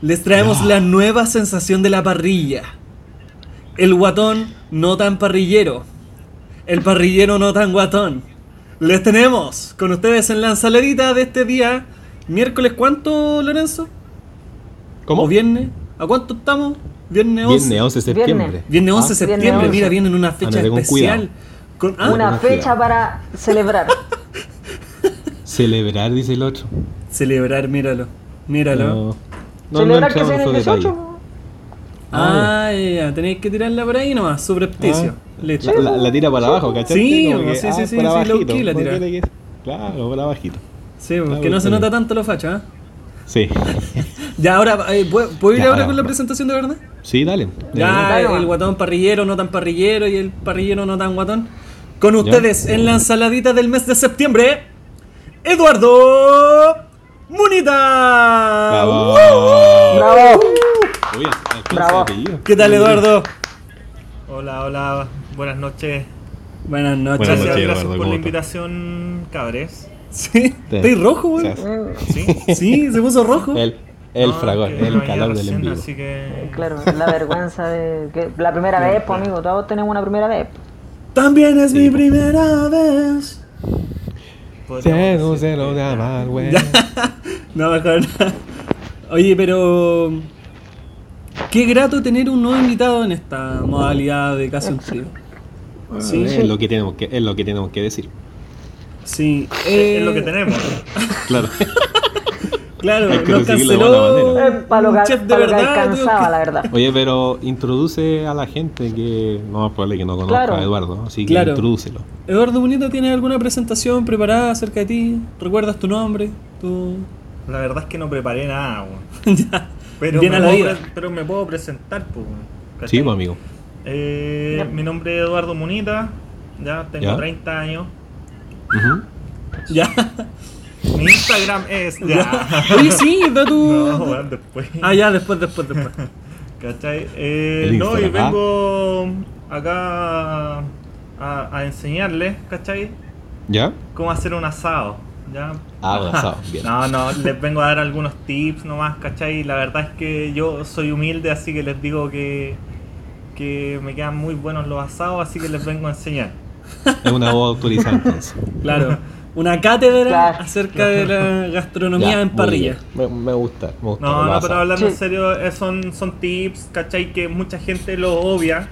C: les traemos la nueva sensación de la parrilla. El guatón no tan parrillero. El parrillero no tan guatón. Les tenemos con ustedes en la ensaladita de este día. ¿Miércoles cuánto, Lorenzo?
A: ¿Cómo?
C: ¿O viernes? ¿A cuánto estamos? Viernes 11.
A: Viernes 11 de
B: Viernes.
A: septiembre.
C: Viernes 11 de
B: Ah, viernes
C: septiembre.
B: 11.
C: Mira, viene en una fecha
A: Ándate con
C: especial. Con, ah,
B: Una
A: Buena
B: fecha
A: ciudad.
B: para celebrar.
A: Celebrar, dice el otro.
C: Celebrar, míralo. Míralo.
A: No, no, no
B: celebrar que
A: entramos
B: se
A: en
B: viene el
A: esos
B: 18.
A: detalles.
B: po.
C: Ah, ya, tenéis que tirarla por ahí nomás, subrepticio.
A: Ah,
C: Listo.
A: La, la- la tira para abajo, ¿cachai?
C: Sí,
A: Como ah,
C: sí, sí, sí,
A: para
C: sí,
A: abajito,
C: low key la
A: como
C: tira.
A: tiene que ser. Claro, para abajito.
C: Sí, porque
A: Ah,
C: no se
A: bueno.
C: nota tanto lo facho, ¿ah?
A: Sí.
C: Ya, ahora, eh, ¿puedo, puedo ir
A: Ya,
C: ahora
A: ahora.
C: con la presentación de verdad?
A: Sí, dale.
C: Ya,
B: Dale,
C: el,
B: nomás.
C: guatón parrillero, no tan parrillero, y el parrillero no tan guatón. Con ustedes, en la ensaladita del mes de septiembre, Eduardo Munita.
A: Bravo.
B: pues. Bravo.
A: Uy, alcanza
B: Bravo.
A: de apellido.
C: Uh. ¿Qué tal, Eduardo?
E: Hola, hola, buenas noches.
C: Buenas noches.
A: Buenas
E: gracias
A: noches,
E: gracias
A: Eduardo,
E: por
A: ¿cómo
E: la
A: estás?
E: invitación, cabres.
C: Sí, estoy rojo,
A: O sea,
C: güey.
B: Mm,
E: Sí.
C: Sí, se puso rojo.
A: El,
C: Ah,
A: el
E: No,
A: fragor,
E: que
A: el
E: venía
A: calor del
E: recién,
A: envío.
E: Así que.
B: Claro, la vergüenza de. que- la primera vez, pues, amigo. Todos tenemos una primera vez. po.
C: También es mi primera vez.
E: podríamos
A: Cero,
E: decir
A: cero
E: que-
A: de amar, güey.
C: No, mejor no. Oye, pero. Qué grato tener un nuevo invitado en esta modalidad de casi un trío. Sí,
A: Es lo que tenemos que, es lo que tenemos que decir.
C: sí.
E: Es
C: eh,
E: lo que tenemos.
A: Claro.
C: Claro,
A: Hay que
C: nos
A: recibirla de buena
C: canceló
A: manera.
B: Eh, pa' lo
C: un
B: que,
C: chef de
B: pa' lo que
C: verdad. tío,
B: alcanzaba,
C: que-
B: la verdad.
A: Oye, pero introduce a la gente que no es probable que no conozca
B: Claro.
A: a Eduardo, ¿no? así que
C: Claro.
A: introdúcelo.
C: Eduardo Bonito, ¿tienes alguna presentación preparada acerca de ti? ¿Recuerdas tu nombre? Tu...
D: La verdad es que no preparé nada, weón.
C: ya.
D: Pero,
C: Bien
D: me
C: a la
D: puedo
C: vida.
D: pre- pero me puedo presentar, pues, weón. ¿Cachai?
A: Sí, pues, amigo.
D: Eh,
B: Ya.
D: Mi nombre es Eduardo Munita, ya tengo
A: Ya.
D: 30 años.
A: Ujú.
C: Ya.
D: Mi Instagram es. Ya.
C: Oye, sí, da tu.
D: no, weón, después.
C: Ah, ya, después, después, después.
D: ¿Cachai? Eh,
A: El
D: no, y
A: Instagram, ¿ah?
D: vengo acá a, a enseñarles, ¿cachai?
A: ¿Ya?
D: Cómo hacer un asado. ¿ya?
A: Ah, un asado, bien.
D: No, no, les vengo a dar algunos tips nomás, ¿cachai? La verdad es que yo soy humilde, así que les digo que, que me quedan muy buenos los asados, así que les vengo a enseñar.
A: Es una voz autorizada entonces.
C: Claro. Una cátedra
B: Claro.
C: acerca de la gastronomía
A: Ya,
C: en
A: muy
C: parrilla.
A: bien. Me, me gusta, me gusta.
D: No,
A: lo
D: no,
A: vas a-
D: pero hablando en
B: Sí.
D: serio, eh, son, son tips, ¿cachai? Que mucha gente lo obvia.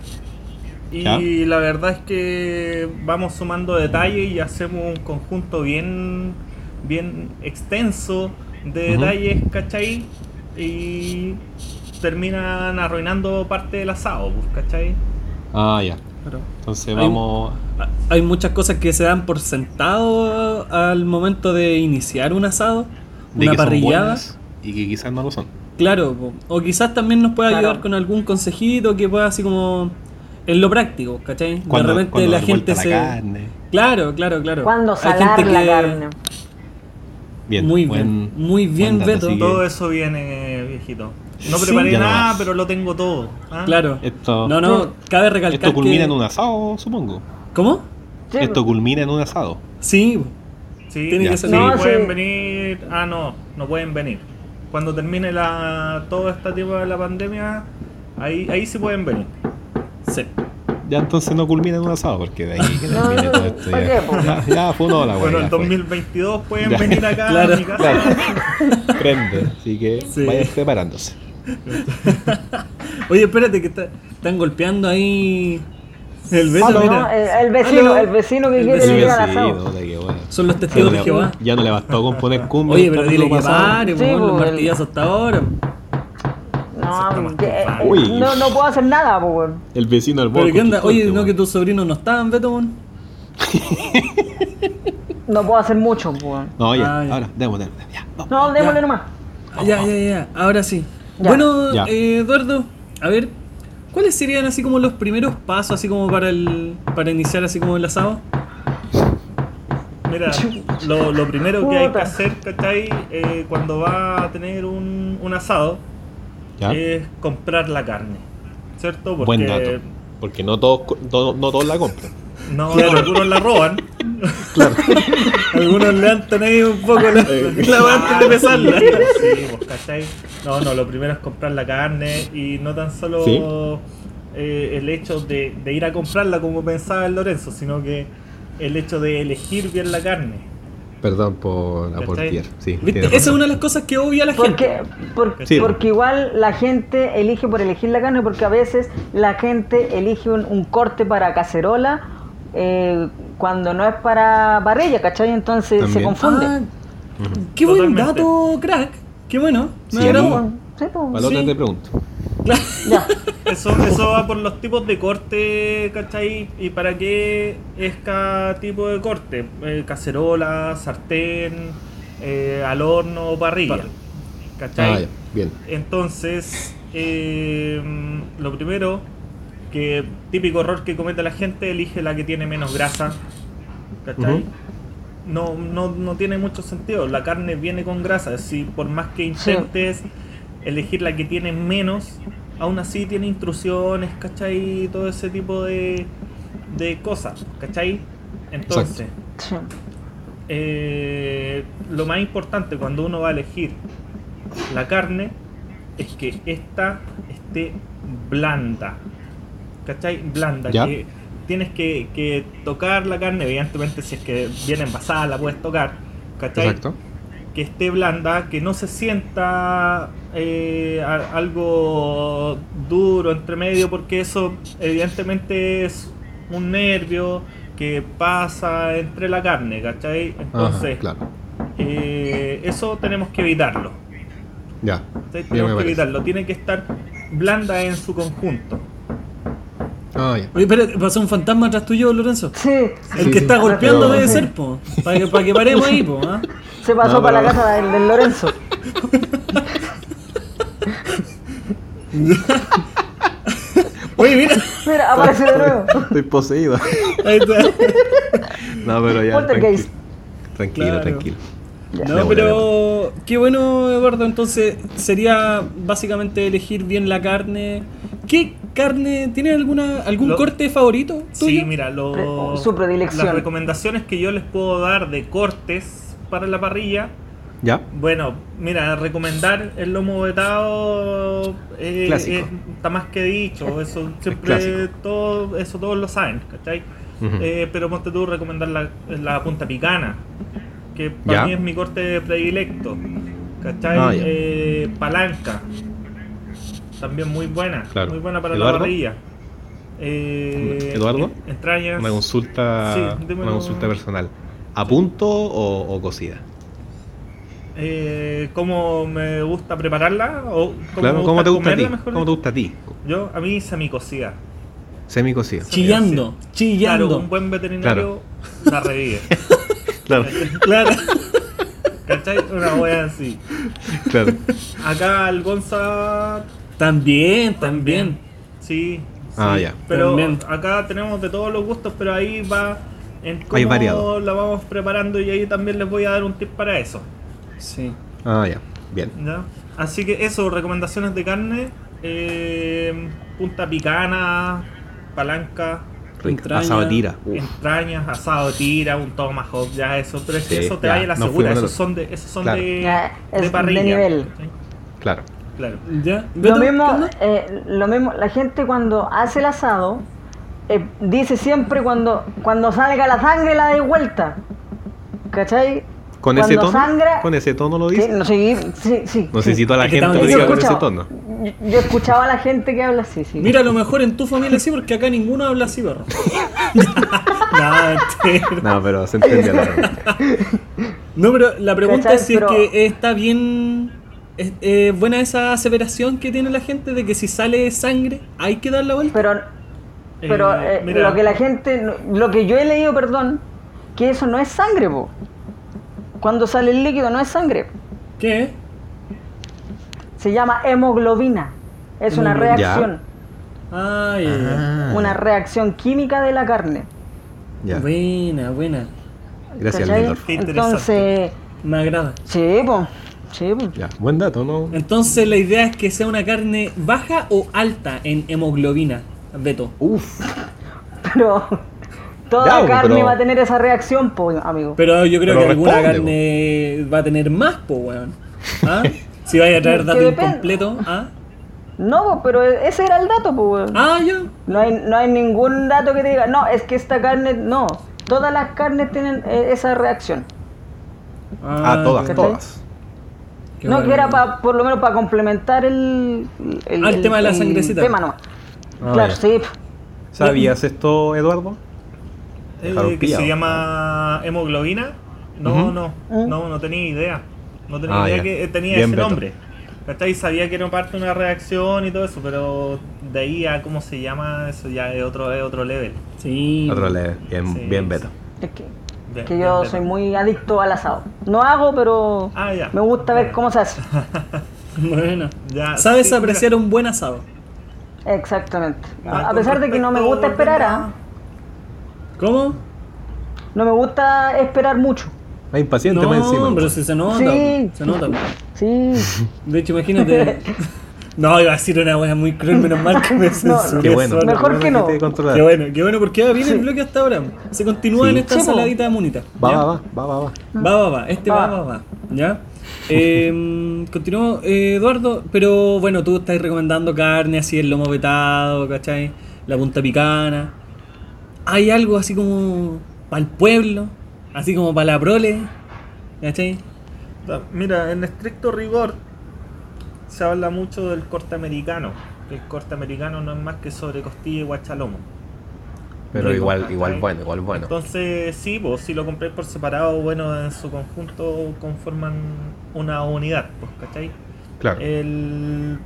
D: Y
A: Ya.
D: la verdad es que vamos sumando detalles y hacemos un conjunto bien, bien extenso de
A: Ujú.
D: detalles, ¿cachai? Y terminan arruinando parte del asado, pues, ¿cachai?
A: Ah, ya.
C: Claro.
A: Entonces
C: Hay-
A: vamos.
C: Ah, Hay muchas cosas que se dan por sentado al momento de iniciar un asado,
A: de
C: una
A: que son
C: parrillada.
A: buenas Y que quizás no lo son.
C: Claro, po. o quizás también nos pueda
B: Claro.
C: ayudar con algún consejito que pueda así como en lo práctico, ¿cachai?
A: Cuando-
C: de repente
A: cuando
C: la
A: dar
C: gente
A: vuelta a
C: se...
A: la carne.
C: Claro, claro, claro.
B: ¿Cuándo
C: Hay
B: salar
C: gente
B: la
C: que-
B: carne?
A: Bien,
C: Muy
A: buen-
C: bien, muy bien,
A: buen dato,
C: Beto.
A: así que-
D: Todo eso viene, viejito. No
A: Sí,
D: preparé
A: ya
D: nada,
A: nomás.
D: pero lo tengo todo. ¿ah?
C: Claro.
A: Esto,
C: No, no, cabe recalcar
A: esto culmina
C: que- pues.
A: en un asado, supongo.
C: ¿Cómo?
B: Sí, pues,
A: esto culmina en un asado.
C: Sí, po.
D: Sí,
C: Tiene
A: que
D: sí,
A: ser-
B: No,
D: pueden
B: sí.
D: venir. Ah, no, no pueden venir. Cuando termine la, todo este tipo de la pandemia, ahí, ahí sí pueden venir.
C: sí.
A: Ya entonces no culmina en un asado, porque de ahí que
B: No,
A: termine
B: no,
A: todo esto.
B: ¿pa'
A: Ya,
B: qué, po?
A: ya, ya fue una hora,
D: Bueno,
A: Ah, bueno,
D: en 2022 pueden
A: Ya.
D: venir acá
C: Claro.
D: a mi casa.
A: Prende, así que
C: Sí.
A: vayan preparándose.
C: Oye, espérate que está- están golpeando ahí el Beto,
B: Ah, no,
C: mira.
B: el, el vecino,
C: Aló.
B: el vecino que
C: El
B: quiere
C: vecino.
B: venir al
A: Sí,
B: asado.
A: puta, qué bueno.
C: Son los
A: Ya no
C: testigos de
A: le-
C: Jehová.
A: Ya no le bastó con poner cumbia.
C: Oye,
A: en
C: pero
A: el
C: dile que
A: capítulo pasado.
C: pare,
B: Sí,
C: po, los
B: po, el-
C: martillazos hasta ahora. po.
B: No,
D: más
B: que- eh,
D: compadre.
A: Uy.
B: no, no puedo hacer nada, pues, po, weón.
A: El vecino del
C: Pero
A: bosque.
C: qué onda,
A: qué fuerte,
C: oye, no
A: weón.
C: que tus sobrinos no estaban, Beto, weón?
B: No puedo hacer mucho, po, weón.
A: No, ya,
C: Ah, ya.
A: ahora, démosle, démosle, ya, vamos.
B: No, démosle
C: Ya.
B: nomás.
C: Ah, Ya, ya, ya, ahora sí.
B: Ya.
C: Bueno,
A: Ya.
C: eh, Eduardo, a ver, ¿cuáles serían así como los primeros pasos, así como para el para iniciar así como el asado?
D: Mira, lo, lo primero que hay que
B: Puta.
D: hacer, ¿cachai? Eh, cuando va a tener un, un asado,
A: Ya.
D: es comprar la carne. ¿Cierto? Porque
A: Buen dato. Porque no todos, co- no, no todos la compran.
D: No, algunos la roban.
C: Algunos levantan ahí un poco la, la parte
D: Ah,
C: de pesarla.
D: sí, sí, pues, ¿cachai? No, no, lo primero es comprar la carne y no tan solo
A: Sí.
D: eh, el hecho de, de ir a comprarla como pensaba el Lorenzo, sino que el hecho de elegir bien la carne.
A: Perdón por la
D: ¿Cachai?
A: portier. Sí,
C: ¿Viste?
A: tiene
C: Esa es una de las cosas que obvia la gente.
B: Porque, por-
A: Sí.
B: porque igual la gente elige por elegir la carne, porque a veces la gente elige un, un corte para cacerola eh, cuando no es para parrilla, ¿cachai? Entonces se
A: También.
B: confunde.
C: Ah,
A: Ujú.
C: qué buen
D: Totalmente.
C: dato, crack. Qué bueno. Me
A: Sí.
C: agradó.
B: Bueno, sí, po,
A: Palota
C: Sí.
A: te pregunto.
B: ya.
D: Eso, eso va por los tipos de corte, ¿cachai? ¿Y para qué es cada tipo de corte? Eh, cacerola, sartén, eh, al horno o parrilla. ¿Cachai?
A: Ah, ya, bien.
D: Entonces, eh, lo primero, que típico error que comete la gente, elige la que tiene menos grasa. ¿Cachai?
A: Ujú.
D: no, no, no tiene mucho sentido. La carne viene con grasa. Si por más que
B: Sí.
D: intentes elegir la que tiene menos, aún así tiene intrusiones, ¿cachai? Todo ese tipo de, de cosas, ¿cachai? Entonces,
B: Sí.
D: eh, lo más importante cuando uno va a elegir la carne es que esta esté blanda. ¿Cachai? Blanda.
A: Ya.
D: Que tienes que, que tocar la carne, evidentemente si es que viene envasada la puedes tocar. ¿Cachai?
A: Exacto.
D: Que esté blanda, que no se sienta eh, a- algo duro entre medio, porque eso evidentemente es un nervio que pasa entre la carne, ¿cachai?
A: Ajá,
D: Entonces,
A: claro.
D: eh, eso tenemos que evitarlo.
A: Ya.
D: ¿cachai?
A: Bien, me
D: Tenemos que
A: parece.
D: evitarlo. Tiene que estar blanda en su conjunto.
A: Ah, ya.
C: Oye, espérate, pasó un fantasma atrás tuyo, Lorenzo.
B: Sí,
C: El
A: Sí,
C: que
A: sí,
C: está golpeando
A: pero-
C: debe ser, po. Para que, pa' que paremos ahí, po. ¿ah?
B: se pasó
A: No,
B: para la
A: pero-
B: casa del, del Lorenzo.
C: Oye, mira.
B: Mira, aparece de nuevo.
A: Estoy poseído.
C: Ahí está.
A: No, pero ya.
B: Poltergeist.
A: Tranquilo, tranquilo.
C: Claro.
A: tranquilo. Ya,
C: No,
A: bueno,
C: pero qué bueno, Eduardo. Entonces, sería básicamente elegir bien la carne. ¿Qué carne? ¿Tienes alguna, algún
D: Lo-
C: corte favorito tuyo?
D: Sí, mira, lo-
B: Pre- su predilección.
D: las recomendaciones que yo les puedo dar de cortes para la parrilla.
A: Ya.
D: Bueno, mira, recomendar el lomo vetado eh,
A: Clásico.
D: eh, está más que dicho, eso siempre
A: clásico.
D: todo, eso todos lo saben, ¿cachai?
A: Ujú.
D: Eh, pero ponte tú recomendar la, la punta picana, que para
A: Ya.
D: mí es mi corte predilecto, ¿cachai?
A: Ah, ya.
D: Eh, palanca, también muy buena,
A: Claro.
D: muy buena para
A: ¿Eduardo?
D: la parrilla. Eh,
A: ¿Eduardo?
D: Entrañas.
A: Una consulta,
D: Sí, dime
A: una
D: lo-
A: consulta personal. ¿A punto o, o cocida?
D: Eh, ¿Cómo me gusta prepararla? ¿O cómo,
A: Claro,
D: me
A: ¿cómo te gusta a ti?
D: comerla, mejor
A: ¿Cómo te
D: dicho?
A: gusta a ti?
D: Yo, a mí semicocida.
A: Semi cocida.
C: Chillando,
D: Claro,
C: chillando.
D: un buen veterinario la revive.
A: Claro,
C: Claro.
D: ¿Cachai? Una wea así.
A: claro.
D: Acá el Gonza
C: También, también.
D: Sí.
A: Ah,
D: sí,
A: ya.
D: Pero
C: También.
D: acá tenemos de todos los gustos, pero ahí va en cómo
A: Hay variado.
D: la vamos preparando y ahí también les voy a dar un tip para eso.
C: Sí.
A: Ah, ya. Bien.
D: ¿ya? Así que eso, recomendaciones de carne. eh, punta picana, palanca,
A: Rico.
C: Entraña.
A: Pasado a tira. Uf.
D: entrañas, asado, tira, un tomahawk, ya eso. Pero es que
A: Sí,
D: eso te
A: ya,
D: vaya a la
A: nos
D: segura,
A: fuimos de
D: esos
A: lo-
D: son de, esos son
A: Claro.
D: de,
B: Ya, es
D: de
B: de
D: parrilla.
B: nivel.
D: ¿cachai?
A: Claro.
D: Claro.
C: ¿Ya?
B: Lo
C: ¿Beto?
B: mismo,
C: ¿Anda?
B: eh, lo mismo, la gente cuando hace el asado, eh, dice siempre cuando, cuando salga la sangre la de vuelta. ¿Cachai?
A: ¿Con
B: cuando
A: ese tono?
B: Sangra,
A: ¿Con ese tono lo
B: Sí,
A: dices?
B: no sé, sí, sí,
A: No
B: sí.
A: sé si toda la
C: Es que
A: gente
C: estamos
A: lo diga con
B: Yo
A: ese
B: escuchaba-
A: tono.
B: Yo, yo escuchaba a la gente que habla así, sí.
C: Mira, a lo mejor en tu familia sí, porque acá ninguno habla así, perro. este. no, entero.
A: No, pero se entiende la verdad.
C: No, pero la pregunta
B: ¿Cachai?
C: es si
B: Pero-
C: es que está bien. es- eh, buena esa aseveración que tiene la gente de que si sale sangre hay que dar la vuelta.
B: Pero, pero
D: Eh,
B: eh,
D: mira.
B: lo que la gente, lo que yo he leído, perdón, que eso no es sangre, po. Cuando sale el líquido no es sangre,
C: ¿Qué?
B: se llama hemoglobina. Es
A: Mm,
B: una
C: Ya.
B: reacción,
C: Ay, ay,
B: una reacción química de la carne.
A: Ah, Ya.
C: buena, buena.
A: Gracias,
B: ¿cachai?
A: Lindor.
D: Qué interesante.
B: Entonces,
C: Me agrada.
B: sí, po, sí, po.
A: Ya. Buen dato, ¿no?
C: Entonces la idea es que sea una carne baja o alta en hemoglobina, Beto.
A: Uf.
B: pero toda
A: Ya, po,
B: carne
A: pero-
B: va a tener esa reacción, po, amigo.
C: Pero yo creo
A: Pero
C: que alguna
A: responde,
C: carne va a tener más, po, weón. ¿Ah? si vaya a traer
B: Que
C: dato
B: depende.
C: incompleto. ¿ah?
B: No, po, pero ese era el dato, po. weón.
C: ah, ya.
B: No hay, no hay ningún dato que te diga, no, es que esta carne, no. Todas las carnes tienen eh, esa reacción.
A: Ah, todas,
C: ya.
A: todas.
C: Qué
B: no,
C: bueno.
B: que era pa- por lo menos para complementar el, el,
C: Ah, el tema de la sangrecita.
B: tema nomás.
A: Ah,
B: claro,
A: ya.
B: sí.
A: ¿Sabías esto, Eduardo?
D: Eh,
A: Dejaron
D: que
A: pillado.
D: se llama hemoglobina. No,
A: Ujú.
D: no,
B: Mm.
D: no, no tenía idea. No tenía
A: Ah,
D: idea
A: ya.
D: que eh, tenía
A: Bien,
D: ese
A: Beto.
D: nombre. ¿Cachai? Sabía que era parte de una reacción y todo eso, pero de ahí a cómo se llama, eso ya es otro, es otro level.
C: Sí.
A: Otro le. Bien,
D: Sí,
A: bien,
D: sí.
A: Beto.
B: Es que,
D: Bien,
B: que
D: bien,
B: yo
D: Beto.
B: soy muy adicto al asado. No hago, pero
D: Ah, ya.
B: me gusta ver cómo se hace.
C: Bueno.
D: Ya,
C: Sabes
D: sí, mira.
C: apreciar un buen asado.
B: Exactamente.
D: Ah,
B: A pesar de que no me
D: con
B: gusta
D: respecto-
B: esperar, ¿ah?
C: ¿Cómo?
B: no me gusta esperar mucho.
A: Ah, impaciente,
C: no,
A: más encima. pues.
C: pero si se nota.
B: Sí.
C: Se nota.
B: Sí.
C: De hecho, imagínate. no, iba a decir una wea muy cruel, menos mal que me censuré
A: Qué bueno.
C: solo.
B: Mejor
A: Qué bueno
B: que no.
A: te controlas.
C: Qué bueno, qué bueno, porque va bien el
B: Sí.
C: bloque hasta ahora. Se continúa
A: Sí.
C: en esta
B: Sí, po.
C: saladita de monita.
A: Va,
C: ¿ya?
A: va, va, va, va, va.
C: Va, va, va. Este va,
B: Va.
C: va, va. ¿Ya? Eh, continuamos, eh, Eduardo. Pero bueno, tú estás recomendando carne, así el lomo vetado, ¿cachai? La punta picana. ¿Hay algo así como para el pueblo? Así como para la prole, ¿cachai?
D: Mira, en estricto rigor se habla mucho del corte americano. El corte americano no es más que sobre costilla y guachalomo.
A: Pero
D: rico,
A: igual,
D: ¿cachai?
A: igual bueno, igual bueno.
D: Entonces, sí, pues si lo compréis por separado, bueno, en su conjunto conforman una unidad, pues, ¿cachai?
A: Claro.
D: eh, El.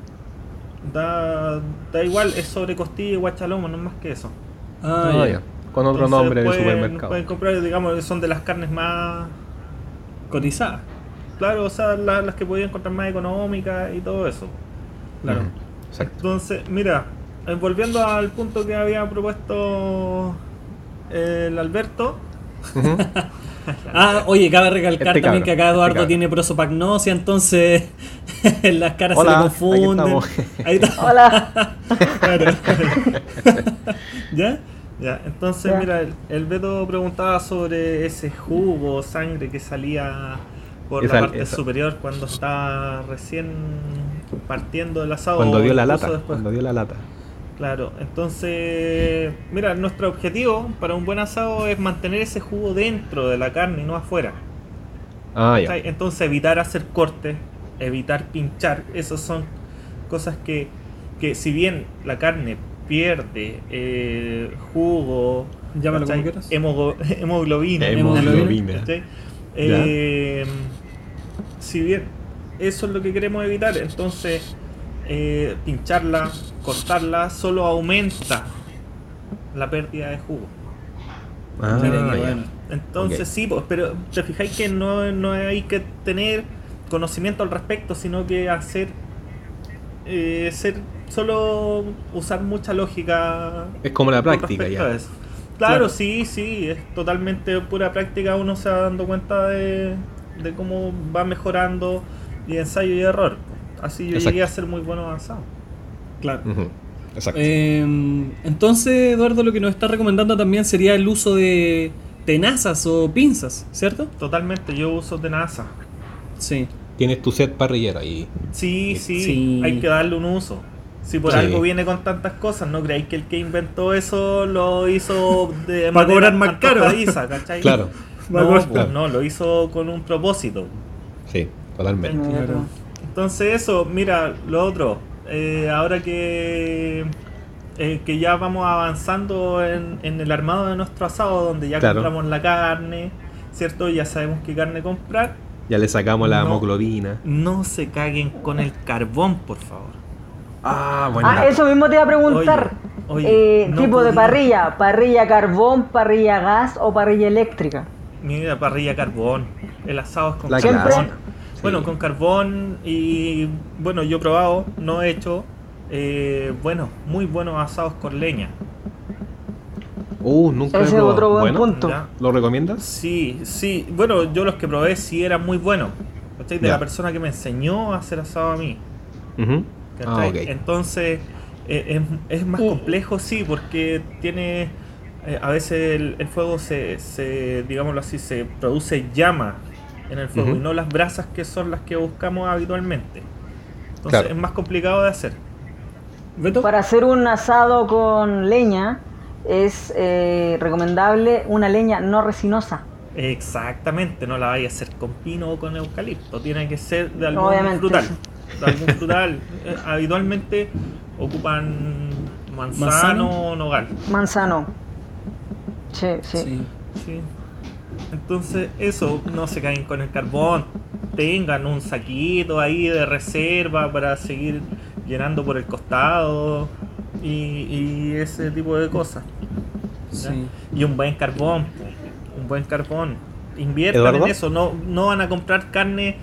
D: Da, da igual, es sobre costilla y guachalomo, no es más que eso.
E: Ah,
A: Ah,
E: ya.
A: ya. Con otro
D: Entonces,
A: nombre en el
D: pueden-
A: supermercado.
D: Pueden comprar, digamos, son de las carnes más.
E: Cotizada.
D: Claro, o sea, la- las que podían encontrar más económicas y todo eso. Claro.
A: Ujú, Exacto.
D: Entonces, mira, eh, volviendo al punto que había propuesto eh, el Alberto.
E: Ah, oye, cabe recalcar
A: Este
E: también
A: cabrón,
E: que acá
A: este
E: Eduardo
A: cabrón.
E: tiene prosopagnosia, entonces las caras
A: Hola,
E: se le confunden.
A: aquí estamos.
E: Ahí está.
B: Hola.
E: Claro. ¿Ya?
D: Ya, entonces,
B: Ya.
D: mira, el, el Beto preguntaba sobre ese jugo o sangre que salía por
A: Esa-
D: la parte
A: esa.
D: superior cuando estaba recién partiendo el asado.
A: Cuando
D: o
A: dio la
D: incluso
A: lata.
D: después.
A: Cuando dio la lata.
D: Claro, entonces, mira, nuestro objetivo para un buen asado es mantener ese jugo dentro de la carne y no afuera.
A: Ah, ya.
D: ¿Cachai? Entonces evitar hacer cortes, evitar pinchar, esas son cosas que, que si bien la carne pierde eh, jugo,
E: Llámalo
D: ¿cachai?
E: como quieras.
D: Hemogo- hemoglobina,
E: Hemoglobina.
D: ¿cachai? Eh, si bien eso es lo que queremos evitar, entonces eh, pincharla, cortarla, solo aumenta la pérdida de jugo.
A: Ah,
E: Mira, qué
A: ya.
E: bueno.
D: Entonces
A: Ok.
D: sí, pues, pero te fijáis que no, no hay que tener conocimiento al respecto, sino que hacer eh, ser solo usar mucha lógica
A: Es como la
D: con
A: práctica
D: respecto a
A: ya.
D: eso. Claro,
E: Claro.
D: sí, sí, es totalmente pura práctica, uno se va dando cuenta de, de cómo va mejorando y ensayo y error. Así yo
A: Exacto.
D: llegué a ser muy bueno avanzado.
E: Claro.
A: Ujú, Exacto.
E: Eh, entonces, Eduardo, lo que nos está recomendando también sería el uso de tenazas o pinzas, ¿cierto?
D: Totalmente, yo uso tenaza.
E: Sí.
A: Tienes tu set parrillero ahí.
D: Sí, sí,
E: Eh, Sí.
D: hay que darle un uso. Si por
A: Sí.
D: algo viene con tantas cosas, ¿no creéis que el que inventó eso lo hizo de
E: Pa' cobrar
D: manera
E: más caro.
D: antojadiza, ¿cachai?
A: Claro.
D: No,
E: Pa'
D: pues,
A: cobrar.
D: no, lo hizo con un propósito.
A: Sí, totalmente.
E: Claro.
D: Entonces eso, mira, lo otro, eh, ahora que, eh, que ya vamos avanzando en, en el armado de nuestro asado, donde ya
A: Claro.
D: compramos la carne, ¿cierto? Ya sabemos qué carne comprar.
A: Ya le sacamos la
D: No.
A: hemoglobina.
D: No se caguen con el carbón, por favor.
A: Ah, bueno.
B: Ah, eso mismo te iba a preguntar.
D: Oye, oye,
B: Eh,
D: no
B: tipo de
D: podía.
B: parrilla, parrilla carbón, parrilla gas o parrilla eléctrica.
D: Mira, parrilla carbón. El asado es con
A: La
D: carbón.
A: clásica.
D: Bueno,
A: Sí.
D: con carbón y bueno, yo he probado, no he hecho. eh, bueno, muy buenos asados con leña.
A: Uh, nunca he
B: Ese es
A: probado.
B: otro buen
A: Bueno,
B: punto.
D: ¿ya?
A: ¿Lo recomiendas?
D: Sí, sí. Bueno, yo los que probé sí eran muy buenos. ¿cachai? De
A: Ya.
D: la persona que me enseñó a hacer asado a mí.
A: Ujú. Ah,
D: ¿cachai?
A: ok. Mm.
D: Entonces, eh, es, es más
B: Y-
D: complejo, sí, porque tiene. eh, a veces el, el fuego se, se, digámoslo así, se produce llama en el fuego
A: Ujú.
D: y no las brasas que son las que buscamos habitualmente. Entonces,
A: Claro.
D: es más complicado de hacer.
E: ¿Beto?
B: Para hacer un asado con leña es eh, recomendable una leña no resinosa.
D: Exactamente, no la vaya a hacer con pino o con eucalipto, tiene que ser de algún
B: Obviamente,
D: frutal.
B: sí.
D: De algún frutal. Eh, habitualmente ocupan manzano,
E: Manzano.
D: o nogal.
B: Manzano. Sí, sí.
E: Sí.
D: Sí. Entonces, eso, no se caen con el carbón. Tengan un saquito ahí de reserva para seguir llenando por el costado y, y ese tipo de cosas. ¿ya?
E: Sí.
D: Y un buen carbón, un buen carbón. Inviertan
A: ¿Eduardo?
D: en eso, no, no van a comprar carne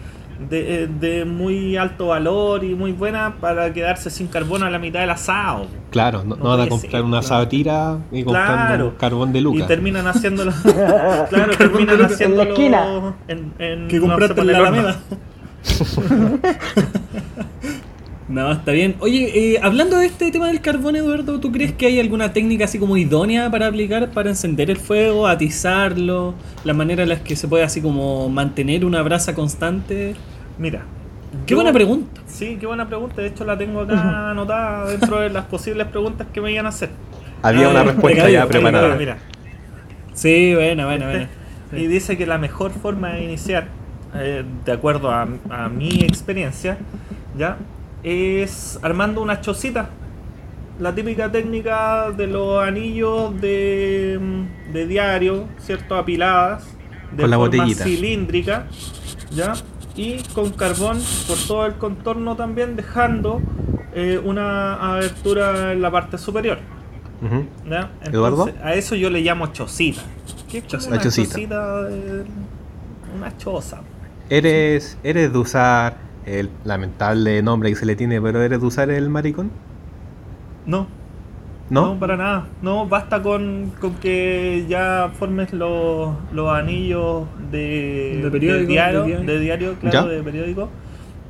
D: de, eh, de muy alto valor y muy buena para quedarse sin carbón a la mitad del asado.
A: Claro, no,
D: No
A: no van a
D: puede
A: comprar
D: ser,
A: una
D: claro.
A: sabatira ni comprando
D: Claro.
A: un carbón de
D: Y
A: Lucas.
D: terminan haciéndolo. claro, terminan
B: Lucas. En la
D: haciéndolo.
B: esquina.
D: en- en-
E: que
D: no sé,
E: compraste
D: por
E: en la
D: el horno.
E: Alameda. no, está bien. Oye, eh, hablando de este tema del carbón, Eduardo, ¿tú crees que hay alguna técnica así como idónea para aplicar para encender el fuego, atizarlo, la manera en la que se puede así como mantener una brasa constante?
D: Mira.
E: Qué
D: yo-
E: buena pregunta.
D: Sí, qué buena pregunta. De hecho, la tengo acá anotada dentro de las posibles preguntas que me iban a hacer.
A: Había
E: Ah,
A: una
E: ya,
A: respuesta
E: te
A: ya
E: caí,
A: preparada.
D: Mira, mira.
E: Sí, buena, buena, buena.
D: Y dice que la mejor forma de iniciar, eh, de acuerdo a, a mi experiencia, ya es armando una chocita la típica técnica de los anillos de, mm, de diario, ¿cierto? Apiladas. De
F: Con la
D: forma
F: botellita.
D: cilíndrica, ¿ya? Y con carbón por todo el contorno también, dejando eh, una abertura en la parte superior.
A: Ujú.
D: ¿ya?
A: ¿Eduardo?
D: A eso yo le llamo chocita. ¿Qué es
A: Chocita.
D: como una
A: La chocita.
D: chocita? de- una choza.
A: ¿Eres, ¿Eres de usar el lamentable nombre que se le tiene, pero eres de usar el maricón?
D: No,
A: ¿No?
D: para nada. No, basta con, con que ya formes los, los anillos de,
C: De periódico,
D: de diario,
C: de diario.
D: de diario, claro,
A: Ya.
D: de periódico.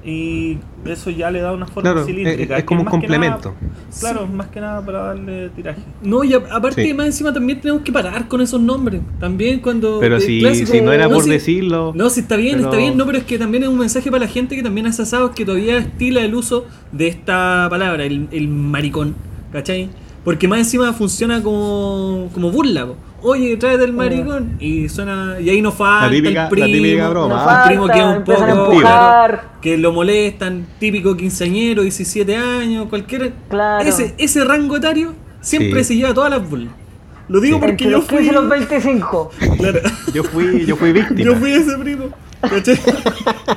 D: Y eso ya le da una forma
A: Claro, es,
D: cilíndrica.
A: es
D: que
A: como un
D: más que nada-
A: complemento.
D: claro, más que nada para darle tiraje.
C: No, y a- aparte,
A: Sí.
C: más encima también tenemos que parar con esos nombres. También cuando.
A: Pero
C: el
A: si,
C: clásico-
A: si no era por
C: si-
A: decirlo.
C: No, si está bien,
A: pero-
C: está bien, no, pero es que también es un mensaje para la gente que también hace asados que todavía estila el uso de esta palabra, el, el maricón, ¿cachai? Porque más encima funciona como, como burla, po. oye, tráete
B: Oh.
C: el maricón, y suena, y ahí no falta
A: típica-
C: el
A: la
C: primo,
A: típica broma,
B: No
A: ah,
C: el
B: falta,
C: primo que es un
B: empiezan a
C: poco,
B: empujar.
C: que lo molestan, típico quinceañero, 17 años, cualquier,
B: Claro.
C: ese, ese rango etario siempre
A: Sí.
C: se lleva todas las burlas. Lo digo
A: Sí.
C: porque
B: Entre
C: yo
B: los 15
C: fui,
B: y los 25.
C: Claro.
A: Yo fui, yo fui víctima.
C: Yo fui ese primo. ¿Cachai?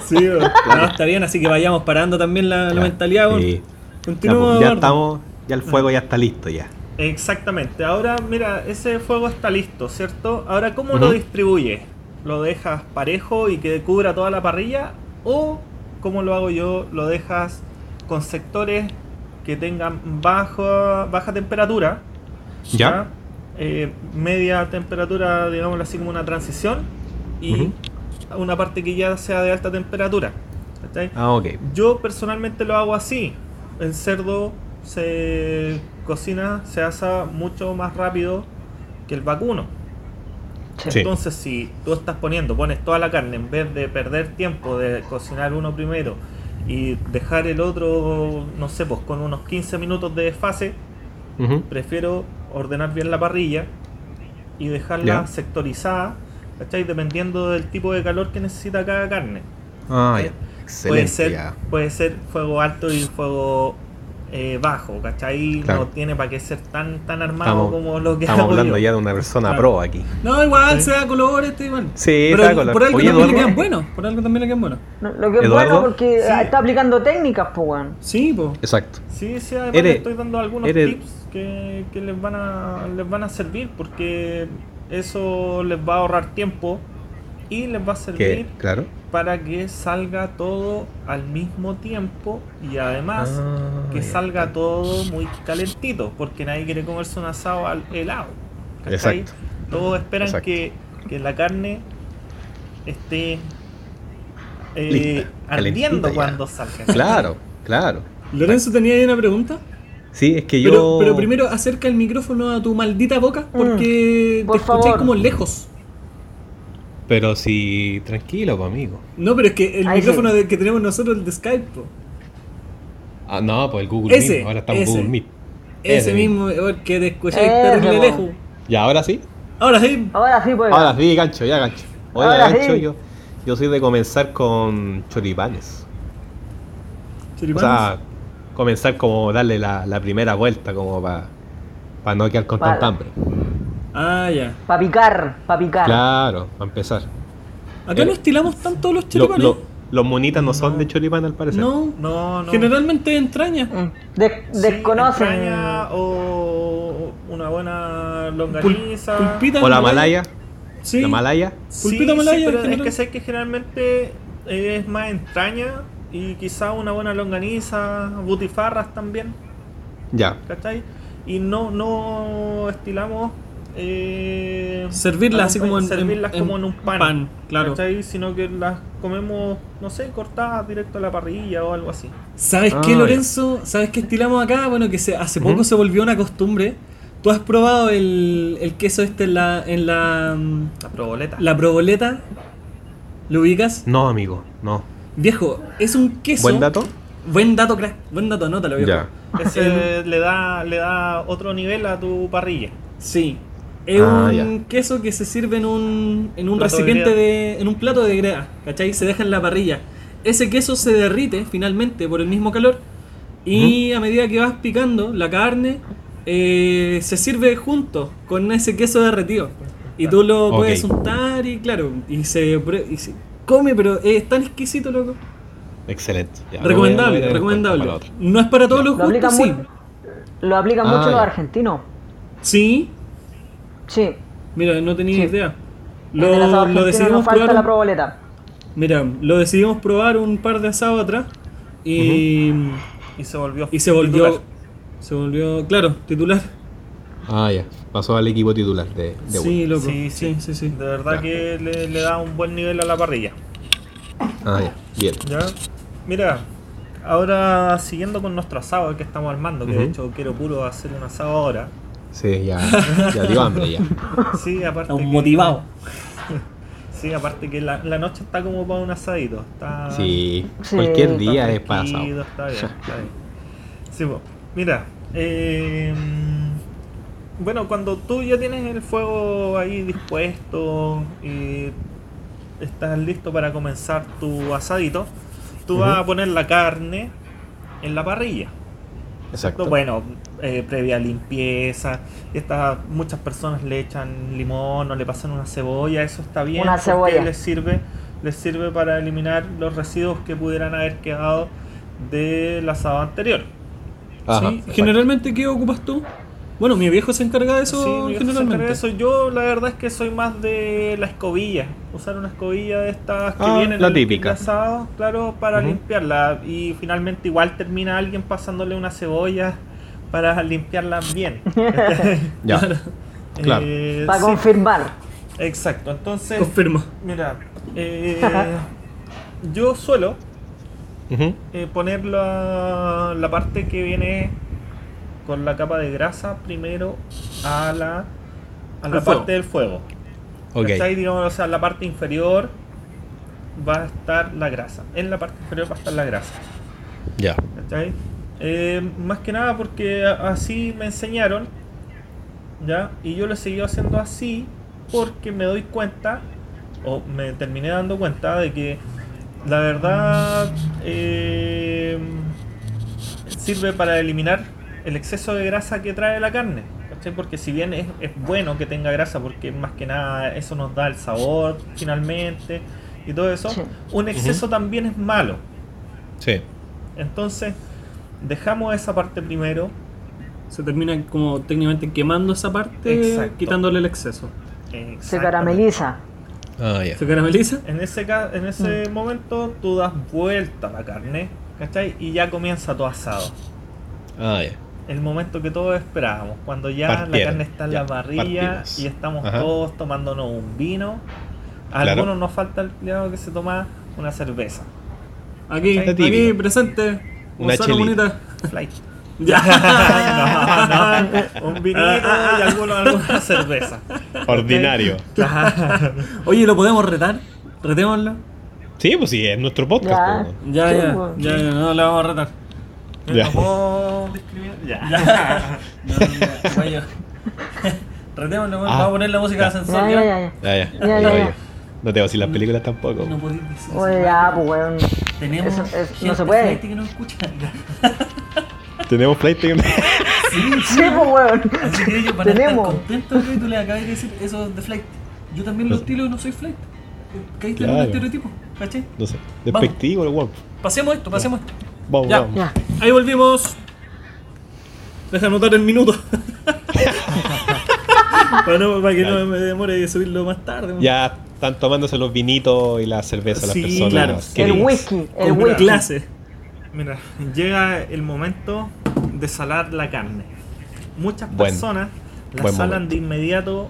C: Sí, bueno. No, está bien, así que vayamos parando también la, la
A: Ya,
C: mentalidad. bueno.
A: sí. Ya,
C: Continuamos.
A: pues, ya
C: Eduardo.
A: estamos, ya el fuego ya está listo ya.
D: Exactamente. Ahora, mira, ese fuego está listo, ¿cierto? Ahora, ¿cómo lo
A: Ujú.
D: distribuyes? ¿Lo dejas parejo y que cubra toda la parrilla? ¿O, como lo hago yo, lo dejas con sectores que tengan baja, baja temperatura?
A: Ya.
D: Eh, media temperatura, digámoslo así, como una transición. Y una parte que ya sea de alta temperatura. ¿cachai?
A: Ah, ok.
D: Yo personalmente lo hago así. El cerdo se cocina, se asa mucho más rápido que el vacuno.
A: Sí.
D: Entonces, si tú estás poniendo, pones toda la carne, en vez de perder tiempo de cocinar uno primero y dejar el otro, no sé, pues con unos 15 minutos de desfase,
A: Ujú.
D: prefiero ordenar bien la parrilla y dejarla
A: Ya.
D: sectorizada, ¿cachai? Dependiendo del tipo de calor que necesita cada carne.
A: Ah, ya.
D: Puede
A: Excelente.
D: ser,
A: ya.
D: puede ser fuego alto y fuego eh, bajo, ¿cachai?
A: Claro.
D: No tiene para qué ser tan tan armado
A: Estamos,
D: como lo que
A: estamos
D: hago
A: hablando
D: yo.
A: ya de una persona
C: Claro.
A: pro aquí.
C: No, igual se da color este, igual.
A: Sí,
C: Pero
A: se da color.
C: Por algo
A: Oye,
C: también le
A: Eduardo.
C: quedan buenos. Por algo también le quedan buenos.
B: No, Lo que es
A: Eduardo.
B: bueno porque
D: Sí.
B: ah, está aplicando técnicas, pues, weón.
C: Sí, po.
A: Exacto.
D: Sí, sí, además
A: Eres-
D: le estoy dando algunos
A: eres-
D: tips que, que les van a les van a servir porque eso les va a ahorrar tiempo y les va a
A: Que,
D: servir
A: claro.
D: para que salga todo al mismo tiempo y además
A: Ah,
D: que
A: ya.
D: salga todo muy calentito, porque nadie quiere comerse un asado al helado. ¿cachai?
A: Exacto.
D: Todos esperan
A: Exacto.
D: que, que la carne esté eh,
A: Lista, calentita
D: ardiendo
A: ya.
D: cuando salga.
A: Claro, claro.
C: Lorenzo, ¿tenía ahí una pregunta?
A: Sí, es que yo.
C: Pero, pero primero acerca el micrófono a tu maldita boca porque
B: Mm. Por
C: te escuché
B: favor.
C: como lejos.
A: Pero si. Tranquilo, pues, amigo.
C: No, pero es que el
B: Ahí sí.
C: micrófono de- que tenemos nosotros, el de Skype, po.
A: Ah, no, pues el Google
C: Ese,
A: Meet. Ahora está en
C: ese.
A: Google Meet.
C: Ese,
A: Ese
C: mismo, el que te escuché
B: Ese,
C: terrible
B: po.
C: lejos.
A: ¿Y ahora sí?
C: Ahora sí.
B: Ahora sí, pues.
A: Ahora sí, gancho, ya gancho. Oye,
B: Ahora
A: gancho,
B: sí.
A: yo, yo soy de comenzar con choripanes. O
C: Choripanes.
A: sea, comenzar como darle la, la primera vuelta, como para no quedar con
B: Pa-
A: tanta hambre.
C: Ah, ya.
B: Para picar, para picar.
A: Claro, para empezar.
C: Acá
A: Eh,
C: no estilamos tanto los
A: Lo-
C: choripanes.
A: lo- los monitas no son de choripán al parecer.
C: no,
D: No, no.
C: generalmente entraña.
B: Mm. Des-
D: Sí,
B: desconocen.
D: entraña o una buena longaniza.
C: pulpita.
A: O la malaya.
C: Sí.
A: La malaya.
D: Sí,
C: Pulpita
D: sí,
C: malaya,
D: pero
C: en general.
D: es que sé que generalmente es más entraña y quizá una buena longaniza, butifarras también.
A: Ya.
D: ¿cachai? Y no, no estilamos eh,
C: Servirlas
D: a-
C: así como en-
D: servirlas
C: en-
D: como en un pan,
C: pan, claro.
D: ¿cachai? Sino que las comemos, no sé, cortadas directo a la parrilla o algo así.
C: ¿Sabes
A: Ah,
C: qué,
A: ya.
C: Lorenzo? ¿Sabes qué estilamos acá? Bueno, que se- hace poco
A: Ujú.
C: se volvió una costumbre. ¿Tú has probado el, el queso este en la, en la, mm,
D: La proboleta.
C: la proboleta? ¿Lo ubicas?
A: No, amigo, no.
C: Viejo, es un queso.
A: Buen dato.
C: Buen dato, crack. Buen dato, anótalo, viejo.
A: Ya.
D: Ese le da, le da otro nivel a tu parrilla.
C: Sí. Es
A: Ah,
C: un queso que se sirve en un, en un
D: Plato de
C: recipiente de,
D: greda.
C: en un plato de greda, ¿cachai? Se deja en la parrilla. Ese queso se derrite finalmente por el mismo calor Y a medida que vas picando la carne, eh, se sirve junto con ese queso derretido. Y tú lo
A: Ok.
C: puedes untar y claro, y se, prue- y se come, pero es tan exquisito, loco.
A: Excelente. Ya, lo voy a- lo voy a
C: recomendable,
A: tener en
C: recomendable.
A: cuenta para la otra.
C: No es para todos los
B: Lo aplican,
C: gustos, sí.
B: mu- lo aplican
A: Ah,
B: mucho los
A: ya.
B: argentinos.
C: Sí,
B: Sí.
C: mira, no tenía
B: Sí.
C: idea.
B: En el asado
C: Lo,
B: argentino
C: lo
B: no
C: decidimos
B: falta
C: probar
B: la
C: un-
B: proboleta.
C: Mira, lo decidimos probar un par de asados atrás y,
D: Y se volvió.
C: y se volvió,
D: titular.
C: se volvió, claro, titular.
A: Ah, ya. Pasó al equipo titular de, de
C: Sí, loco.
D: Sí, sí, sí,
C: sí.
D: De verdad
A: Ya.
D: que le, le da un buen nivel a la parrilla.
A: Word. Ah, ya. Bien.
D: ¿Ya? Mira, ahora siguiendo con nuestro asado que estamos armando, que de
A: Ujú.
D: hecho quiero puro hacer un asado ahora.
A: Sí, ya. Ya dio hambre, ya.
D: Sí, aparte.
C: Estamos
D: que-
C: motivados.
D: Sí, aparte que la, la noche está como para un asadito. Está,
A: Sí.
B: Sí,
A: Cualquier
D: está
A: día es
D: tranquilo,
A: para asado.
D: Está bien, está bien. Sí, po. mira, eh, bueno, cuando tú ya tienes el fuego ahí dispuesto y estás listo para comenzar tu asadito, tú vas a poner la carne en la parrilla.
A: Exacto.
D: Bueno, eh, previa limpieza, estas muchas personas le echan limón o le pasan una cebolla, eso está bien.
B: Una
D: porque
B: cebolla.
D: Les sirve, les sirve para eliminar los residuos que pudieran haber quedado del asado anterior.
A: Ajá,
C: Sí,
A: exacto.
C: Generalmente, ¿qué ocupas tú? Bueno, mi viejo se encarga de eso
D: Sí, mi viejo se encarga
C: generalmente.
D: de eso. Yo la verdad es que soy más de la escobilla, usar una escobilla de estas que
A: Ah,
D: vienen
A: la
D: en el kit de
A: típica.
D: asado, claro, para
A: Ujú.
D: limpiarla. Y finalmente igual termina alguien pasándole una cebolla para limpiarla bien.
A: Ya. Claro.
D: Eh,
B: Para
D: sí,
B: confirmar.
D: Exacto, entonces,
C: Confirma.
D: mira, eh, yo suelo
A: Ujú.
D: eh, poner la, la parte que viene con la capa de grasa primero a la, a la
C: Al fuego.
D: parte del fuego. ¿Cachai?
A: Ok.
D: Digamos, o sea, la parte inferior va a estar la grasa. En la parte inferior va a estar la grasa.
A: Ya.
D: ¿cachai? Eh, más que nada porque a- así me enseñaron, ¿ya? Y yo lo he seguido haciendo así porque me doy cuenta, o me terminé dando cuenta de que la verdad eh, sirve para eliminar el exceso de grasa que trae la carne. ¿cachai? Porque si bien es, es bueno que tenga grasa, porque más que nada eso nos da el sabor finalmente y todo eso,
B: Sí.
D: un exceso también es malo.
A: Sí.
D: Entonces, dejamos esa parte primero.
C: Se termina como técnicamente quemando esa parte,
D: Exacto.
C: quitándole el exceso.
B: Se carameliza.
A: Ah, ya.
C: ¿Se carameliza?
D: En ese, ca- en ese
B: Mm.
D: momento, tú das vuelta a la carne, ¿cachai? Y ya comienza tu asado.
A: Ah, ya.
D: El momento que todos esperábamos, cuando ya la
A: Partieron,
D: carne está en
A: ya,
D: la parrilla
A: partimos.
D: y estamos
A: Ajá.
D: todos tomándonos un vino. A
A: Claro.
D: algunos nos falta el cuidado que se toma una cerveza.
C: Aquí,
D: La
C: aquí
A: típica.
C: presente.
A: Una
C: Gonzalo
A: chelita.
C: Bonita.
D: Flight.
C: Ya.
D: no, no, un vinito y algunos alguna cerveza.
A: Ordinario.
C: Oye, ¿lo podemos retar? Retémoslo.
A: Sí, pues sí, es nuestro podcast.
B: Ya.
A: pues.
C: Ya,
B: Sí,
C: ya,
B: bueno.
C: ya, ya, no lo vamos a retar.
A: Ya.
D: ¿Cómo discriminar? Ya.
C: No, no, no, vaya. Retémoslo, bueno,
A: Ah,
C: vamos a poner la música de
B: Ya,
C: ascensor.
B: ya, ya. ya.
A: Ya, ya.
B: Ya, ya,
A: Oye,
B: ya.
A: No te vas a decir las películas tampoco.
C: No podéis decir eso.
B: Oye, ya, pues, weón.
C: Tenemos
B: Eso- eso no
C: gente
B: se puede.
C: flight que no escucha.
A: Tenemos flight.
B: Sí, pues, weón.
C: Así que ellos van
B: Tenemos.
C: a estar contentos que tú le acabas de decir eso de flight. Yo también lo estilo y no soy flight. Caíste en un
A: Pues Claro.
C: estereotipo, ¿cachai?
A: No sé. Despectivo, el guapo.
C: Pasemos esto, pasemos esto.
A: Vamos,
C: Ya.
A: vamos.
B: Ya.
C: Ahí volvimos. Deja anotar el minuto. para, no- para que no me demore de subirlo más tarde.
A: Ya están tomándose los vinitos y la cerveza las
C: Sí,
A: personas.
C: claro.
A: queridas.
B: El whisky, el
C: Con
B: whisky.
C: clase.
D: Mira, llega el momento de salar la carne. Muchas
A: Buen-
D: personas la
A: buen
D: salan
A: momento.
D: de inmediato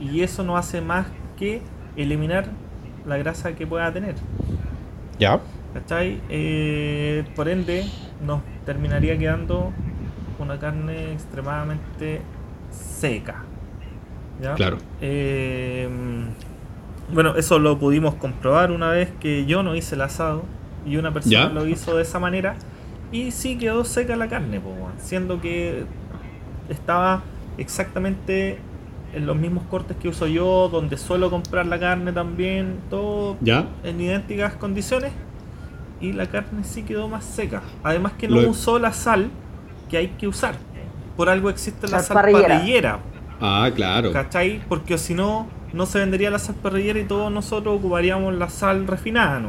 D: y eso no hace más que eliminar la grasa que pueda tener.
A: Ya.
D: ¿Cachai? Eh, por ende, nos terminaría quedando una carne extremadamente seca. ¿ya?
A: Claro.
D: Eh, bueno, eso lo pudimos comprobar una vez que yo no hice el asado y una
A: ¿Ya?
D: persona lo hizo de esa manera y sí quedó seca la carne, po, weón, siendo que estaba exactamente en los mismos cortes que uso yo, donde suelo comprar la carne también, todo
A: Ya.
D: en idénticas condiciones y la carne sí quedó más seca. Además que no
A: Lo-
D: usó la sal que hay que usar. Por algo existe la
B: Sal
D: sal
B: parrillera.
D: parrillera,
A: Ah, claro.
D: ¿cachai? Porque si no, no se vendería la sal parrillera y todos nosotros ocuparíamos la sal refinada, ¿no?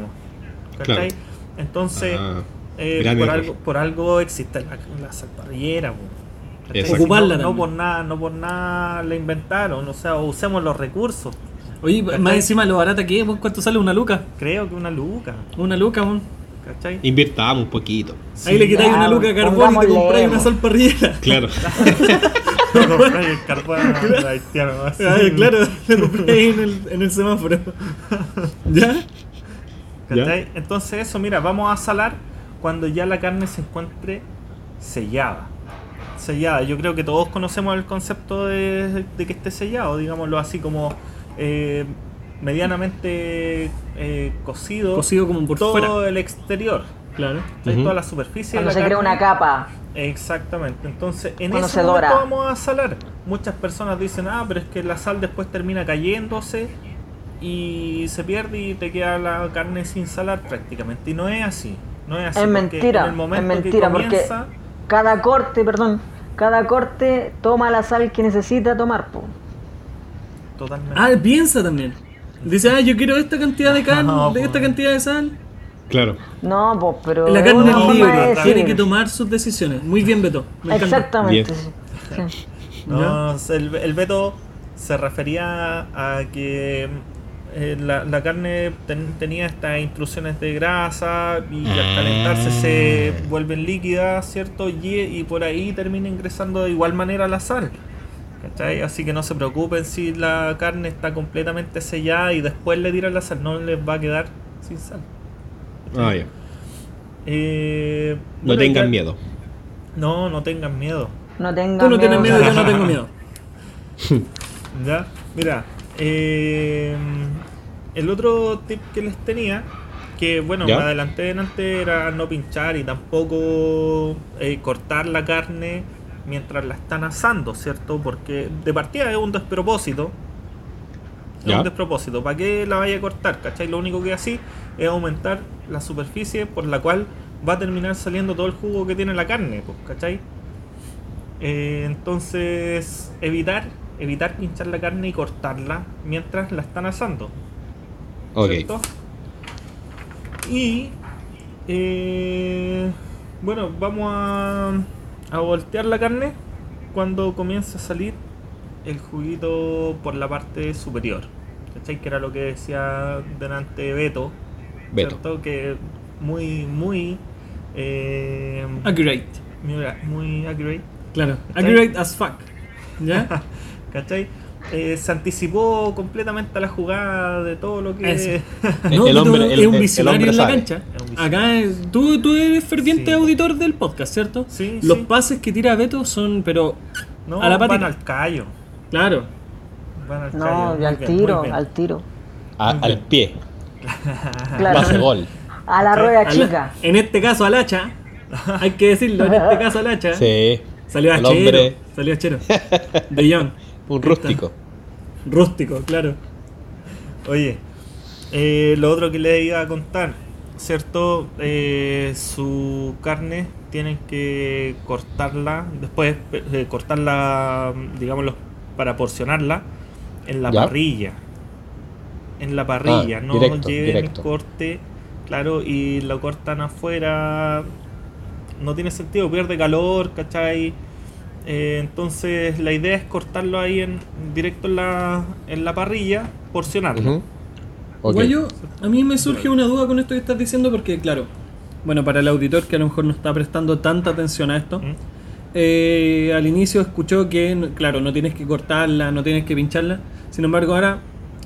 D: ¿Cachai?
A: Claro.
D: Entonces,
A: Ah,
D: eh,
A: gran
D: por,
A: error.
D: algo, por algo existe la, la sal parrillera, po. ¿Cachai?
A: Exacto.
D: Si
C: Ocuparla
D: no, no
C: también.
D: por nada, no por nada la inventaron, o sea, usemos los recursos.
C: Oye, más encima lo barata que es, pues, ¿cuánto sale una luca?
D: Creo que una luca,
C: Una luca, weón.
D: ¿cachai?
A: Invirtamos un poquito.
C: Ahí le quitáis
B: ya,
C: una luca a
B: weón,
C: carbón y te compráis
B: Ah, pongámosle,
C: una
B: weón.
C: sal parrillera.
A: Claro.
D: Comprar el carbón haitiano, así.
C: Ah, claro, le compráis en el, en el semáforo. ¿Ya?
D: ¿Cachai? Entonces eso, mira, vamos a salar cuando ya la carne se encuentre sellada. Sellada. Yo creo que todos conocemos el concepto de, de que esté sellado, digámoslo así como eh, medianamente eh, cocido,
C: Cocido como por
D: todo
C: fuera.
D: el exterior,
C: Claro.
D: ¿cachai?
A: Ujú.
D: toda la superficie. de
B: Cuando
D: la
B: se crea
D: carne.
B: una capa.
D: Exactamente. Entonces, en
B: Cuando
D: ese
B: se
D: momento
B: dora.
D: vamos a salar. Muchas personas dicen, ah, pero es que la sal después termina cayéndose y se pierde y te queda la carne sin salar prácticamente. Y no es así. No es así.
B: Es
D: porque
B: mentira,
D: En el momento
B: es mentira,
D: que
B: porque-
D: comienza,
B: Cada corte, perdón, cada corte toma la sal que necesita tomar, po.
D: totalmente.
C: Ah, piensa también. Dice, ah, yo quiero esta cantidad de carne,
D: No,
C: de esta
D: weón.
C: cantidad de sal.
A: Claro.
B: No, pues, pero.
C: La
B: es
C: carne
B: una
C: es
B: forma de
C: libre,
B: decir.
C: tiene que tomar sus decisiones. Muy bien, Beto. Me encanta.
B: Exactamente. sí.
D: No, el, el veto se refería a que eh, la, la carne ten- tenía estas intrusiones de grasa y al calentarse se
A: Mm.
D: vuelven líquidas, ¿cierto? Y, y por ahí termina ingresando de igual manera la sal. ¿Cachai? Así que no se preocupen si la carne está completamente sellada y después le tiran la sal, no les va a quedar sin sal.
A: Ah, ya.
D: Eh,
A: No
D: bueno,
A: tengan
D: ya-
A: miedo.
D: No, no tengan miedo.
B: No tengas
C: Tú no tienes miedo, yo
B: Sara.
C: no tengo miedo.
D: ¿Ya? Mira, eh, el otro tip que les tenía, que bueno,
A: ¿Ya?
D: me adelanté delante, era no pinchar y tampoco eh, cortar la carne mientras la están asando, ¿cierto? Porque de partida es un despropósito. Es
A: ¿Ya?
D: un despropósito. ¿Para qué la vaya a cortar? ¿Cachai? Lo único que así es aumentar la superficie por la cual va a terminar saliendo todo el jugo que tiene la carne, pues, ¿cachai? Eh, entonces, evitar, evitar pinchar la carne y cortarla mientras la están asando.
A: Ok.
D: ¿cierto? Y eh, bueno, vamos a, a voltear la carne cuando comienza a salir el juguito por la parte superior. ¿Cachai? Que era lo que decía delante Beto.
A: Beto.
D: ¿cierto? Que muy, muy. eh,
C: Accurate.
D: mira, muy accurate.
C: Claro. Accurate as fuck. ¿Ya?
D: ¿Cachai? Eh, se anticipó completamente a la jugada de todo lo que.
C: Eso.
A: El-
C: No,
A: el
C: Beto
A: hombre- el-
C: es un
A: el- el hombre
C: visionario en la
A: sabe.
C: cancha.
D: Es un visionario.
C: Acá es- tú, tú eres ferviente
D: Sí.
C: auditor del podcast, ¿cierto?
D: Sí,
C: Los
D: sí.
C: pases que tira Beto son, pero.
D: No,
C: a la
D: van
C: patita.
D: al callo.
C: Claro.
D: Van al callo.
B: No,
D: muy
B: al
D: bien, muy
B: tiro,
D: bien.
B: al tiro.
A: A- al pie.
B: Claro.
A: Pase gol.
B: A la rueda
C: Al-
B: chica.
C: en este caso al hacha. Hay que decirlo, en este caso al hacha.
A: Sí.
C: Salió
A: El
C: achero.
A: hombre.
C: Salió achero. De John.
A: Un rústico.
C: Rústico, claro.
D: Oye, eh, lo otro que les iba a contar, ¿cierto? Eh, su carne tienen que cortarla, después eh, cortarla, digámoslo, para porcionarla en la
A: ¿Ya? Ah,
D: parrilla. En la parrilla, no
A: directo,
D: lleven
A: directo.
D: corte, claro, y lo cortan afuera. No tiene sentido, pierde calor, ¿cachai? Eh, entonces la idea es cortarlo ahí en directo en la, en la parrilla, porcionarlo.
A: Ujú. Ok.
C: Guayo, a mí me surge una duda con esto que estás diciendo porque, claro, bueno, para el auditor que a lo mejor no está prestando tanta atención a esto,
D: ¿Mm?
C: eh, al inicio escuchó que, no- claro, no tienes que cortarla, no tienes que pincharla, sin embargo ahora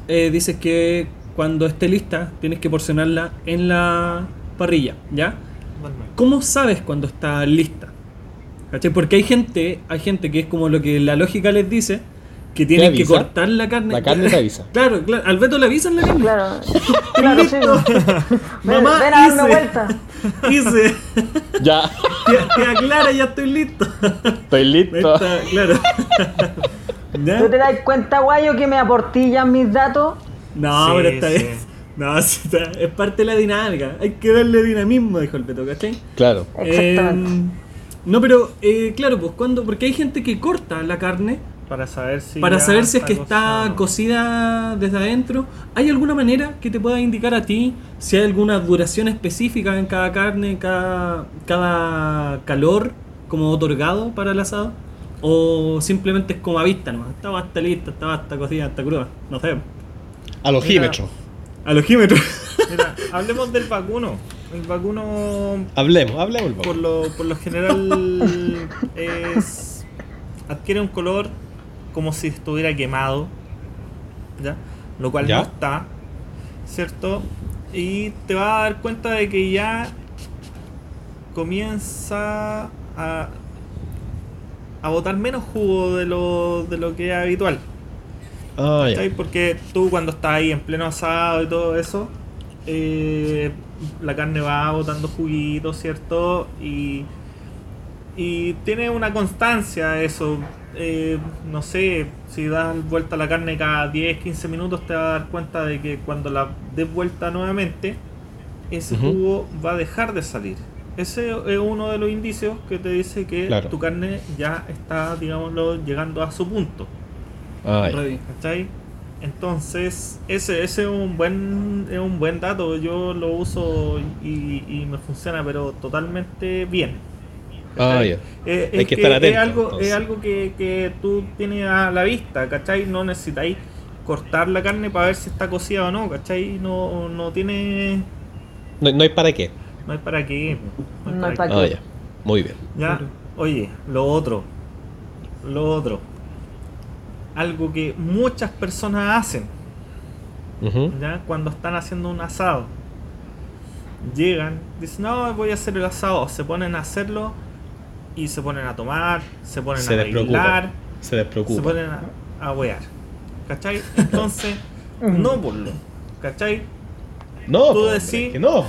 C: eh, dices que cuando esté lista tienes que porcionarla en la parrilla, ¿ya?
D: Totalmente.
C: ¿Cómo sabes cuando está lista? ¿Cachai? Porque hay gente, hay gente que es como lo que la lógica les dice, que tienen que
A: avisa?
C: cortar la carne.
A: La carne te avisa.
C: Claro, claro, al Beto le avisan la carne.
B: Claro. Claro, sí. Ven,
C: Mamá,
B: ven a darme
C: hice.
B: vuelta.
C: Dice,
A: Ya.
C: te, te aclara, ya estoy listo.
A: Estoy listo.
C: Está, claro.
B: ¿Tú te
C: ¿Ya? ¿Eh?
B: das cuenta, guayo, que me aportillan mis datos?
C: No,
D: Sí,
C: pero está
D: sí.
C: bien. No, sí, está- es parte de la dinámica. Hay que darle dinamismo, dijo el Beto, ¿cachai?
A: Claro.
B: Exactamente.
C: Eh, no, pero eh, claro, pues cuando. Porque hay gente que corta la carne
D: Para saber si.
C: para
D: ya
C: saber si es que
D: cocido o
C: está
D: no.
C: cocida desde adentro. ¿Hay alguna manera que te pueda indicar a ti si hay alguna duración específica en cada carne, en cada, cada calor como otorgado para el asado? ¿O simplemente es como a vista nomás? Está hasta lista, está hasta cocida, está cruda. No sé.
A: Al ojímetro.
C: Al ojímetro.
D: Mira, hablemos del vacuno. El vacuno,
A: Hablemos, hablemos.
D: por lo, por lo general, es, adquiere un color como si estuviera quemado, ¿ya? Lo cual
A: Ya.
D: no está, ¿cierto? Y te vas a dar cuenta de que ya comienza a, a botar menos jugo de lo, de lo que es habitual.
A: Ah, ya.
D: ¿Cachai? Porque tú cuando estás ahí en pleno asado y todo eso, eh, la carne va botando juguitos, ¿cierto? Y, y tiene una constancia eso. Eh, no sé, si das vuelta a la carne cada 10, 15 minutos te vas a dar cuenta de que cuando la des vuelta nuevamente, ese
A: Ujú.
D: jugo va a dejar de salir. Ese es uno de los indicios que te dice que
A: Claro.
D: tu carne ya está, digámoslo, llegando a su punto.
A: Ah, ya.
D: ¿Cachai? Entonces, ese, ese es un buen es un buen dato, yo lo uso y, y me funciona, pero totalmente bien.
A: Ah, ya.
D: Eh,
A: Hay
D: es
A: que estar atento,
D: Es algo,
A: entonces.
D: es algo que, que tú tienes a la vista, ¿cachai? No necesitáis cortar la carne para ver si está cocida o no, ¿cachai? No, no tiene...
A: No, no hay para qué.
D: No hay para qué.
B: No hay
D: para
B: para
D: qué.
A: Ah, ya. Muy bien.
D: Ya, oye, lo otro. Lo otro. Algo que muchas personas hacen.
A: Ujú.
D: ¿ya? cuando están haciendo un asado. Llegan, dicen, no, voy a hacer el asado. Se ponen a hacerlo y se ponen a tomar, se ponen
A: Se
D: a
A: despreocupa.
D: bailar,
A: Se
D: se
A: despreocupa.
D: ponen a, a wear. ¿Cachai? Entonces, no por lo. ¿Cachai?
A: No,
D: Tú
A: po, hombre,
D: decís-
A: que no.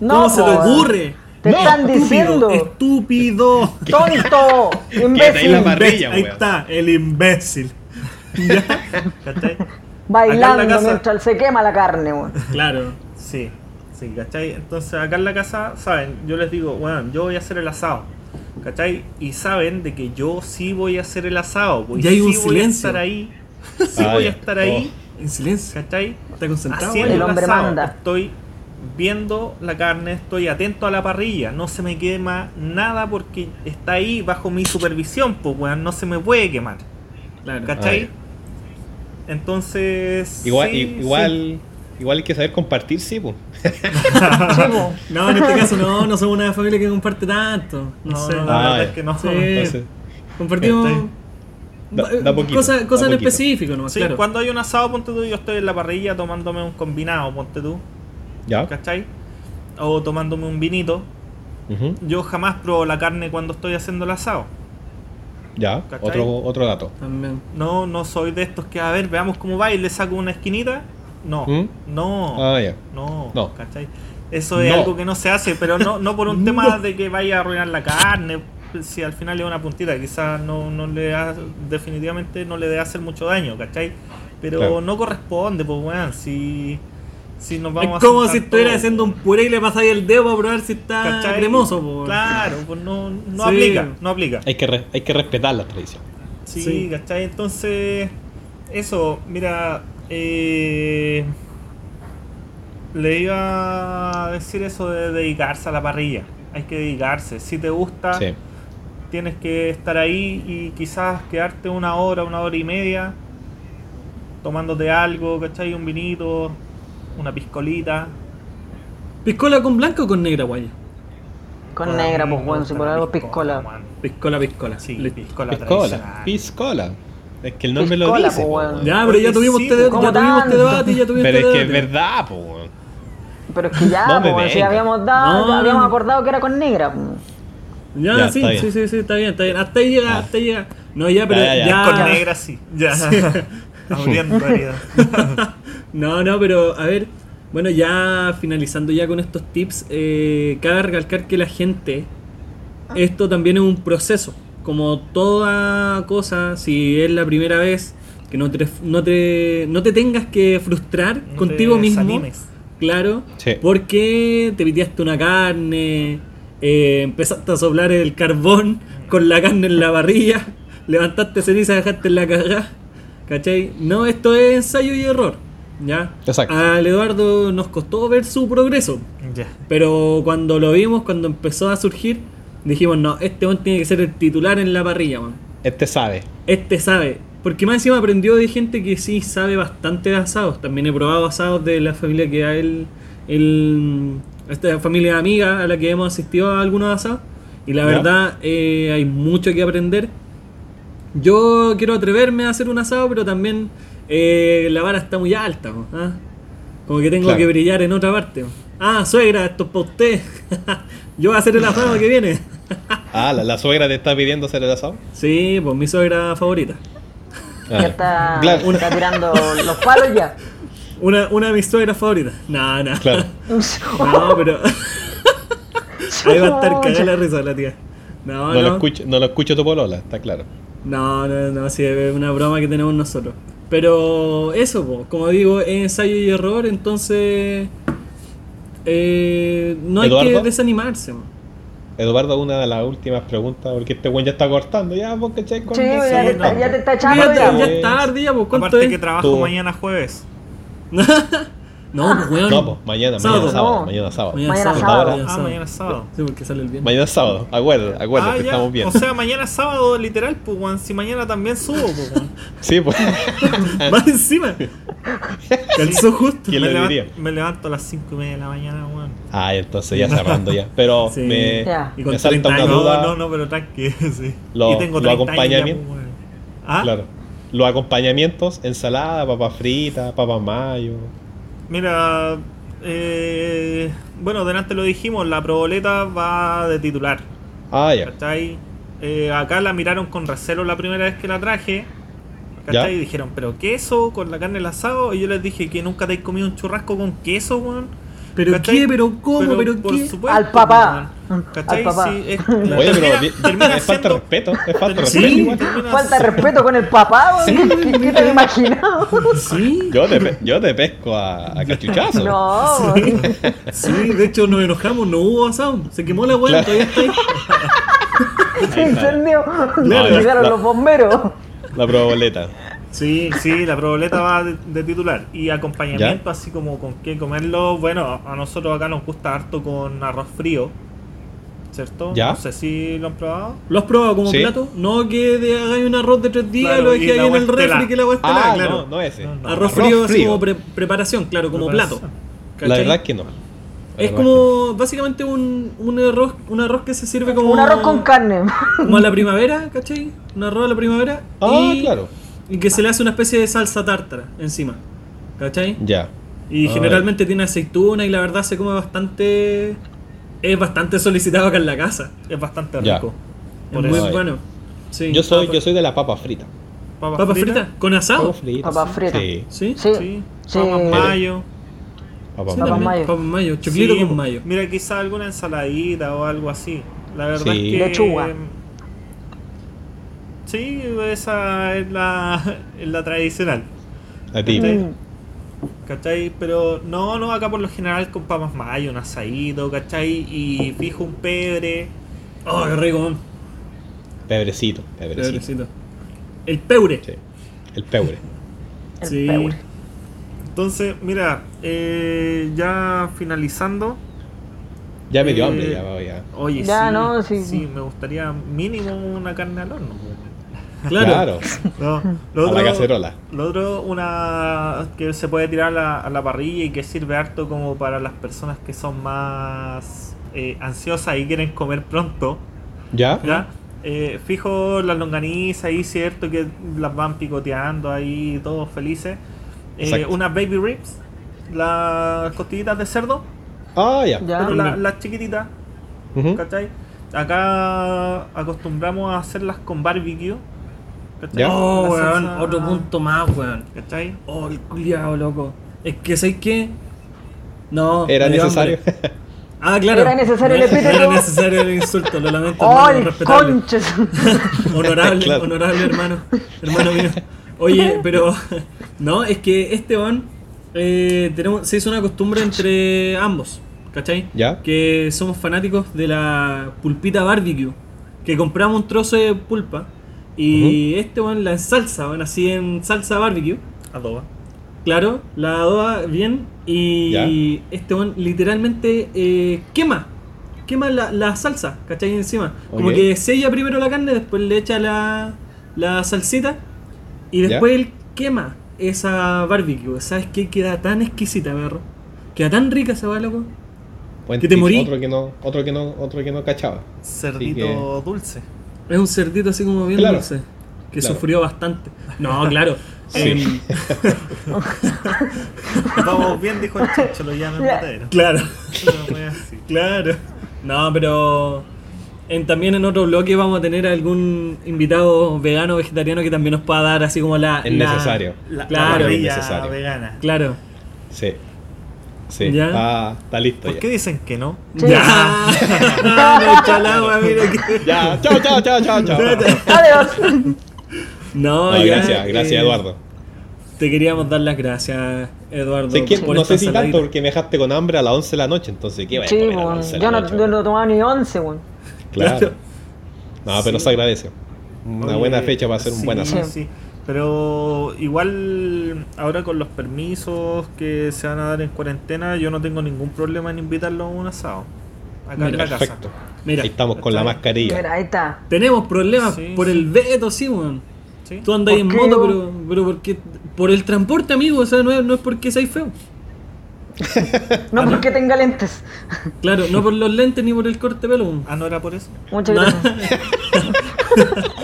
B: No,
C: ¿Cómo se te
B: po,
C: ocurre?
B: Te
A: No,
B: están
C: Estúpido,
B: diciendo.
C: estúpido.
B: ¡Tonto!
A: Quédate ahí la
B: ¡Imbécil!
A: par- Parrilla,
C: Ahí
A: weón.
C: está, el imbécil.
D: ¿Cachai? Acá en la
B: Bailando
D: casa-
B: mientras se quema la carne, weón.
C: Claro.
D: Sí, sí, ¿cachai? Entonces acá en la casa, saben, yo les digo, bueno, yo voy a hacer el asado. ¿Cachai? Y saben de que yo sí voy a hacer el asado. pues,
C: Y hay
D: sí
C: un
D: voy a
C: silencio.
D: estar ahí. Sí
A: Ah,
D: voy
A: ya.
D: a estar ahí.
C: En silencio.
D: ¿Cachai?
C: Está concentrado.
D: Haciendo
B: El
C: weón.
B: hombre
D: asado.
B: manda.
D: Estoy viendo la carne, estoy atento a la parrilla, no se me quema nada porque está ahí bajo mi supervisión, pues weón, no se me puede quemar.
C: Claro.
D: ¿Cachai? Entonces.
A: Igual,
D: sí,
A: i- igual, igual hay que saber compartir, sí, po.
C: No, en este caso no, no somos una familia que comparte tanto.
D: sí.
C: No,
D: No,
C: sé.
D: no, la
A: Ah,
D: verdad
A: ya.
D: es que no.
C: Sí.
A: Entonces,
C: Compartimos
D: Estoy-
A: Da- da poquito,
C: cosas
A: da
C: cosas en
A: poquito.
C: específico nomás,
D: Sí,
C: claro.
D: cuando hay un asado, ponte tú, yo estoy en la parrilla tomándome un combinado, ponte tú,
A: ya.
D: ¿cachai? O tomándome un vinito.
A: Ujú.
D: Yo jamás pruebo la carne cuando estoy haciendo el asado.
A: Ya.
D: ¿Cachai?
A: Otro, otro dato.
C: También.
D: No, no soy de estos que, a ver, veamos cómo va y le saco una esquinita. No,
A: ¿Mm?
D: no,
A: Ah, ya.
D: no,
A: no.
D: ¿cachai? Eso es
A: No.
D: algo que no se hace, pero no, no por un tema de que vaya a arruinar la carne. Si al final es una puntita, quizás no, no le ha- definitivamente no le debe hacer mucho daño, ¿cachai? Pero
A: Claro.
D: no corresponde, pues weón, si, si nos vamos
C: Es como
D: sentar
C: si estuviera
D: todos,
C: haciendo un puré y le pasáis el dedo para probar si está
D: ¿cachai?
C: cremoso. po.
D: Claro, pues no, no
C: Sí.
D: aplica, no aplica.
A: Hay que, re- hay que respetar la tradición.
D: Sí,
C: Sí.
D: ¿cachai? Entonces, eso, mira, eh, le iba a decir eso de dedicarse a la parrilla. Hay que dedicarse. Si te gusta,
A: Sí.
D: tienes que estar ahí y quizás quedarte una hora, una hora y media, tomándote algo, ¿cachai? Un vinito, una piscolita.
C: ¿Piscola con blanca o con negra, guay?
B: Con negra, pues, weón, si por algo
D: piscola,
B: piscola.
D: weón.
C: Piscola, piscola.
D: Sí,
C: Listo.
D: piscola,
A: Piscola.
D: tradicional.
A: Piscola. Es que el nombre
B: Piscola,
A: lo dice.
B: po,
A: po,
B: weón.
A: weón.
C: Ya, pero ya
D: Oye,
C: tuvimos,
D: sí,
C: este,
D: pues, po,
C: ya
B: ¿cómo
C: tuvimos este
B: tanto?
C: debate, ya tuvimos
A: Pero es
C: este
A: que es
C: debate.
A: verdad, po. weón.
B: Pero es que ya,
A: No me
B: po, weón, si
A: venga.
B: habíamos, dado,
C: No,
B: habíamos
C: no.
B: acordado que era con negra. weón.
C: Ya,
A: Ya,
C: sí,
A: está bien. Ah.
C: sí, sí, sí, está bien, está bien. Hasta ahí llega, hasta ahí llega. No, ya, pero
A: Ya,
C: ya.
A: ya,
D: Con negra sí. Ya. Abriendo heridas.
C: No, no, pero a ver, bueno, ya finalizando ya con estos tips, eh, cabe recalcar que la gente,
D: Ah.
C: esto también es un proceso, como toda cosa, si es la primera vez, que no te, no te, no te tengas que frustrar
D: No te
C: contigo mismo
D: desanimes.
C: claro.
A: Sí.
C: Porque te piteaste una carne, eh, empezaste a soplar el carbón con la carne en la parrilla, levantaste ceniza, dejaste en la cagada. ¿Cachai? No, esto es ensayo y error. ¿Ya?
A: Exacto.
C: Al Eduardo nos costó ver su progreso.
D: Ya.
C: Pero cuando lo vimos, cuando empezó a surgir, dijimos, no, este one tiene que ser el titular en la parrilla, man.
A: Este sabe.
C: Este sabe. Porque más encima aprendió de gente que sí sabe bastante de asados. También he probado asados de la familia que a él, él- esta familia amiga a la que hemos asistido a algunos asados. Y la
A: Ya.
C: verdad eh, hay mucho que aprender. Yo quiero atreverme a hacer un asado, pero también eh, la vara está muy alta. po, ¿ah? Como que tengo
A: Claro.
C: que brillar en otra parte. po. Ah, suegra, esto es para usted. Yo voy a hacer el asado que viene.
A: Ah, la, la suegra te está pidiendo hacer el asado.
C: sí, pues mi suegra favorita.
A: Ah,
B: Ya está,
A: Claro.
B: está tirando los palos ya.
C: Una, una de mis suegras favoritas. No, no.
A: Claro.
C: No, pero. Ahí va a estar cagada la risa la tía. No,
A: No,
C: no.
A: Lo escucho, no lo escucho tu polola, está claro.
C: No, no, no, sí, es una broma que tenemos nosotros. Pero eso, po, como digo, es ensayo y error, entonces. eh, no hay
A: ¿Eduardo?
C: que desanimarse. mo.
A: Eduardo, una de las últimas preguntas, porque este buen ya está cortando. Ya, vos cachai
B: Sí,
A: cuando
B: ya,
A: se-
B: te
A: no,
B: está, ya te está
C: Ya,
B: echando ya,
C: ya
B: po.
C: es tarde, ya, po, ¿cuánto
D: Aparte
C: es?
D: que trabajo
A: Tú.
D: mañana jueves.
C: No, pues, weón.
A: No, pues mañana,
C: Sábado.
A: mañana sábado,
B: No.
A: mañana sábado.
C: Mañana,
B: Mañana
C: sábado.
B: sábado.
D: Ah, mañana es sábado.
C: Sí, porque sale el viernes.
A: Mañana sábado, acuérdate,
D: Ah,
A: acuérdate,
D: ya.
A: estamos bien.
D: O sea, mañana es sábado, literal, pues, weón. Si mañana también subo, pues, weón.
A: sí, pues.
C: Más encima. Calzó justo.
A: ¿Quién lo
D: me, levan-
A: diría?
D: me levanto a las 5 y media de la mañana, weón.
A: Ay, Ah, entonces ya cerrando ya. Pero
C: Sí.
A: me,
B: Ya.
C: Y con
A: me salta
C: 30
A: una
C: años.
A: duda.
D: No, no, no, pero tranqui, sí.
A: Lo- lo
D: 30 años
A: acompaña
D: ya,
A: bien.
D: pues, weón. ¿Ah?
A: Claro. Los acompañamientos, ensalada, papas fritas, papas mayo.
D: Mira, eh, bueno, delante lo dijimos, la proboleta va de titular.
A: Ah, ya.
D: ¿Cachai? Eh, acá la miraron con recelo la primera vez que la traje.
A: Ya.
D: ¿Cachai? Y dijeron, ¿pero queso con la carne del asado? Y yo les dije que nunca te he comido un churrasco con queso, weón.
C: ¿Pero
D: ¿Cachai?
C: qué? ¿Pero cómo? ¿Pero
D: por
C: qué?
D: supuesto,
B: Al papá.
D: weón. ¿Cachai?
B: Al papá.
D: Sí, es-
A: Oye, pero
D: termina-
A: bien-
D: termina
A: es falta de
D: siendo-
A: respeto, es falta de
D: Sí.
A: respeto igual.
D: termina
B: Falta de respeto con el papá, weón. ¿Qué, qué te has imaginado?
C: Sí,
A: Yo te, pe- yo te pesco a, a cachuchazo.
B: No, weón.
C: sí, de hecho nos enojamos, no hubo asado. Se quemó la weá,
A: Claro.
C: todavía está ahí.
B: se incendió.
A: No, no,
B: Llegaron
A: no.
B: los bomberos.
A: La proboleta.
D: Sí, sí, la proboleta va de, de titular. Y acompañamiento, así como con qué comerlo. Bueno, a nosotros acá nos gusta harto con arroz frío. ¿Cierto?
A: Ya.
D: No sé si lo han probado.
C: ¿Lo has probado como
A: Sí.
C: plato? No que de- hagáis un arroz de tres días,
D: Claro,
C: lo
D: y
C: dejé
D: la
C: ahí en
D: hueá
C: el
D: estelada.
C: refri que la hueá estelada,
A: Ah,
C: claro.
A: no, no ese.
D: No, no.
C: arroz
A: arroz
C: frío es
A: frío.
C: como pre- preparación, claro, como
D: Preparación.
C: plato.
A: La
C: ¿cachai?
A: verdad es que no. La
C: Es
A: verdad
C: como básicamente un, un arroz, un arroz que se sirve como
B: Un arroz con carne.
C: como a la primavera, ¿cachai? Un arroz a la primavera
A: Ah,
C: y,
A: claro.
C: y que se le hace una especie de salsa tártara encima. ¿Cachai?
A: que- Ya.
C: Y
A: Ah,
C: generalmente tiene aceituna y la verdad se come bastante. Es bastante solicitado acá en la casa.
D: Es bastante
A: Ya.
D: rico.
C: Es
D: Por
C: muy
D: eso.
A: Ay.
C: bueno. Sí.
A: Yo soy,
C: Papa-
A: yo soy de la papa frita.
D: Papas,
C: Papas
D: fritas.
C: fritas con asado.
A: Papas fritas.
B: Papas fritas.
A: Sí.
C: Ah, Sí.
B: Sí,
D: Sí.
B: sí.
D: Papas mayo.
A: Papas
C: Sí,
B: Papas
C: también.
A: fritas.
B: mayo.
C: Papas mayo. Choclito
D: Sí,
C: con
A: pues,
C: mayo.
D: Mira, quizá alguna ensaladita o algo así. La verdad
A: Sí.
D: es que.
B: Lechuga.
D: Sí, esa es la, es la tradicional.
A: A ti.
B: Mm.
D: ¿Cachai? Pero no, no, acá por lo general con papas mayo, un asadito, ¿cachai? Y fijo un pebre.
C: Oh, qué rico, man.
A: Pebrecito. Pebrecito.
C: Pobrecito. El peure.
A: Sí. El pebre.
B: El
C: Sí.
B: pebre.
D: Entonces, mira, eh, ya finalizando.
A: Ya me dio
D: Eh,
A: hambre, ya, ya.
D: Oye,
B: Ya,
D: sí,
B: no, sí.
D: me gustaría mínimo una carne al horno. pues, po.
C: Claro.
D: No,
C: Hmm.
A: A
D: lo
A: la
D: otro-
A: cacerola.
D: Lo otro, una que se puede tirar a la, a la parrilla y que sirve harto como para las personas que son más eh, ansiosas y quieren comer pronto.
A: ¿Ya?
D: ¿Ya? Eh, fijo las longanizas ahí, cierto, que las van picoteando ahí, todos felices. Eh,
A: Exacto.
D: unas baby ribs, las costillitas de cerdo,
A: Ah, ya.
B: Ya.
D: pero la- las chiquititas,
A: Ujú.
D: ¿cachai? Acá acostumbramos a hacerlas con barbecue. ¿cachai?
A: Ya.
C: Oh,
D: Una
C: weón.
D: salsa-
C: Otro punto más, weón.
D: ¿Cachai?
C: Oh, el culiao, loco. Es que, ¿sabes qué? No.
A: Era
C: me dio
A: necesario.
C: hambre. Ah, claro.
B: Era necesario el
C: No, no Era
B: epíteto.
C: necesario el insulto, lo lamento.
B: ¡Oh,
C: hermano,
B: el
C: respetable.
B: conches!
C: Honorable,
A: Claro.
C: honorable hermano, hermano mío. Oye, pero no, es que este on eh, tenemos, se hizo una costumbre entre ambos, ¿cachai?
A: Ya.
C: Que somos fanáticos de la pulpita barbecue. Que compramos un trozo de pulpa y este, bueno, la ensalza, bueno, así en salsa barbecue.
D: Adoba.
C: Claro, la adoba bien y
A: Ya.
C: este weón literalmente eh, quema, quema la, la salsa, ¿cachai? Encima. Como
A: Ok.
C: que sella primero la carne, después le echa la, la salsita y
A: Ya.
C: después él quema esa barbecue. ¿Sabes qué? Queda tan exquisita, perro. Queda tan rica esa va, loco.
A: Buen
C: ¿Que te
A: tip,
C: morí?
A: Otro que no, otro que no, otro que no cachaba.
D: Cerdito
A: que-
D: dulce.
C: Es un cerdito así como bien
A: Claro.
C: dulce, que
A: Claro.
C: sufrió bastante. No, claro. Em,
D: Vamos bien, dijo el chicho, lo llama el
B: Ya.
D: matadero.
C: claro.
D: Una wea así.
C: Claro. No, pero en- también en otro bloque vamos a tener algún invitado vegano o vegetariano que también nos pueda dar así como la...
A: Es
C: la-
A: necesario.
D: La,
C: Claro.
D: la parrilla
A: Necesario.
D: vegana.
C: Claro.
A: Sí. Sí.
C: Ya.
A: Está, está listo
D: ¿Por qué
A: ya.
D: dicen que no?
B: Sí.
C: Ya. no, chalagua, mira que-
A: Ya, chao, chao, chao, chao, chao.
B: Adiós.
C: No,
A: No,
C: ya,
A: gracias, gracias
C: eh,
A: Eduardo.
C: Te queríamos dar las gracias, Eduardo.
A: Sé que-
C: por
A: no
C: esta
A: sé si
C: ensaladita.
A: tanto porque me dejaste con hambre a las 11 de la noche, entonces ¿qué vaya a
B: Sí,
A: comer a las
B: weón.
A: 11 de
B: yo,
A: la
B: no,
A: noche?
B: yo no tomaba ni once, weón.
A: Claro.
C: Claro.
A: No, pero se agradece. Una
D: Oye,
A: buena fecha para hacer un
D: sí,
A: buen asado.
D: sí. Pero igual ahora con los permisos que se van a dar en cuarentena, yo no tengo ningún problema en invitarlo a un asado. Acá en
C: Mira,
D: la
A: Perfecto.
D: casa.
C: Mira,
A: Ahí estamos con la
D: Está bien.
A: mascarilla.
B: Mira, ahí está.
C: tenemos problemas
D: Sí,
C: por
D: sí.
C: el veto, sí, weón.
D: ¿Sí?
C: Tú andas
B: ¿Por
C: en
B: qué,
C: moto, pero,
B: weón?
C: pero porque, por el transporte, amigo. O sea, no es, no es porque seas feo. Ah,
B: No porque tenga lentes.
C: Claro, no por los lentes ni por el corte de pelo. weón.
D: Ah, no era por eso.
B: Muchas
C: No.
B: gracias.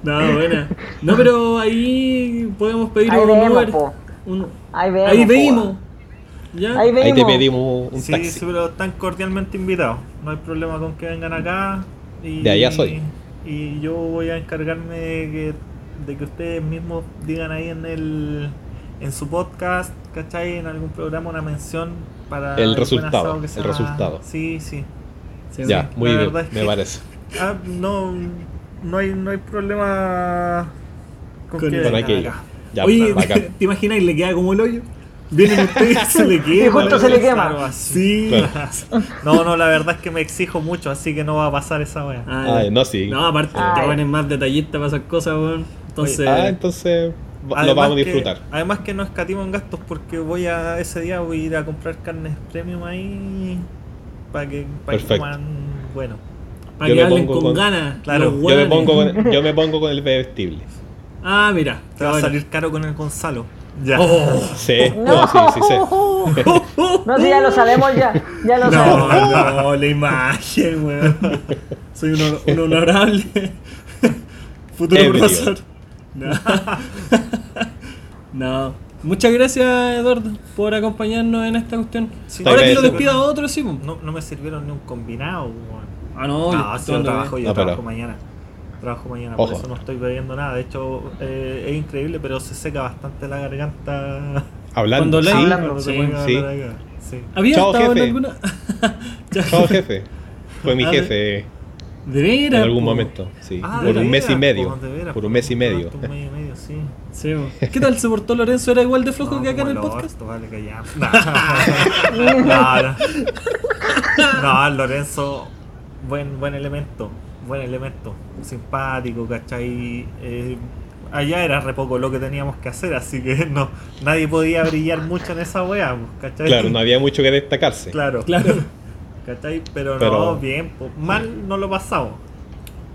C: No, buena. No, pero ahí podemos pedir
B: Ahí
C: un
B: vemos,
C: Uber.
B: po.
C: un-
B: Ahí vemos.
C: Ahí
B: po,
C: veimos.
B: weón.
C: ¿Ya?
B: Ahí
A: Ahí te
B: vemos.
A: pedimos un
D: sí,
A: taxi.
D: sí, pero están cordialmente invitados. No hay problema con que vengan acá. Y,
A: De allá soy.
D: Y yo voy a encargarme de que, de que ustedes mismos digan ahí en el en su podcast, ¿cachai? En algún programa una mención para
A: El
D: buen
A: resultado,
D: asado que
A: el
D: se
A: resultado.
D: Sí, sí.
C: Sí,
A: ya, muy
D: la
A: bien,
D: verdad es
A: me
D: que-
A: parece.
D: Ah, no, no hay, no hay problema con,
C: Con
D: que
C: el-
A: Con
D: vengan
A: aquello.
D: acá.
A: Ya,
C: Oye,
A: bacán.
C: ¿te imaginas? Le queda como el hoyo. Vienen ustedes, se le quema.
B: Y justo se le quema.
D: Claro, así.
C: Sí.
A: Claro.
D: No, no, la verdad es que me exijo mucho, así que no va a pasar esa wea.
C: Ah,
A: Ay, no, sí.
C: No, aparte,
B: Ay.
C: te ponen más detallista para esas cosas, weón. Entonces,
A: Ah, entonces va- lo
D: Además
A: vamos a
D: que-
A: disfrutar.
D: además que no escatimo en gastos porque voy a ese día voy a ir a comprar carnes premium ahí para que para que
A: Perfecto.
D: coman bueno.
C: para
A: yo
C: que
A: me
C: hablen
A: pongo
C: con,
A: con-
C: ganas.
D: Claro,
C: los
D: yo
A: Yo me,
C: weones.
A: pongo con, yo me pongo con el vestible.
C: Ah, mira.
D: Te va a
C: ahora.
D: salir caro con el Gonzalo. Ya.
C: Oh.
A: Sí,
B: No,
A: no, sí, sí, sé.
B: No, sí, ya lo sabemos, ya. Ya lo sabemos.
C: No, no, la imagen, weón. Soy un, hon- un honorable futuro
A: Ebrio.
C: profesor. No. No. Muchas gracias, Eduardo, por acompañarnos en esta cuestión.
D: Sí,
C: Ahora que
A: agradezco.
C: lo despida a otro, sí. po.
D: No, no me sirvieron ni un combinado. weón.
C: Ah, no, yo
D: No,
C: estoy
D: si yo
C: tomando
D: trabajo, yo
A: No, Ah, pero-
D: trabajo mañana. Trabajo mañana,
A: Ojo.
D: por eso no estoy bebiendo nada. De hecho, eh, es increíble, pero se seca bastante la garganta.
A: Hablando,
C: Cuando
A: sí.
C: hablan-
D: Cuando te
C: sí,
D: pones a
A: sí.
D: hablar acá. Sí.
C: bien. ¿Había
A: Chao,
C: estado en
A: jefe.
C: alguna...? Chao.
A: Chao, jefe. Fue mi
C: Ah,
A: jefe
C: De veras,
A: en algún
C: po.
A: momento. Sí,
D: Ah,
A: por
D: de
A: un mes y
D: veras,
A: medio.
D: po, Ah, de veras,
A: Por un mes y medio.
D: Un mes y medio, sí.
C: Sí, po. ¿Qué tal se portó Lorenzo? ¿Era igual de flojo
D: No,
C: que acá en
D: como
C: el
D: el
C: podcast?
D: orto, vale, que ya. No, no, no. No, Lorenzo, buen, buen elemento, buen elemento, simpático, ¿cachai? Eh, allá era re poco lo que teníamos que hacer, así que no, nadie podía brillar mucho en esa wea, pues, ¿cachai?
A: Claro, no había mucho que destacarse.
D: Claro,
C: Claro.
D: ¿cachai? Pero,
A: Pero-
D: no, bien, pues, mal no lo pasamos.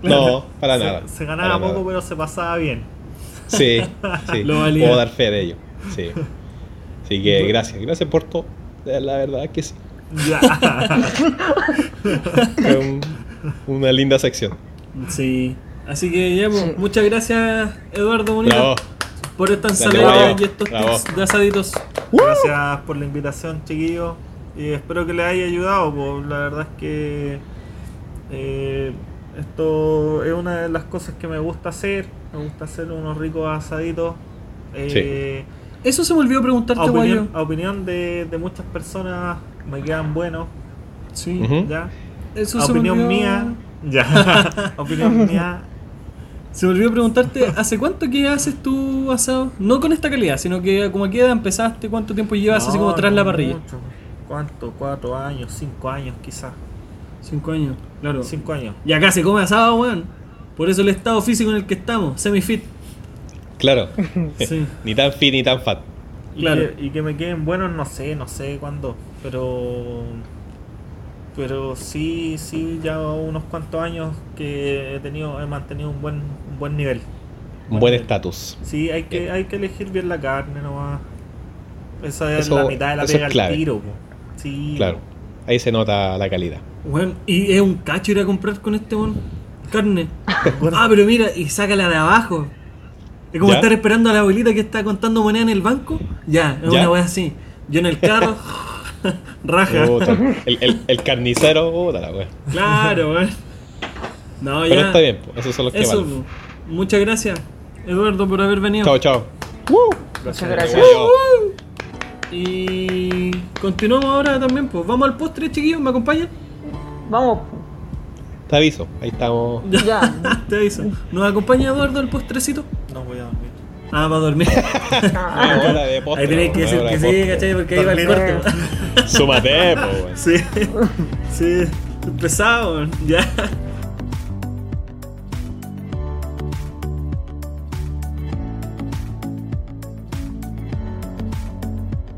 A: No, para
D: se,
A: nada.
D: Se ganaba
A: para nada.
D: poco, pues. pero se pasaba bien.
A: Sí, sí.
C: Lo valía.
A: Puedo dar fe de ello. Sí. Así que gracias, gracias por todo. Eh, La verdad que sí.
D: Ya.
A: Fue un- una linda sección.
C: Sí. Así que ya, po. muchas gracias, Eduardo Bonito.
A: Bravo.
C: por esta
A: Dale,
C: ensalada
A: Guayo.
C: y estos
A: Bravo.
C: tips de asaditos.
D: Gracias por la invitación, chiquillos. Y espero que les haya ayudado. po. La verdad es que eh, esto es una de las cosas que me gusta hacer. Me gusta hacer unos ricos asaditos. Eh,
C: Eso se me olvidó
D: a
C: preguntarte, Guayo.
D: opinión, a opinión de, de muchas personas me quedan buenos.
C: Sí.
A: Ujú.
D: ¿ya?
C: Eso
D: A
C: se me
D: Ah, opinión
C: olvidó.
D: mía. Ya. a opinión mía.
E: Se me olvidó preguntarte, ¿hace cuánto que haces tu asado? No con esta calidad, sino que como a qué edad empezaste, cuánto tiempo llevas así como tras
D: No,
E: la
D: no
E: parrilla.
D: mucho. ¿Cuánto? ¿Cuatro años? ¿Cinco años quizás?
E: Cinco años, claro.
D: Cinco años.
E: Y acá se come asado, weón. Por eso el estado físico en el que estamos, semi-fit.
G: Claro.
E: Sí.
G: ni tan fit ni tan fat.
D: Y,
E: Claro.
D: que, y que me queden buenos, no sé, no sé cuándo. Pero. Pero sí, sí, ya unos cuantos años que he tenido, he mantenido un buen, un buen nivel.
G: Un buen estatus.
D: Sí, hay
G: Eh.
D: que, hay que elegir bien la carne nomás. Esa es
G: Eso-
D: la mitad de la
G: eso
D: pega
G: es
D: al
G: clave.
D: tiro. po. Sí,
G: Claro. Ahí se nota la calidad.
E: Weón, y es un cacho ir a comprar con este weón carne. ah, pero mira, y sácala de abajo. Es como
G: ¿Ya?
E: estar esperando a la abuelita que está contando moneda en el banco. Ya, es
G: ¿Ya?
E: una wea así. Yo en el carro, raja.
G: Puta, el, el- el carnicero, puta la wea.
E: Claro, weón. No,
G: Pero
E: ya.
G: está bien, pues, esos son los que
E: Eso,
G: valen.
E: po. muchas gracias, Eduardo, por haber
C: pues.
E: venido.
G: Chao, chao.
B: Uh, Muchas
G: Chao,
B: gracias.
G: chao.
E: Y continuamos ahora también, pues. Vamos al postre, chiquillos, ¿me acompañan?
B: Vamos,
G: Te aviso, ahí estamos.
B: ya.
E: Te aviso. ¿Nos acompaña Eduardo al postrecito?
D: no voy a dormir.
E: Ah, va a dormir.
C: Ah,
B: Ah,
G: Una hora de postre,
E: ahí tenéis que decir
G: una hora
E: que sí,
G: de postre.
E: ¿cachai? Porque ahí va el
D: Dormir.
E: corte.
G: Súmate, po, weón.
E: Sí, sí, pesado, weón. ya.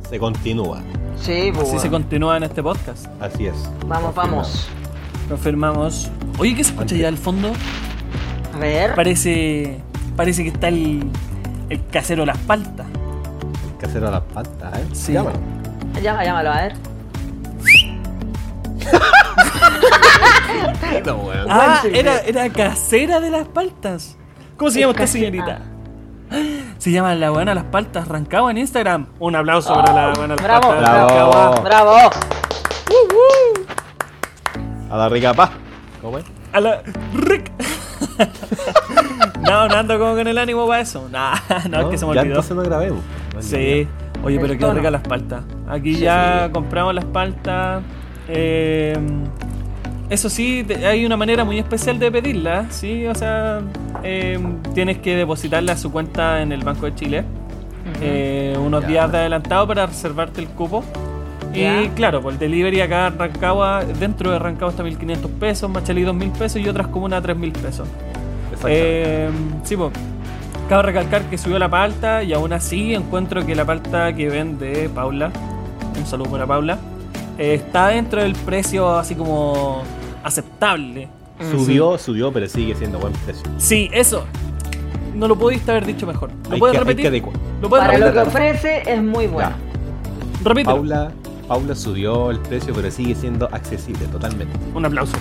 A: Se continúa.
B: Sí, pues.
C: Así se
B: bueno.
C: continúa en este podcast.
A: Así es.
B: Vamos, vamos.
C: Confirmamos. Oye, ¿qué se escucha allá al fondo?
B: A ver.
C: Parece. Parece que está el. el casero de las paltas.
A: El casero a las patas, ¿eh?
C: Sí.
A: Llámalo.
B: Llama, llámalo, a ver.
C: Ah,
B: Walter,
C: era, era casera de las paltas. ¿Cómo se llama esta
B: Casera.
C: señorita? Se llama La Buena Las Paltas, arrancaba en Instagram. Un aplauso para La Buena Las
B: Bravo,
C: Paltas.
A: bravo.
C: Rancagua.
B: ¡Bravo!
A: A la rica pa. ¿Cómo es?
C: A la Rick. no, no ando como con el ánimo para eso. Nah, no, es que se me
A: ya
C: olvidó.
A: entonces no grabemos. Bueno,
C: Sí. Oye,
B: El
C: pero qué
B: tono.
C: rica las paltas. Aquí ya compramos las paltas. Eh, eso sí, te- hay una manera muy especial de pedirlas, ¿sí? O sea, eh, tienes que depositarla a su cuenta en el Banco de Chile. eh, unos
A: Ya.
C: días de adelantado para reservarte el cupo. Y
B: Ya.
C: claro, por el delivery acá en Rancagua, dentro de Rancagua está 1.500 pesos, Machalí 2.000 pesos y otras comunas 3.000 pesos.
A: Exactamente.
C: Eh, sí, pues. Cabe recalcar que subió la palta y aún así encuentro que la palta que vende Paula, un saludo para Paula, eh, está dentro del precio así como aceptable.
A: Mm. subió, subió, pero sigue siendo buen precio.
C: Sí, eso. No lo pudiste haber dicho mejor. ¿Lo
A: Hay
C: puedes
A: que- hay
C: repetir?
A: que adecu-
C: ¿Lo puedes
B: Para lo que
C: repetir?
B: ofrece es muy bueno.
A: Ya.
C: Repítelo.
A: Paula, Paula subió el precio, pero sigue siendo accesible totalmente.
C: Un aplauso.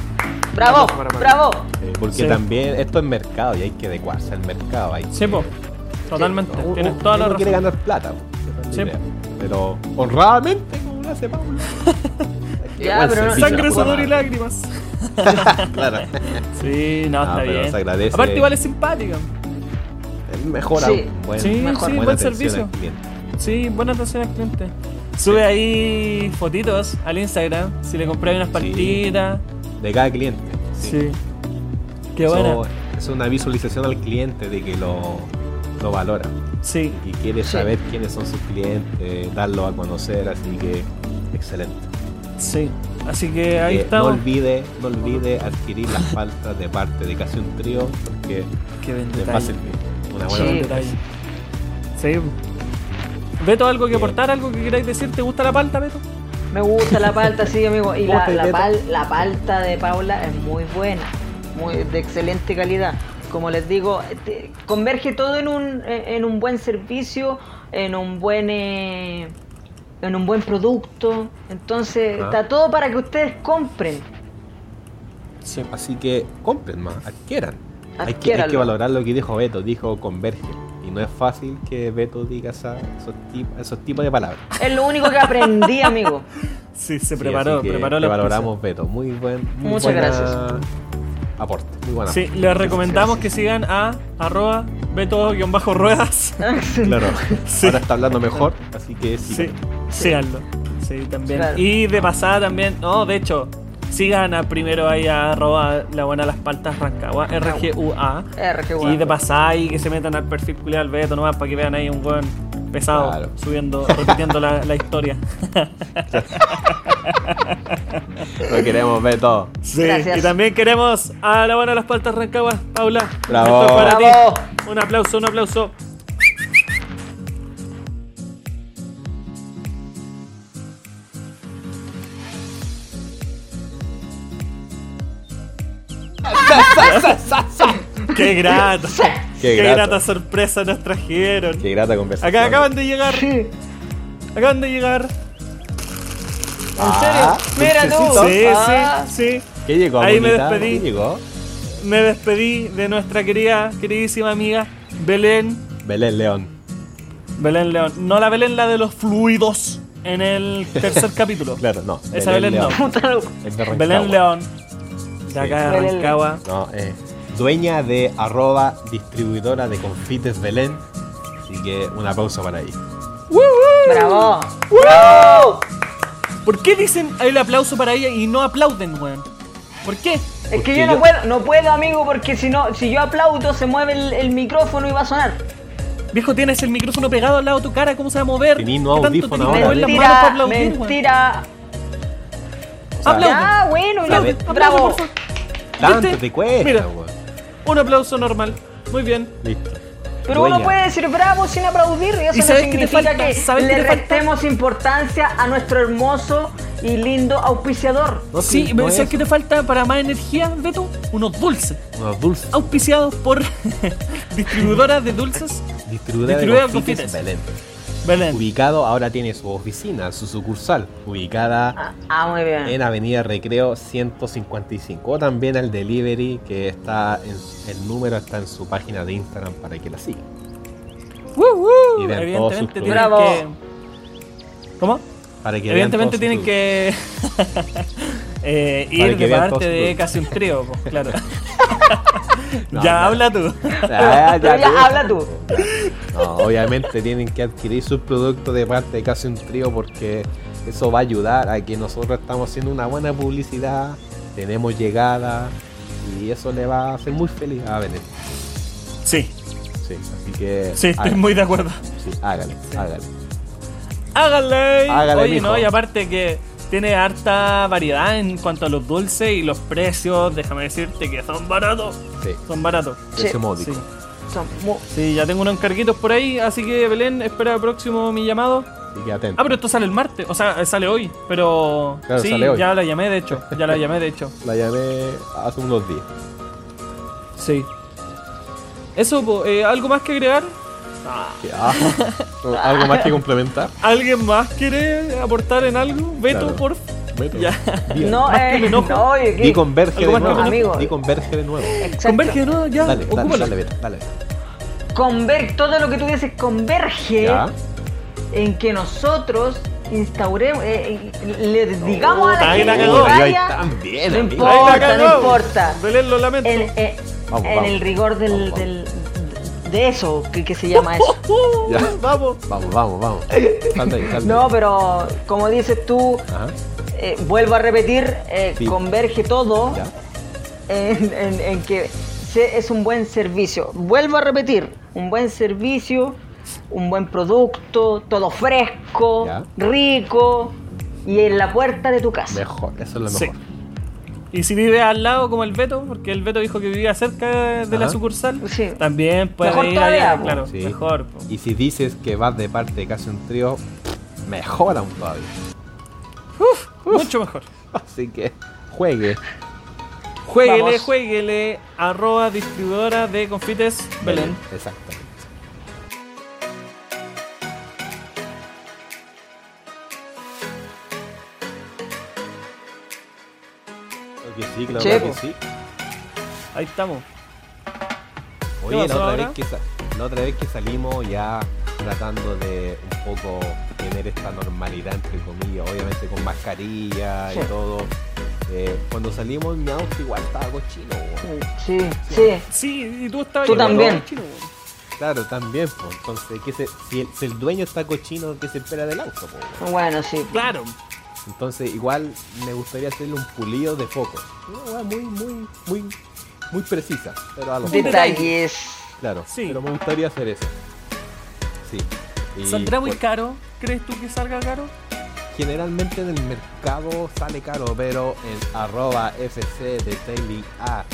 B: ¡Bravo!
C: Para, para.
B: ¡Bravo!
A: Eh, porque
C: Sí.
A: también esto es mercado y hay que adecuarse al mercado. Hay
C: Sí,
A: que-
C: po. Totalmente.
A: Uno-
C: Tienes toda la
A: uno quiere
C: razón.
A: ganar plata. po, esa es la
C: Sí.
A: idea. Pero honradamente, como lo hace Paula. Qué
B: Ya,
A: buen
B: pero no-
A: servicio,
C: Sangre,
A: la puta
C: sudor
A: madre.
C: y lágrimas.
A: Claro.
C: Sí, no,
A: Ah,
C: está
A: pero
C: bien.
A: se agradece.
C: Aparte, igual es simpática.
A: Mejora.
B: Sí.
A: Buen,
C: Sí,
B: mejor.
A: buena
C: sí, buen
A: atención
C: servicio.
A: al cliente.
C: Sí, buena atención al cliente. Sube ahí fotitos al Instagram. Si le compré unas partitas.
A: De cada cliente.
C: Sí. Qué
A: Eso
C: buena.
A: es una visualización al cliente de que lo, lo valora
C: Sí.
A: y quiere
B: Sí.
A: saber quiénes son sus clientes, darlo a conocer, así que excelente.
C: Sí. Así que ahí
A: Eh,
C: estamos.
A: No olvide, no olvide adquirir las faltas de parte de casi un trío porque
C: Qué buen
A: les va a
C: detalle.
A: servir. Una
C: Qué
A: buena
C: buen
B: Sí.
C: detalle. Sí. Beto, ¿algo que
A: Bien.
C: aportar? ¿Algo que queráis decir? ¿Te gusta la palta, Beto?
B: Me gusta la palta, sí, amigo. Y
A: ¿Cómo
B: la,
A: te
B: la,
A: meto?
B: pal- la palta de Paula es muy buena, muy de excelente calidad. Como les digo, te- converge todo en un, eh, en un buen servicio, en un buen eh, en un buen producto. Entonces,
A: Ajá.
B: está todo para que ustedes compren.
C: Sí.
A: Así que compren más, adquieran. Hay que, hay que
B: Adquiéranlo.
A: valorar lo que dijo Beto, dijo converge. Y no es fácil que Beto diga esa- esos, tip- esos tipos de palabras.
B: Es lo único que aprendí, amigo.
C: Sí,
A: Sí,
C: se preparó.
A: así que
C: preparó
A: te
C: la
A: valoramos, Beto. Muy buen. muy
B: Muchas
A: buena
B: gracias.
A: Aporte. Muy buena.
C: Sí, les recomendamos que sigan a arroba beto-ruedas.
A: Claro.
C: Sí.
A: Ahora está hablando mejor, así que sí.
C: Sí, síganlo. Sí, también.
B: Claro.
C: Y de pasada también, no, de hecho, Sigan a primero ahí a arroba la buena las paltas Rancagua, RGUA.
B: R, qué
C: Y de
B: guapo.
C: pasada y que se metan al perfil culiado al Beto nomás para que vean ahí un weón pesado
A: Claro.
C: subiendo, repitiendo la, la historia.
A: Lo queremos ver todo.
C: Sí,
B: Gracias.
C: y también queremos a la buena de las paltas Rancagua, Paula.
A: Bravo.
C: esto es para ti.
B: Bravo.
C: Un aplauso, un aplauso. Qué grata,
A: Qué
C: qué,
A: grata.
C: grata. sorpresa nos trajeron.
A: Qué grata conversación.
C: Acá acaban de llegar,
B: Sí.
C: acaban de llegar.
A: Ah,
B: Mira tú.
A: dulcecito.
C: Sí,
B: Ah.
C: sí, sí.
A: ¿Qué llegó?
C: Ahí me
A: amiguita?
C: despedí.
A: ¿Qué llegó?
C: Me despedí de nuestra querida, queridísima amiga Belén
A: Belén León.
C: Belén León. No la Belén, la de los fluidos en el tercer capítulo.
A: Claro, no.
C: Esa Belén no.
B: Puta loco.
A: Es de Rancagua.
C: Belén León. De acá de
B: Belén
C: Rancagua.
A: No, eh, dueña de arroba distribuidora de confites Belén. Así que un aplauso para ahí.
B: Bravo.
C: ¿Por qué dicen el aplauso para ella y no aplauden, weón? ¿Por qué?
B: Es
A: Porque
B: que yo no
A: yo-
B: puedo, no puedo, amigo, porque si no, si yo aplaudo se mueve el, el micrófono y va a sonar.
C: Viejo, tienes el micrófono pegado al lado de tu cara, ¿cómo se va a mover?
A: Tenís no
C: ¿Qué tanto
A: audífono
C: tenés que
A: ahora,
C: mover las manos para
B: mentira,
C: aplaudir, weón?
B: mentira.
A: O sea,
C: Aplauso.
B: Ah, bueno,
A: Aplaude,
B: no,
C: Aplauso, por
B: bravo.
C: favor.
A: Tanto
C: ¿Viste?
A: te cuesta,
C: Mira.
A: weón.
C: Un aplauso normal. Muy bien.
A: Listo.
B: Pero
A: Dueña.
B: uno puede decir bravo sin aplaudir y eso
C: ¿Y
B: no
C: sabes qué te
B: significa
C: falta?
B: que,
C: ¿Sabes qué
B: le
C: te falta?
B: restemos importancia a nuestro hermoso y lindo auspiciador.
A: No,
C: sí,
A: no
C: ¿sabes
A: es
C: qué te falta para más energía, Beto? Unos dulces.
A: unos dulces.
C: Auspiciados por distribuidoras de dulces.
A: Distribuidora,
C: Distribuidora
A: de
C: de
A: confites
C: confites.
A: Belén.
C: Belén.
A: Ubicado, ahora tiene su oficina, su sucursal, ubicada
B: Ah, ah, muy bien.
A: en Avenida Recreo 155. O también al delivery, que está en, el número está en su página de Instagram para que la sigan. Y vean todos sus
C: Evidentemente tienen
A: productos.
C: que. ¿Cómo?
A: Para que vean todos
C: Evidentemente
A: sus
C: tienen
A: productos.
C: que. eh,
A: Para
C: ir
A: que
C: de
A: vean todos
C: parte
A: sus
C: de
A: productos.
C: casi un trío, pues, claro.
A: No,
C: ya
A: no.
C: habla tú.
A: Ah, ya,
B: Pero ya,
A: tú.
B: habla tú.
A: No, obviamente tienen que adquirir sus productos de parte de casi un trío porque eso va a ayudar a que nosotros estamos haciendo una buena publicidad, tenemos llegada y eso le va a hacer muy feliz a Belén.
C: Sí,
A: Sí, así que
C: sí, estoy
A: hágale,
C: muy de acuerdo.
A: sí, hágale, hágale.
C: Hágale.
A: Hágale,
C: Oye,
A: mijo.
C: no, y aparte que tiene harta variedad en cuanto a los dulces y los precios, déjame decirte que son baratos.
A: Sí,
C: Son baratos.
A: precio
B: Sí.
A: módico.
C: Sí.
B: Son mu-
C: Sí, ya tengo unos encarguitos por ahí, así que Belén, espera próximo mi llamado.
A: Así que atento.
C: Ah, pero esto sale el martes, o sea, eh, sale hoy, pero
A: Claro,
C: sí,
A: sale hoy.
C: ya la llamé de hecho, ya la llamé de hecho.
A: La llamé hace unos días.
C: Sí. Eso, po, eh, ¿algo más que agregar?
A: Que- ah, ¿Algo más que complementar?
C: ¿Alguien más quiere aportar en algo?
A: Claro.
C: Beto, por
A: Beto.
C: Ya.
A: Bien.
B: No,
C: Más que
B: eh,
C: me enojo.
B: no, oye,
A: Di
B: ¿qué?
A: converge
C: Algo
A: de
C: más que
A: nuevo.
B: me enojo.
A: Di converge de nuevo.
B: Exacto.
C: Converge, ¿no? Ya,
A: Dale, dale,
C: ocúpalo.
A: dale, Beto, dale.
B: Conver- todo lo que tú dices converge
A: Ya.
C: ¿Eh?
B: en que nosotros instauremos, eh, eh, le
A: Oh,
B: digamos a la
C: ahí
B: gente
C: la
B: que
C: cagó.
A: Ay, ay,
B: vaya
A: también,
B: No
A: amigo.
B: importa,
C: Ahí la
B: no
C: cagó.
B: importa.
C: Belén, lo lamento.
B: en, eh,
A: Vamos,
B: en
A: vamos.
B: el rigor del,
A: Vamos, vamos.
B: del- de eso que, que se llama eso.
C: Uh,
A: Ya.
C: Vamos.
A: Vamos, vamos, vamos. Salta ahí, salta
B: No,
A: ahí.
B: pero como dices tú,
A: Ajá,
B: eh, vuelvo a repetir, eh,
A: Ah. Sí.
B: converge todo
A: ya.
B: en, en- en que se- es un buen servicio. Vuelvo a repetir, un buen servicio, un buen producto, todo fresco,
A: Ya.
B: rico y en la puerta de tu casa.
A: Mejor, eso es lo
C: Sí.
A: mejor.
C: Y si vive al lado como el Beto, porque el Beto dijo que vivía cerca de la
A: Ajá.
C: sucursal,
B: Sí.
C: también puede
B: Mejor
C: ir
B: todavía,
C: allá,
B: po.
C: claro,
A: Sí.
C: mejor. po.
A: Y si dices que vas de parte de casi un trío, mejor aún todavía.
C: Mucho mejor.
A: Así que juegue.
C: Jueguele,
B: Vamos.
C: jueguele, arroba distribuidora de confites Belén.
A: Exactamente. Claro que sí, claro
B: Che,
A: que
B: po.
A: sí.
C: Ahí estamos. ¿Qué
A: Oye, la
C: pasó
A: otra,
C: ahora?
A: vez que sa- la otra vez que salimos ya tratando de un poco tener esta normalidad, entre comillas, obviamente con mascarilla y todo. eh, cuando salimos mi auto igual estaba cochino. weón.
B: Sí, sí.
C: Sí, y tú estabas
B: Tú
C: ahí,
B: también.
C: ¿no? Chino, weón.
A: Claro, también. po. Entonces, ¿qué se- si, el, si el dueño está cochino, ¿qué se espera del auto? po, weón?
B: Bueno, sí.
C: Claro.
A: Entonces, igual me gustaría hacerle un pulido de foco. Una hueá muy, muy, muy, muy precisa. Pero a lo mejor,
B: Detalles.
A: claro.
C: Sí.
A: Pero me gustaría hacer eso. Sí. Y
C: ¿Saldrá muy
A: por-
C: caro? ¿Crees tú que salga caro?
A: Generalmente en el mercado sale caro, pero en arroba FC detailing a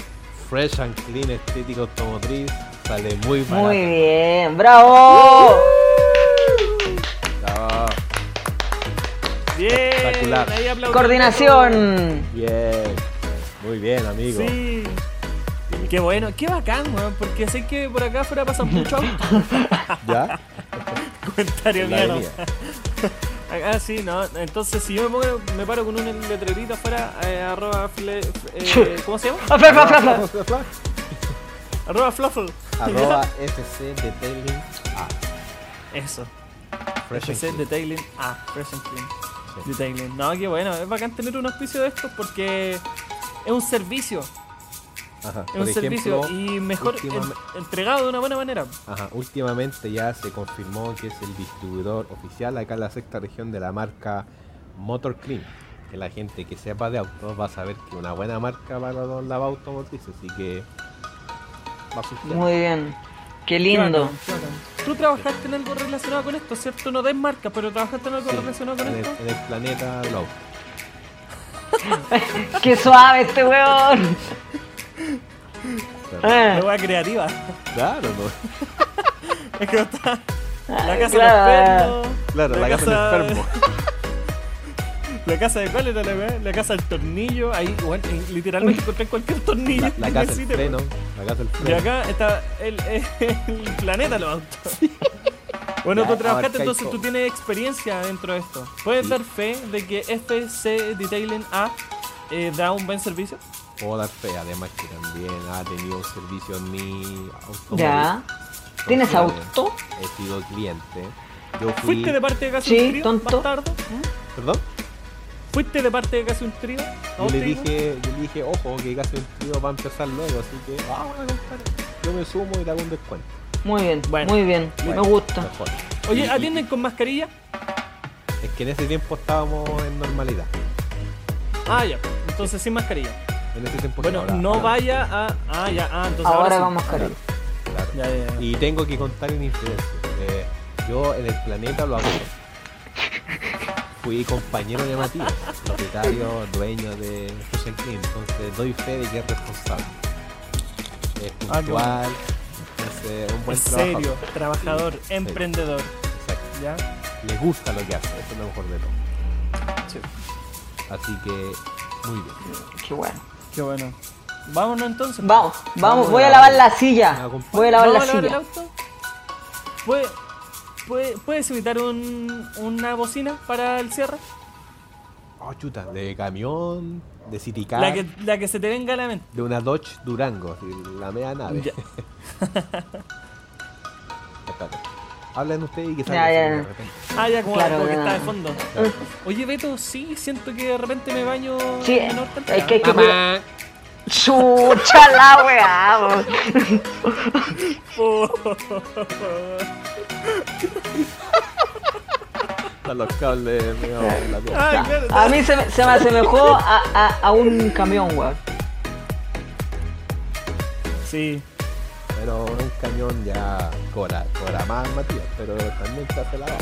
A: Fresh and Clean Estético Automotriz sale muy barato.
B: Muy bien, bravo.
C: Uh-huh.
A: Ah,
C: Bien,
A: Espectacular.
C: ahí aplaudimos.
B: Coordinación.
A: bien. Muy bien, amigo.
C: Sí. Qué bueno, qué bacán, weón, porque sé que por acá afuera pasan muchos autos.
A: ¿Ya?
C: Comentario
A: La
C: mierda.
A: avenida.
C: Ah, sí, no. Entonces, si yo me, pongo, me paro con un letrerito afuera, eh, arroba fle- eh, ¿Cómo se llama? Arroba fluffle.
A: Arroba FC detailing a
C: Eso.
A: Fresh and
C: FC
A: Clean.
C: Detailing. Ah, Fresh and Clean. Detailing. No, qué bueno. Es bacán tener un auspicio de estos porque es un servicio.
A: Ajá.
C: Es
A: Por
C: un
A: ejemplo,
C: servicio y mejor en-
A: últimamente-
C: entregado de una buena manera.
A: Ajá, últimamente ya se confirmó que es el distribuidor oficial acá en la sexta región de la marca Motor Clean. Que la gente que sepa de autos va a saber que una buena marca para los lavados automotrices, así que va a surgir.
B: Muy bien. Qué
C: Qué
B: lindo.
C: bacán, qué bacán. Tú trabajaste en algo relacionado con esto, ¿cierto? No des marcas, pero trabajaste en algo
A: Sí,
C: relacionado con
A: en, el,
C: esto.
A: en el planeta de los autos.
B: Qué suave este weón. Eh,
C: Una hueá creativa.
A: Claro, no.
C: Es que está la casa
B: Ah, claro.
C: del perro.
A: Claro, la casa del enfermo.
C: La casa de cuál era la weá? La casa del tornillo. Ahí, bueno, literalmente encontré cualquier tornillo.
A: La, la
C: que
A: casa del
C: necesite,
A: freno. La casa del
C: Y
A: freno.
C: acá está el, el planeta los autos. Bueno,
A: Ya,
C: tú trabajaste,
A: abarcáis
C: entonces
A: todo.
C: tú tienes experiencia dentro de esto. ¿Puedes
A: Sí.
C: dar fe de que FC Detailing A eh, da un buen servicio?
A: Puedo dar fe, además que también ha tenido un servicio en mi automóvil.
B: Ya. ¿Tienes
A: Entonces,
B: auto?
A: He sido cliente. Yo fui...
C: ¿Fuiste de parte de casi
B: Sí,
C: un trío,
B: tonto.
C: bastardo? ¿Mm?
A: ¿Perdón?
C: ¿Fuiste de parte de casi un trío? ¿A
A: Yo
C: un
A: le
C: trío?
A: dije, yo le dije, ojo, que casi un trío va a empezar luego, así que, ah, bueno, compadre, yo me sumo y le hago un descuento.
B: Muy bien,
C: Bueno.
B: muy bien.
A: Bueno,
B: Me gusta.
A: mejor. Y-
C: Oye,
A: y-
C: ¿atienden con mascarilla?
A: Es que en ese tiempo estábamos en normalidad.
C: Ah, ya. Entonces sin mascarilla.
A: En ese tiempo sí,
C: Bueno,
A: ahora-
C: no
A: ahora-
C: vaya a... Ah, ya. Ah, entonces
B: Ahora
C: sí.
B: vamos, cariño.
A: claro.
C: Ya, ya, ya.
A: Y tengo que contar una incidencia. Eh, yo en el planeta lo hago. Fui compañero de Matías, propietario, dueño de Fusion Clean, entonces doy fe de que es responsable. Es
C: Ah, qué
A: puntual, es un
C: En
A: buen trabajo.
C: serio, trabajador, emprendedor. ¿Ya?
A: le gusta lo que hace, eso es lo mejor de todo.
C: Sí.
A: Así que, muy bien.
B: Qué bueno.
C: Qué bueno. Vámonos entonces.
B: Vamos, vamos, voy a
A: lavar-
B: lavar la silla.
A: Me acompaña.
B: Voy a lavar la
C: ¿Vamos a lavar el
B: silla.
C: auto? ¿Puede, puede, ¿Puedes invitar un, una bocina para el cierre?
A: Oh, chuta, de camión, de City Car,
C: La que, la que se te venga a la mente.
A: de una Dodge Durango, así, la media nave.
C: Ya.
A: Espérate. Hablen ustedes y que
B: Ya,
A: salga
B: ya,
A: así de
B: ya.
A: repente.
C: Ah, ya, como,
B: Claro,
C: como que
B: ya.
C: está de fondo.
A: Claro.
C: Oye, Beto, sí, siento que de repente me baño.
B: Sí,
C: en horta
B: es
C: entera.
B: que hay que cuidar. Chucha la weá, vos.
A: Están los cables, medio la mierda.
C: Ay, claro.
B: A mí se, me- se me asemejó a, a- a un camión, weón.
C: Sí.
A: Pero un camión ya cobra, cobra más Matías, pero también está pelado.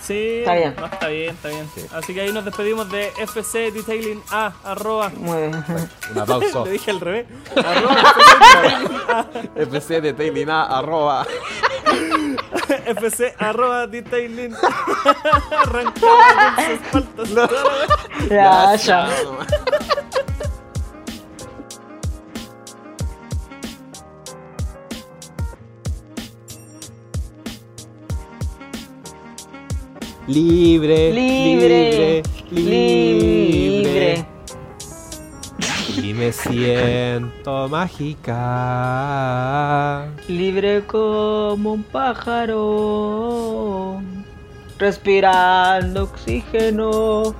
C: Sí,
B: Está bien.
C: No, está bien, está bien.
A: Sí.
C: Así que ahí nos despedimos de FC Detailing A, arroba.
B: Muy bien.
A: Una pausa.
B: Oh.
C: Lo dije al revés.
A: FC de Tailina, arroba.
C: FC arroba detailing. Arrancaba con sus faltas.
B: Ya, chao.
A: Libre,
B: Libre, libre.
A: Y me siento mágica.
B: Libre como un pájaro, respirando oxígeno.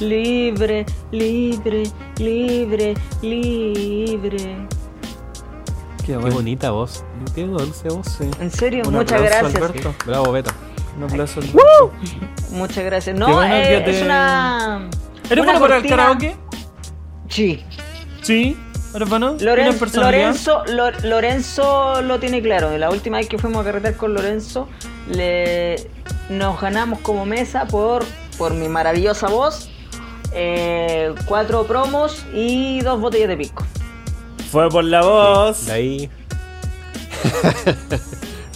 B: Libre, libre, libre, libre.
A: Qué bonita voz. Qué dulce voz.
B: ¿En serio?
C: Un
B: Muchas
C: aplauso,
B: gracias.
C: Alberto.
A: Bravo, Beto.
C: Un aplauso.
B: Muchas gracias.
C: Qué
B: No,
C: bueno
B: eh,
C: que te-
B: es una.
C: ¿Eres
B: una
C: bueno para el
B: cortina-
C: karaoke?
B: Sí.
C: Sí. ¿Eres bueno? ¿Tienes
B: Loren-
C: personalidad?
B: Lorenzo, Lor- Lorenzo lo tiene claro. La última vez que fuimos a carretear con Lorenzo, le, nos ganamos como mesa por, por mi maravillosa voz, eh, cuatro promos y dos botellas de pico.
C: Fue por la voz.
A: De ahí.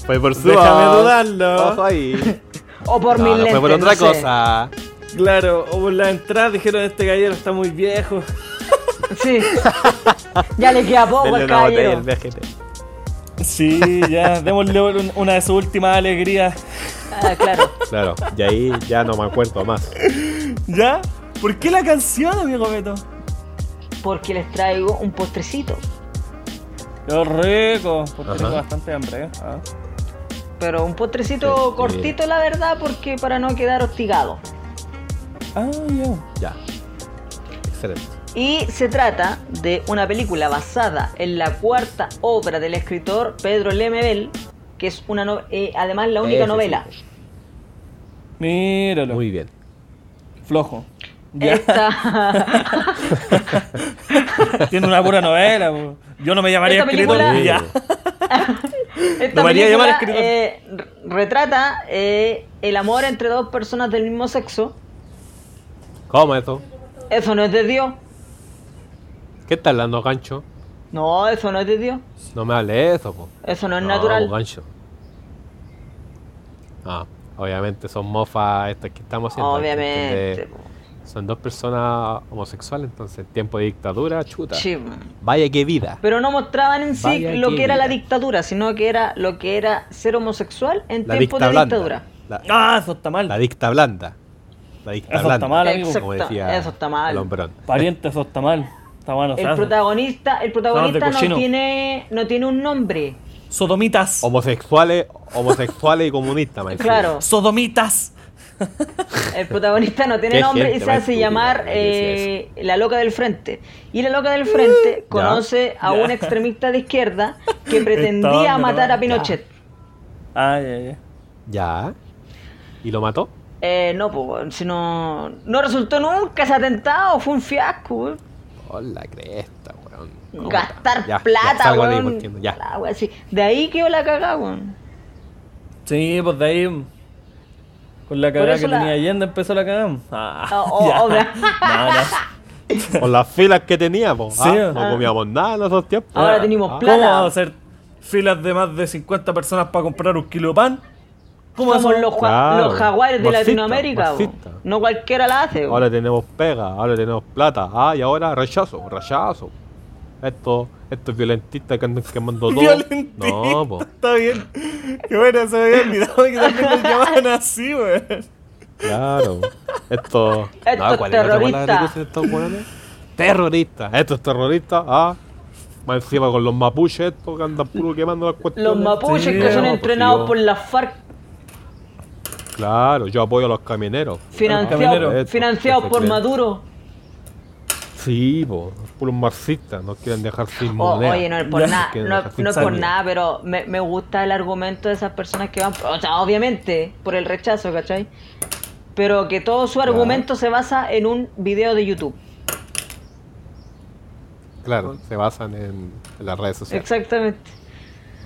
A: fue por su.
C: Déjame
A: voz.
C: dudarlo.
A: Ojo ahí.
B: O por
A: No,
B: mis
A: no
B: lentes.
A: fue por otra
B: no sé.
A: cosa.
C: Claro, o por la entrada dijeron este gallero está muy viejo.
B: Sí. ya le queda poco
A: Denle
B: al
A: una botella,
B: caballero.
A: déjete.
C: Sí, ya, démosle un- una de sus últimas alegrías.
B: Ah, claro.
A: Claro, y ahí ya no me acuerdo más.
C: ¿Ya? ¿Por qué la canción, amigo Beto?
B: Porque les traigo un postrecito.
C: Qué rico, porque
A: Ajá.
C: tengo bastante hambre. ¿eh? Ah.
B: Pero un postrecito
A: Sí,
B: cortito, la verdad, porque para no quedar hostigado.
C: Ah, ya.
A: Ya. Excelente.
B: Y se trata de una película basada en la cuarta obra del escritor Pedro Lemebel, que es una no- eh, además la única
A: Ese sí.
B: novela.
C: Míralo.
A: Muy bien.
C: flojo.
B: Eh.
C: Ya.
B: Esta,
C: Tiene una pura novela. po. Yo no me llamaría
B: Esta
C: escritor.
B: película-
C: Ya.
B: esta
C: Debería llamar
B: película
C: escritor.
B: eh, re- retrata eh, el amor entre dos personas del mismo sexo.
A: ¿Cómo eso?
B: Eso no es de Dios.
A: ¿Qué está hablando, gancho?
B: No, eso no es de Dios.
A: No me hable de eso, po.
B: Eso no es
A: pues,
B: natural.
A: gancho. Ah, obviamente son mofas estas que estamos haciendo. hay que
B: Obviamente.
A: entender. Son dos personas homosexuales, entonces tiempo de dictadura, chuta.
B: Sí.
A: Vaya que vida.
B: Pero no mostraban en sí
A: Vaya
B: lo
A: que
B: que era la
A: mira.
B: dictadura, sino que era lo que era ser homosexual en
A: La
B: tiempos
A: dicta
B: de
A: blanda.
B: dictadura.
A: La,
C: Ah, eso está mal.
A: la dicta blanda. La dicta
C: Eso
A: blanda.
C: está mal, amigo.
A: Como
B: Exacto,
A: decía
B: eso está mal.
A: el hombrón.
C: Pariente, eso está mal. Está mal, o sea,
B: El protagonista, el protagonista
C: Estamos de
B: no
C: cochino.
B: tiene, no tiene un nombre.
C: Sodomitas.
A: Homosexuales, homosexuales y comunistas, me decía.
B: Claro,
C: Sodomitas.
B: el protagonista no tiene
A: Qué
B: nombre y
A: gente
B: se
A: más
B: hace
A: estúpida,
B: llamar
A: la que
B: eh, la loca del frente. Y la loca del frente conoce a
C: ya.
B: un extremista de izquierda que pretendía
C: onda,
B: matar
C: ¿no?
B: a Pinochet.
C: Ah, ya, ya.
A: Ya. ¿Y lo mató?
B: Eh, no, pues, si no, no resultó nunca ese atentado, fue un fiasco. weón.
A: Hola, cresta, weón. ¿Cómo
B: Gastar
A: está? Ya, ya,
B: plata,
A: salgo de ahí,
B: weón.
A: porque no- ya.
B: La wea, sí. De ahí quedó la cagada, weón.
C: Sí, pues de ahí. Con la
B: Por
C: cagada
B: eso
C: que
B: la-
C: tenía Allende empezó la cagada. Ah,
B: Ah, oh,
C: ya.
B: oh, bla-
C: No, no.
A: Con las filas que teníamos.
C: Sí.
A: ah, no comíamos nada en esos tiempos.
B: Ahora
A: Ah,
B: tenemos
A: ah.
B: plata.
C: ¿Cómo vamos a hacer filas de más de 50 personas para comprar un kilo de pan? ¿Cómo
B: Somos
C: hacemos?
B: los, jua-
A: Claro,
B: los jaguares de
A: marxista,
B: Latinoamérica, weón.
A: marxista.
B: no cualquiera la hace. weón.
A: Ahora tenemos pega, ahora tenemos plata. Ah, y ahora rechazo, rechazo. Estos estos violentistas que andan quemando todo.
C: Violentista,
A: No, po.
C: Está bien. Que bueno, se me había olvidado que también los llamaban así, weón.
A: Claro. Estos.
B: Estos
A: ¿cuál es la otra palabra que
B: terroristas.
A: usan estos weones? Terroristas. Estos terroristas, ah. Más encima con los mapuches estos que andan puro quemando las cuestiones.
B: Los mapuches
C: Sí,
B: que son
A: no,
B: entrenados
A: pues
B: por las FARC,
A: Claro, yo apoyo a los camioneros.
B: financiados
C: camioneros.
A: Esto, este
B: financiados
A: esto
B: por
A: creen.
B: Maduro.
A: Sí, po, puros marxistas, nos quieren dejar sin
B: O-
A: moneda.
B: Oh, oye, no es por
C: Ya,
B: nada,
A: que
B: no,
A: nos
B: es- no es por
A: afincen.
B: nada, pero me, me gusta el argumento de esas personas que van, o sea, obviamente, por el rechazo, ¿cachai? Pero que todo su argumento se basa en un video de YouTube.
A: Claro, se basan en, en las redes sociales.
B: Exactamente.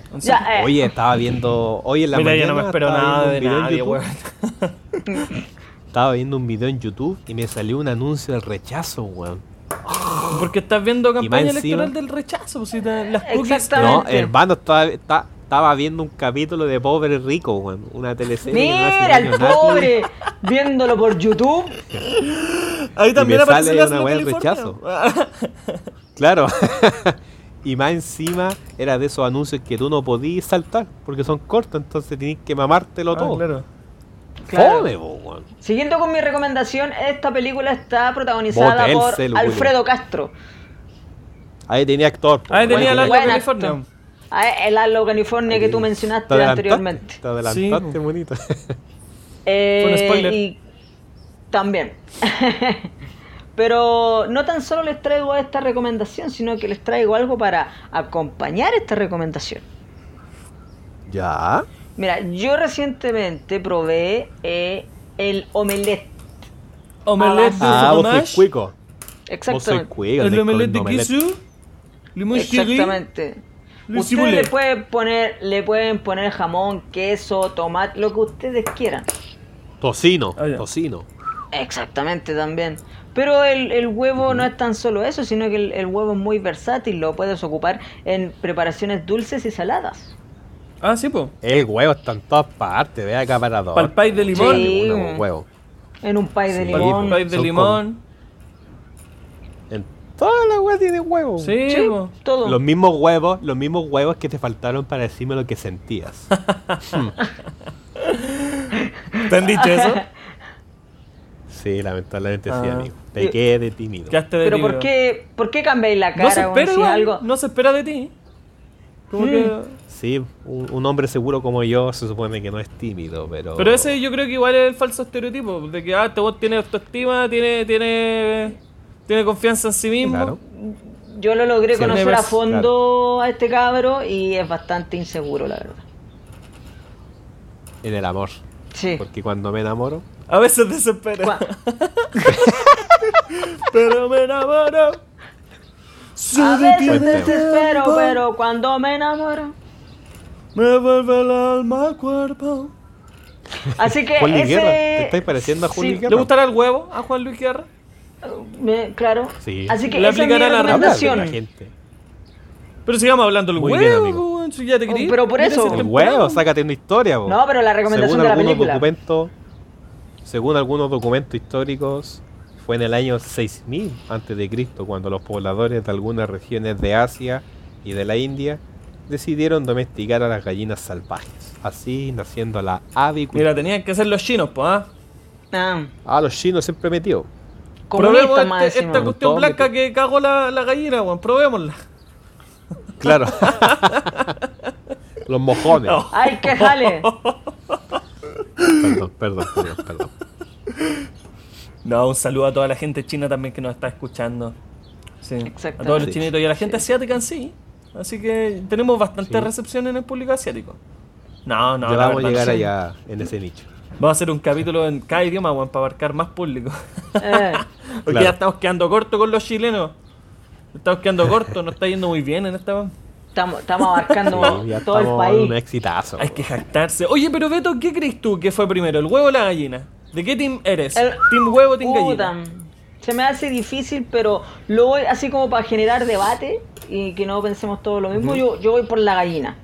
C: Entonces,
B: Ya, eh,
A: Oye, estaba viendo. Hoy en la
C: Mira,
A: mañana.
C: yo no me espero
A: estaba
C: nada
A: viendo un
C: de
A: video en
C: nadie,
A: YouTube.
C: weón.
A: Estaba viendo un video en YouTube y me salió un anuncio del rechazo, weón.
C: Porque estás viendo campaña
A: encima-
C: electoral del rechazo, pues, si te- las cookies.
B: Exactamente.
A: No, hermano, estaba, está- estaba viendo un capítulo de Pobre Rico, weón. Una teleserie. que no hace
B: mira
A: daño
B: al
A: a nadie.
B: pobre viéndolo por YouTube.
C: Ahí también
A: me
C: aparece
A: sale
C: la
A: una
C: de
A: wea del
C: California.
A: Claro. y más encima era de esos anuncios que tú no podías saltar porque son cortos, entonces tenías que mamártelo
C: Ah,
A: todo.
C: claro.
B: Claro.
A: Fome, po, weón.
B: Siguiendo con mi recomendación, esta película está protagonizada
A: Bote el
B: por
A: celu,
B: Alfredo Castro.
A: Ahí tenía actor. po,
C: Ah, Ahí
A: weón.
C: tenía la
B: Buen
C: de
B: actor.
C: California.
B: Ah, El Halo California que tú mencionaste
A: Te adelantaste,
B: anteriormente.
A: Te adelantaste,
C: Sí, po.
A: bonito.
B: Eh,
C: Fue un spoiler.
B: Y también. Pero no tan solo les traigo esta recomendación, sino que les traigo algo para acompañar esta recomendación.
A: ya.
B: Mira, yo recientemente probé eh, el omelette.
C: Omelette de
B: Ah,
A: Ah, vos sois
C: fromage.
A: cuico. Vos sois
B: Exactamente.
A: cuico.
C: El
A: de-
C: omelette
A: con
C: de queso. Limón cherry.
B: Exactamente. Ustedes
C: Le
B: le
C: ciboulette.
B: pueden poner, le pueden poner jamón, queso, tomate, lo que ustedes quieran.
A: Tocino,
C: Ah, ya.
A: tocino.
B: Exactamente también. Pero el, el huevo no es tan solo eso, sino que el, el huevo es muy versátil, lo puedes ocupar en preparaciones dulces y saladas.
C: Ah, sí, po.
A: El huevo está en todas partes, vea acaparador.
C: Pa'l pay de limón.
A: Dale, uno,
B: Sí.
A: huevo.
B: En un pay
A: Sí,
B: de limón.
C: Pie de
A: Son
C: limón.
A: En todas las weas tiene huevo.
C: Sí,
B: Sí,
C: po.
B: todo.
A: Los mismos huevos, los mismos huevos que te faltaron para decirme lo que sentías.
C: ¿Te han dicho eso?
A: Sí, lamentablemente sí,
C: Ah.
A: amigo. Pequé de tímido.
C: Quedaste de
B: Pero
C: libro.
B: ¿por qué, ¿por qué cambiáis la cara?
C: No se
B: weón?
C: espera
B: Si
C: igual,
B: algo-
C: No se espera de ti. Como que...
A: Sí, un, un hombre seguro como yo se supone que no es tímido, pero.
C: Pero ese yo creo que igual es el falso estereotipo. De que, ah, este bot tiene autoestima, tiene, tiene, tiene confianza en sí mismo.
A: Claro.
B: Yo lo logré
A: Sí,
B: conocer a
A: universe,
B: fondo a este cabro y es bastante inseguro, la verdad.
A: En el amor.
B: Sí.
A: Porque cuando me enamoro.
C: A veces desespera.
B: Cua-
C: Pero me enamoro.
B: A
C: Solo
B: veces
A: Buen tema.
B: desespero, pero cuando me enamoro.
C: Me vuelve el alma al cuerpo.
B: Así que
A: Juan Luis
B: ese...
A: Guerra, ¿te estáis pareciendo a Juan
B: Sí,
A: Luis Guerra?
C: ¿Le gustará el huevo a Juan Luis Guerra?
B: me- claro.
A: Sí.
B: Así que
C: Le
B: esa es mi
C: aplicará la
A: Habla de
B: recomendación.
A: la gente.
C: Pero sigamos hablando del
A: Muy
C: huevo,
A: bien, amigo.
C: po, weón, si ya te
B: Oh,
C: querí.
B: pero por
C: Mira,
B: eso.
C: si es
A: El
C: temprano.
A: huevo, sácate una historia, po.
B: No, pero la recomendación
A: según
B: de la
A: algunos
B: película.
A: documentos, según algunos documentos históricos, fue en el año 6000 antes de Cristo cuando los pobladores de algunas regiones de Asia y de la India decidieron domesticar a las gallinas salvajes, así naciendo la avicultura.
C: Mira, tenían que ser los chinos, pues, ¿ah?
B: Ah,
A: Ah, los chinos siempre metidos.
B: comunista
C: Probemos
B: más
C: este-
B: encima.
C: esta cuestión
A: Todo
C: blanca
A: metido.
C: que cagó la, la gallina, weón. Probémosla.
A: Claro. los mojones.
C: No.
B: Ay, que jale.
A: Perdón, perdón, perdón, perdón.
C: No, un saludo a toda la gente china también que nos está escuchando. Sí.
B: Exactamente.
C: A todos los
A: Sí,
C: chinitos y a la gente asiática en sí. Así que tenemos bastante
A: Sí.
C: recepción en el público asiático. No, no,
A: ya
C: la
A: vamos a
C: verdad,
A: llegar
C: sí.
A: allá en ese nicho.
C: Vamos a hacer un capítulo en cada idioma, weón, para abarcar más público.
B: Eh,
C: Porque
A: Claro.
C: ya estamos quedando corto con los chilenos. Estamos quedando corto, no está yendo muy bien en esta. weón.
B: Estamos estamos abarcando
A: Sí, ya
B: todo el
A: estamos en un
B: país.
A: exitazo.
C: Hay que jactarse. Oye, pero Beto, ¿qué crees tú que fue primero, el huevo o la gallina? ¿De qué team eres?
B: El-
C: ¿Team huevo o team
B: Puta,
C: gallina?
B: Se me hace difícil, pero lo voy así como para generar debate y que no pensemos todo lo mismo. yo, yo voy por la gallina.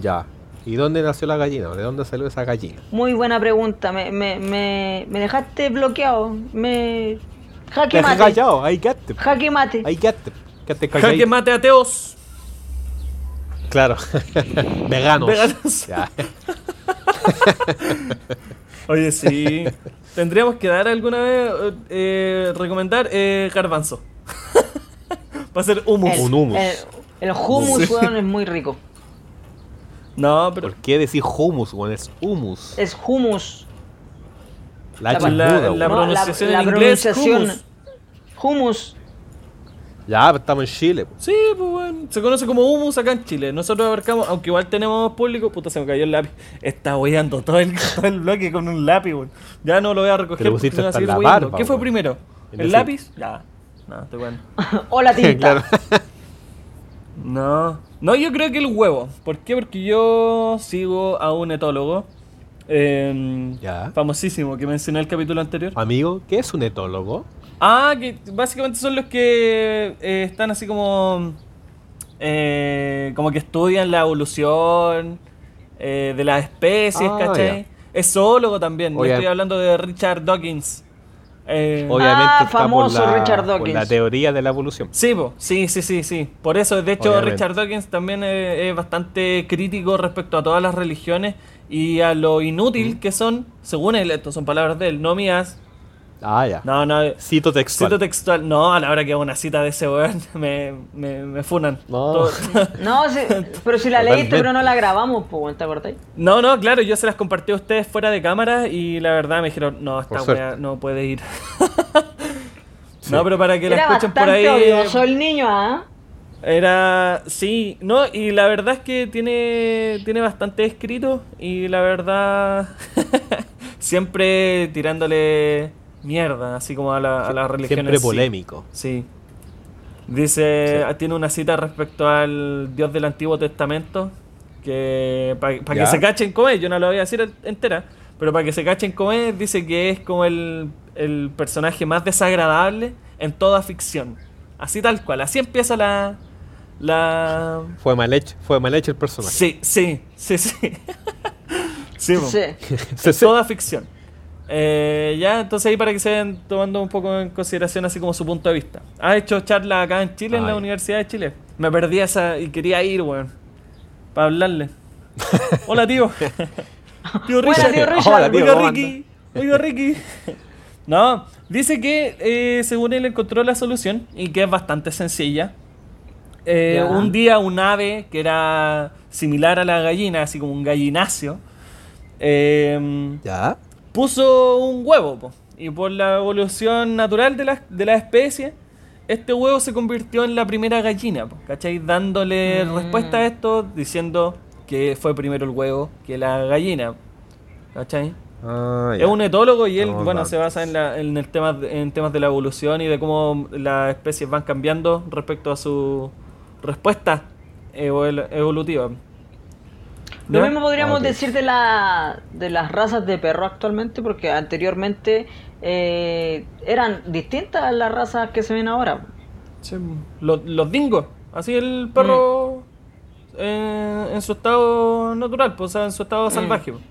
A: Ya. ¿Y dónde nació la gallina? ¿De dónde salió esa gallina?
B: Muy buena pregunta. Me, me, me, me dejaste bloqueado. Me.
A: Te
B: Jaque
A: has
B: mate.
A: callado, ahí quedaste.
B: Jaque mate.
A: Ahí quedaste. Quedaste
C: Jaque
A: calladito.
C: mate ateos.
A: Claro. Veganos.
C: Veganos.
A: Ya.
C: Oye, sí. Tendríamos que dar alguna vez, eh, recomendar eh, garbanzo. Va a ser humus.
B: El,
A: Un hummus.
B: El, el hummus, weón, es muy rico.
C: No, pero
A: ¿Por qué decir humus, weón? Es humus.
B: Es hummus.
A: La H
B: la-
A: es muda,
C: la-
A: weón.
C: la- pronunciación en inglés, hummus.
B: hummus.
A: Ya, pero estamos en Chile. po.
C: sí, pues bueno. Se conoce como humus acá en Chile. Nosotros abarcamos, aunque igual tenemos público. Puta, se me cayó el lápiz. Está hueando todo el, todo el bloque con un lápiz, weón. Ya no lo voy a recoger
A: Te lo
C: porque
A: pusiste
C: me voy a
A: hasta
C: seguir
A: la
C: hueando.
A: barba,
C: ¿Qué fue
A: weón.
C: primero?
A: En
C: ¿El
A: ese-
C: lápiz? Ya. No, estoy bueno.
B: O la tinta.
A: Claro.
C: No. No, yo creo que el huevo. ¿Por qué? Porque yo sigo a un etólogo. eh,
A: Ya. Ah.
C: Famosísimo, que mencioné en el capítulo anterior.
A: Amigo, ¿qué es un etólogo?
C: Ah, que básicamente son los que eh, están así como. eh, como que estudian la evolución eh, de las especies,
A: Ah,
C: ¿cachai?
A: ya.
C: Es zoólogo también, no
A: Oye.
C: estoy hablando de Richard Dawkins. Eh,
A: Obviamente
B: Ah,
A: está
B: famoso
A: por la,
B: Richard
A: por
B: Dawkins.
A: la teoría de la evolución.
C: Sí, po. sí, sí, sí, sí. Por eso, de hecho,
A: Obviamente.
C: Richard Dawkins también eh, es, bastante crítico respecto a todas las religiones y a lo
A: ¿Mm?
C: inútil que son, según él, esto son palabras de él, no mías.
A: Ah, ya.
C: No, no,
A: Cito textual.
C: cito textual. No, a la hora que hago una cita de ese weón, me, me, me funan.
A: No.
C: Todo-
B: No, si- pero si la
A: Totalmente.
B: leíste, pero no la grabamos, pues, weón, ¿te acordáis?
C: no, no, claro, yo se las compartí a ustedes fuera de cámara y la verdad me dijeron, no, esta
A: Por
C: weá
A: suerte.
C: no puede ir. No, pero para que la
B: Era
C: escuchen por
B: bastante
C: ahí. eh,
B: odioso el niño, ¿ah?
C: Era. Sí, no, y la verdad es que tiene, tiene bastante escrito y la verdad. siempre tirándole mierda, así como a la, a la religión.
A: Siempre
C: en sí.
A: polémico.
C: Sí. Dice, ah, tiene una cita respecto al Dios del Antiguo Testamento, que para que
G: Ya.
C: se cachen con él, yo no lo voy a decir en- entera, pero para que se cachen con él, dice que es como el, el personaje más desagradable en toda ficción. Así tal cual, así empieza la... la...
A: Fue mal hecho, fue mal hecho el personaje.
C: Sí, sí, sí, sí. sí, po.
B: Sí.
A: Se-
C: Es
A: se-
C: toda ficción. Eh, ya, entonces ahí para que se vayan tomando un poco en consideración así como su punto de vista. ¿Has hecho charla acá en Chile, en la
A: Ay.
C: Universidad de Chile? Me perdí esa y quería ir, weón. Para hablarle. Hola, tío. tío
B: Hola,
C: Richard.
B: tío Richard.
A: Hola, tío,
C: Oiga,
A: ¿cómo
C: Ricky. Oiga, Ricky. No, dice que eh, según él encontró la solución y que es bastante sencilla. Eh,
B: Ya.
C: un día un ave que era similar a la gallina, así como un gallinacio, eh,
A: ¿Ya?
C: puso un huevo. po. Y por la evolución natural de la, de la especie, este huevo se convirtió en la primera gallina. po, ¿Cachai? Dándole
B: Mm.
C: respuesta a esto diciendo que fue primero el huevo que la gallina. ¿Cachai?
A: Ah, ya.
C: Es un etólogo y él,
A: Estamos
C: bueno,
A: dados.
C: se basa en, la- en el tema, en temas de la evolución y de cómo las especies van cambiando respecto a su respuesta evol- evolutiva.
B: Lo
C: ¿Ya?
B: mismo podríamos
A: Ah, ok.
B: decir de, la, de las razas de perro actualmente, porque anteriormente eh, eran distintas las razas que se ven ahora.
C: Sí, pues. Los, los dingos. Así el perro eh, en su estado natural, pues, o sea, en su estado salvaje. pues.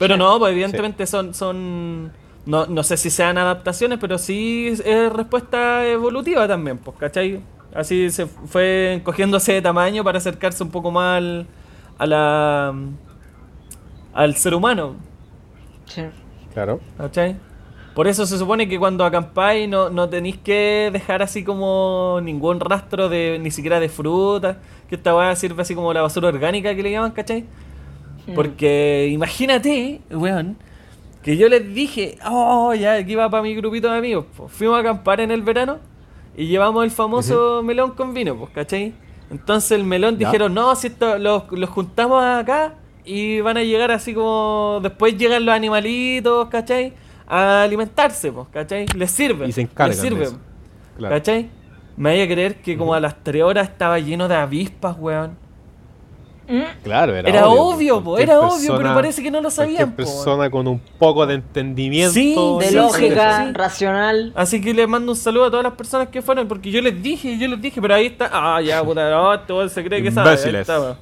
C: Pero no, pues evidentemente son... son no, no sé si sean adaptaciones, pero sí es- es respuesta evolutiva también, pues, ¿cachai? Así se fue cogiéndose de tamaño para acercarse un poco más al, a la, al ser humano.
B: Sí.
C: e-
H: Claro.
C: ¿Cachai? Por eso se supone que cuando acampáis no, no tenéis que dejar así como ningún rastro de ni siquiera de fruta, que esta weá sirve así como la basura orgánica que le llaman, ¿cachai?
B: Mm.
A: Mm.
C: Porque imagínate, weón, que yo les dije, oh, ya aquí va para mi grupito de amigos. po". Fuimos a acampar en el verano y llevamos el famoso melón con vino, pues, ¿cachai? Entonces el melón dijeron, no, si esto, los, los juntamos acá y van a llegar así como. Después llegan los animalitos, ¿cachai? A alimentarse, pues, ¿cachai? Les sirve.
A: Y se encargan
C: Les
A: de
C: sirve.
A: eso. Claro.
C: ¿Cachai? Me vaya a creer que como a las 3 horas estaba lleno de avispas, weón.
A: Claro, era,
C: Era
A: obvio, pues,
C: obvio, po,
A: cualquier
C: era obvio, pero parece que no lo
A: cualquier
C: sabían, po.
A: persona con un poco de entendimiento.
C: Sí,
B: De
C: sí,
B: lógica,
C: sí.
B: racional.
C: Así que les mando un saludo a todas las personas que fueron, porque yo les dije, yo les dije, pero ahí está. Ah, ya, puta, no, este weón se cree que sabe. ahí
A: Imbéciles.
C: estaba.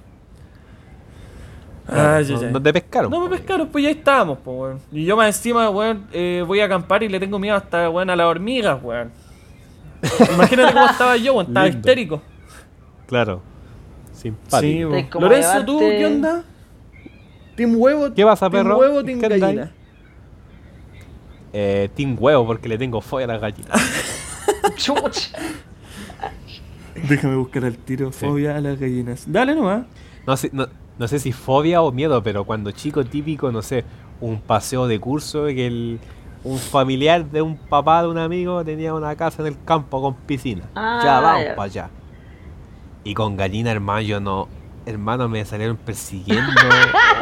A: Claro,
C: Ay,
A: no,
C: ay, ay.
A: no te pescaron.
C: No me pescaron, pues ya estábamos, pues, weón. Y yo más encima, weón, eh, voy a acampar y le tengo miedo hasta, weón, a las hormigas, weón. Imagínate cómo estaba yo, weón, estaba
A: Lindo.
C: histérico.
A: Claro.
C: Sí,
A: Simpático.
C: weón.
B: Es como
C: Lorenzo, ¿tú
B: llevarte-
C: qué onda? ¿Team huevo?
A: ¿Qué pasa,
C: team
A: perro?
C: huevo, team
A: ¿Qué andáis?
C: gallina?
A: Eh, team huevo porque le tengo fobia a las gallinas.
B: Chucha.
C: Déjame buscar al tiro,
A: Sí.
C: fobia a las gallinas. Dale nomás.
A: No sé, no, no sé si fobia o miedo, pero cuando chico típico, no sé, un paseo de curso que el, un familiar de un papá de un amigo tenía una casa en el campo con piscina.
B: Ah,
A: ya vamos
B: ya.
A: para allá. Y con gallina, hermano, yo no. Hermano, me salieron persiguiendo.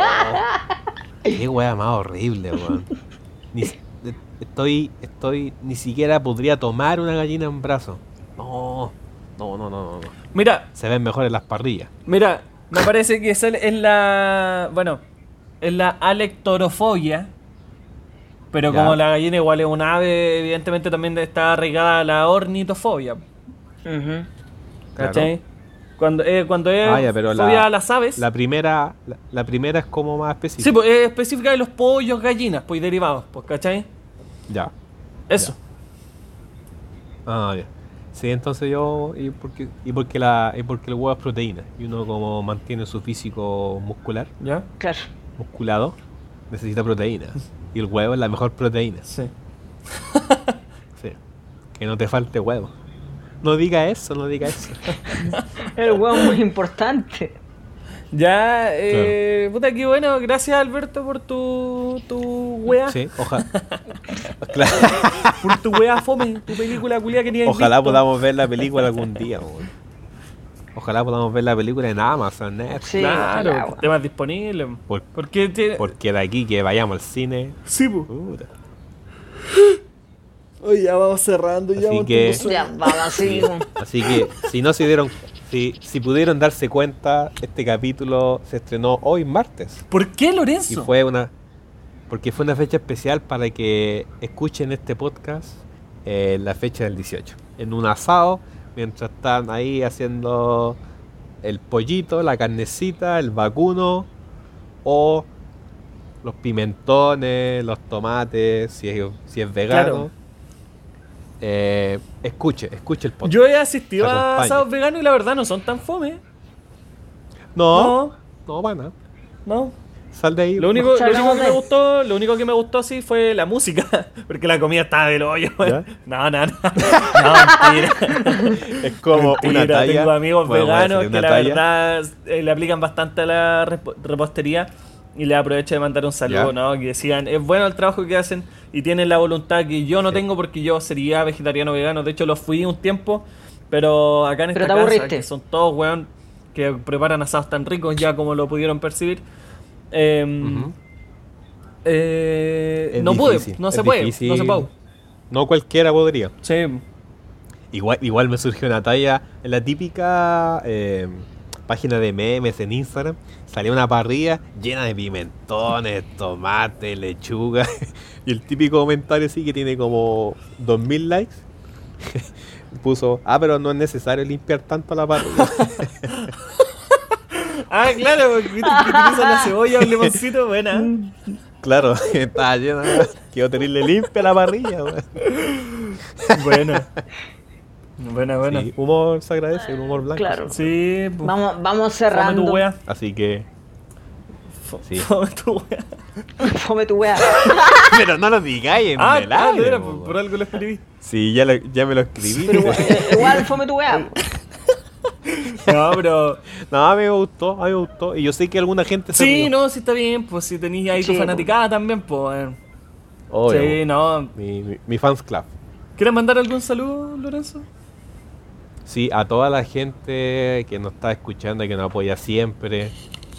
A: Oh, qué wea más horrible, weón. Ni si- Estoy, estoy, ni siquiera podría tomar una gallina en brazo. No, no, no, no, no. no.
C: Mira,
A: Se ven mejor en las parrillas.
C: Mira, me parece que esa es la. Bueno, es la alectorofobia. Pero
A: Ya.
C: como la gallina igual es un ave, evidentemente también está arraigada a la ornitofobia.
B: Ujú.
C: ¿Cachai? Cuando, eh, cuando es
A: Ah, ya, pero la-
C: fobia a las aves.
A: La primera, la, la primera es como más específica.
C: Sí, pues es específica de los pollos, gallinas, pues y derivados, pues, ¿cachai?
A: Ya.
C: Eso.
A: Ah, ya. Sí, entonces yo. Y porque, y porque la, y porque el huevo es proteína. Y uno como mantiene su físico muscular,
C: ¿Ya?
B: Claro.
A: musculado, necesita proteína. Y el huevo es la mejor proteína.
C: Sí.
A: Sí. Que no te falte huevo. No diga eso, no diga eso.
B: El huevo es muy importante.
C: Ya, eh, puta, qué bueno. Gracias, Alberto, por tu, tu wea.
A: Sí, ojalá. Claro,
C: Por tu wea fome, tu película culia que ni habéis
A: ojalá
C: visto.
A: podamos ver la película algún día, weón. Ojalá podamos ver la película en Amazon, Netflix.
B: Sí,
C: claro, pues,
B: ojalá, weón.
C: temas disponibles. pues.
A: Por-
C: Porque tiene.
A: Porque de aquí que vayamos al cine.
C: Sí, pues. po.
A: puta.
C: Oye, ya vamos cerrando,
A: Así
C: vamos
A: que-
C: teniendo
B: Ya, vamos así. weón.
A: Así que si no se dieron, si, si pudieron darse cuenta, este capítulo se estrenó hoy martes.
C: su- ¿Por qué
A: Y
C: Lorenzo?
A: fue una. Porque fue una fecha especial para que escuchen este podcast eh, la fecha del 18. En un asado, mientras están ahí haciendo el pollito, la carnecita, el vacuno o los pimentones, los tomates, si es, si es vegano.
C: Claro.
A: Eh, escuche, escuche el podcast.
C: Yo he asistido
A: Te
C: a
A: acompaño.
C: asados veganos y la verdad no son tan fome.
A: no,
C: no.
A: no, van a.
C: no.
A: Sal de ahí.
C: Lo único, lo único
B: Charlamos
C: que
B: de-
C: me gustó, lo único que me gustó así fue la música, porque la comida estaba del hoyo. pues.
A: ¿Ya?
C: No, no, no. No, mentira.
A: es como una
C: Mentira,
A: talla.
C: Tengo amigos
A: Bueno, voy a
C: veganos
A: decir
C: que
A: una
C: la
A: talla.
C: verdad eh, le aplican bastante a la resp- repostería y le aprovecho de mandar un
A: Ya.
C: saludo, ¿no? Que decían, es bueno el trabajo que hacen y tienen la voluntad que yo no tengo porque yo sería vegetariano vegano. De hecho, lo fui un tiempo, pero acá en
B: Pero
C: esta
B: te
C: casa,
B: aburriste.
C: que son todos, weón, que preparan asados tan ricos ya como lo pudieron percibir. em,
A: Ujú.
C: eh,
A: Es
C: no pude,
A: difícil,
C: no
A: es
C: se puede, no se
A: difícil.
C: puede.
A: No cualquiera podría.
C: Sí,
A: Igual, igual me surgió una talla en la típica eh, página de memes en Instagram. Salía una parrilla llena de pimentones, tomate, lechuga. Y el típico comentario sí que tiene como 2000 likes. Puso, ah, pero no es necesario limpiar tanto la parrilla.
C: Ah, claro, porque viste que utilizan la cebolla o el limoncito, buena.
A: Mm. claro, estaba llena. Quiero tenerle limpia la parrilla. weón.
C: Buena. Buena, buena.
A: Sí, humor se agradece, el humor blanco.
B: Claro.
C: Sí, pues,
B: Vamos, vamos
C: fome
B: cerrando.
C: tu wea.
A: Así que, Sí.
C: Fome tu wea.
B: Fome tu wea.
A: pero no lo digáis en
C: Ah,
A: el
C: claro,
A: aire,
C: era,
A: po,
C: por,
A: weón.
C: por algo lo escribí.
A: Sí, ya, lo- ya me lo escribí.
B: Pero igual, igual fome tu wea.
C: No, pero.
A: No, a mí me gustó, a mí me gustó. Y yo sé que alguna gente se
C: Sí,
A: rió.
C: no, sí está bien, pues si tenéis ahí tu
B: Sí,
C: fanaticada también, pues. eh.
A: Obvio,
C: Sí, no.
A: mi, mi- mi fans club.
C: ¿Quieres mandar algún saludo, Lorenzo?
A: Sí, a toda la gente que nos está escuchando y que nos apoya siempre.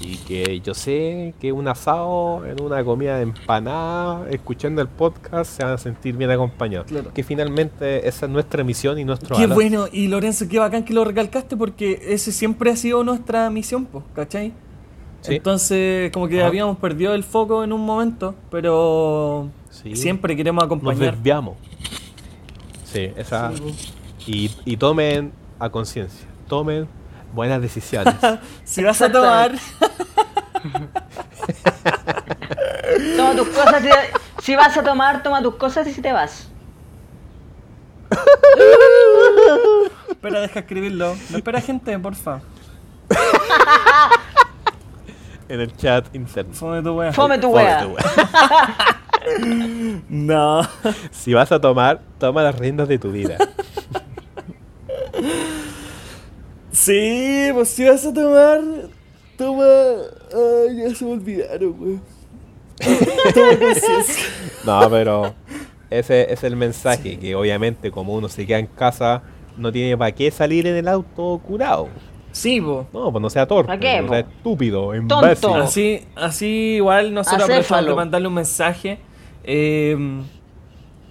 A: Y que yo sé que un asado en una comida de empanada, escuchando el podcast, se van a sentir bien acompañados. Que finalmente esa es nuestra misión y nuestro
C: Qué
A: valor.
C: bueno, y Lorenzo, qué bacán que lo recalcaste porque ese siempre ha sido nuestra misión, pues, ¿cachai?
A: Sí.
C: Entonces, como que
A: Ajá.
C: habíamos perdido el foco en un momento, pero
A: Sí.
C: siempre queremos
A: Nos
C: acompañar.
A: desviamos. Sí, esa. Y, y tomen a conciencia. Tomen buenas decisiones.
C: Si vas a tomar,
B: Toma tus cosas. y- si vas a tomar, toma tus cosas y si te vas.
C: espera, deja escribirlo. No espera gente, porfa.
A: en el chat interno.
C: Fome tu wea.
B: Fome tu
A: Pobre
B: wea.
A: tu wea.
C: No.
A: Si vas a tomar, toma las riendas de tu vida.
C: Sí, pues si vas a tomar, toma. Ay, ya se me olvidaron, wey.
A: No, pero ese es el mensaje, que obviamente como uno se queda en casa, no tiene para qué salir en el auto curado.
C: Sí, po.
A: No, pues no sea torpe,
B: ¿Pa qué,
A: no
B: po?
A: sea estúpido,
B: Tonto.
A: imbécil.
C: Así, así igual nosotros
B: Acéfalo.
C: aprovechamos de mandarle un mensaje eh,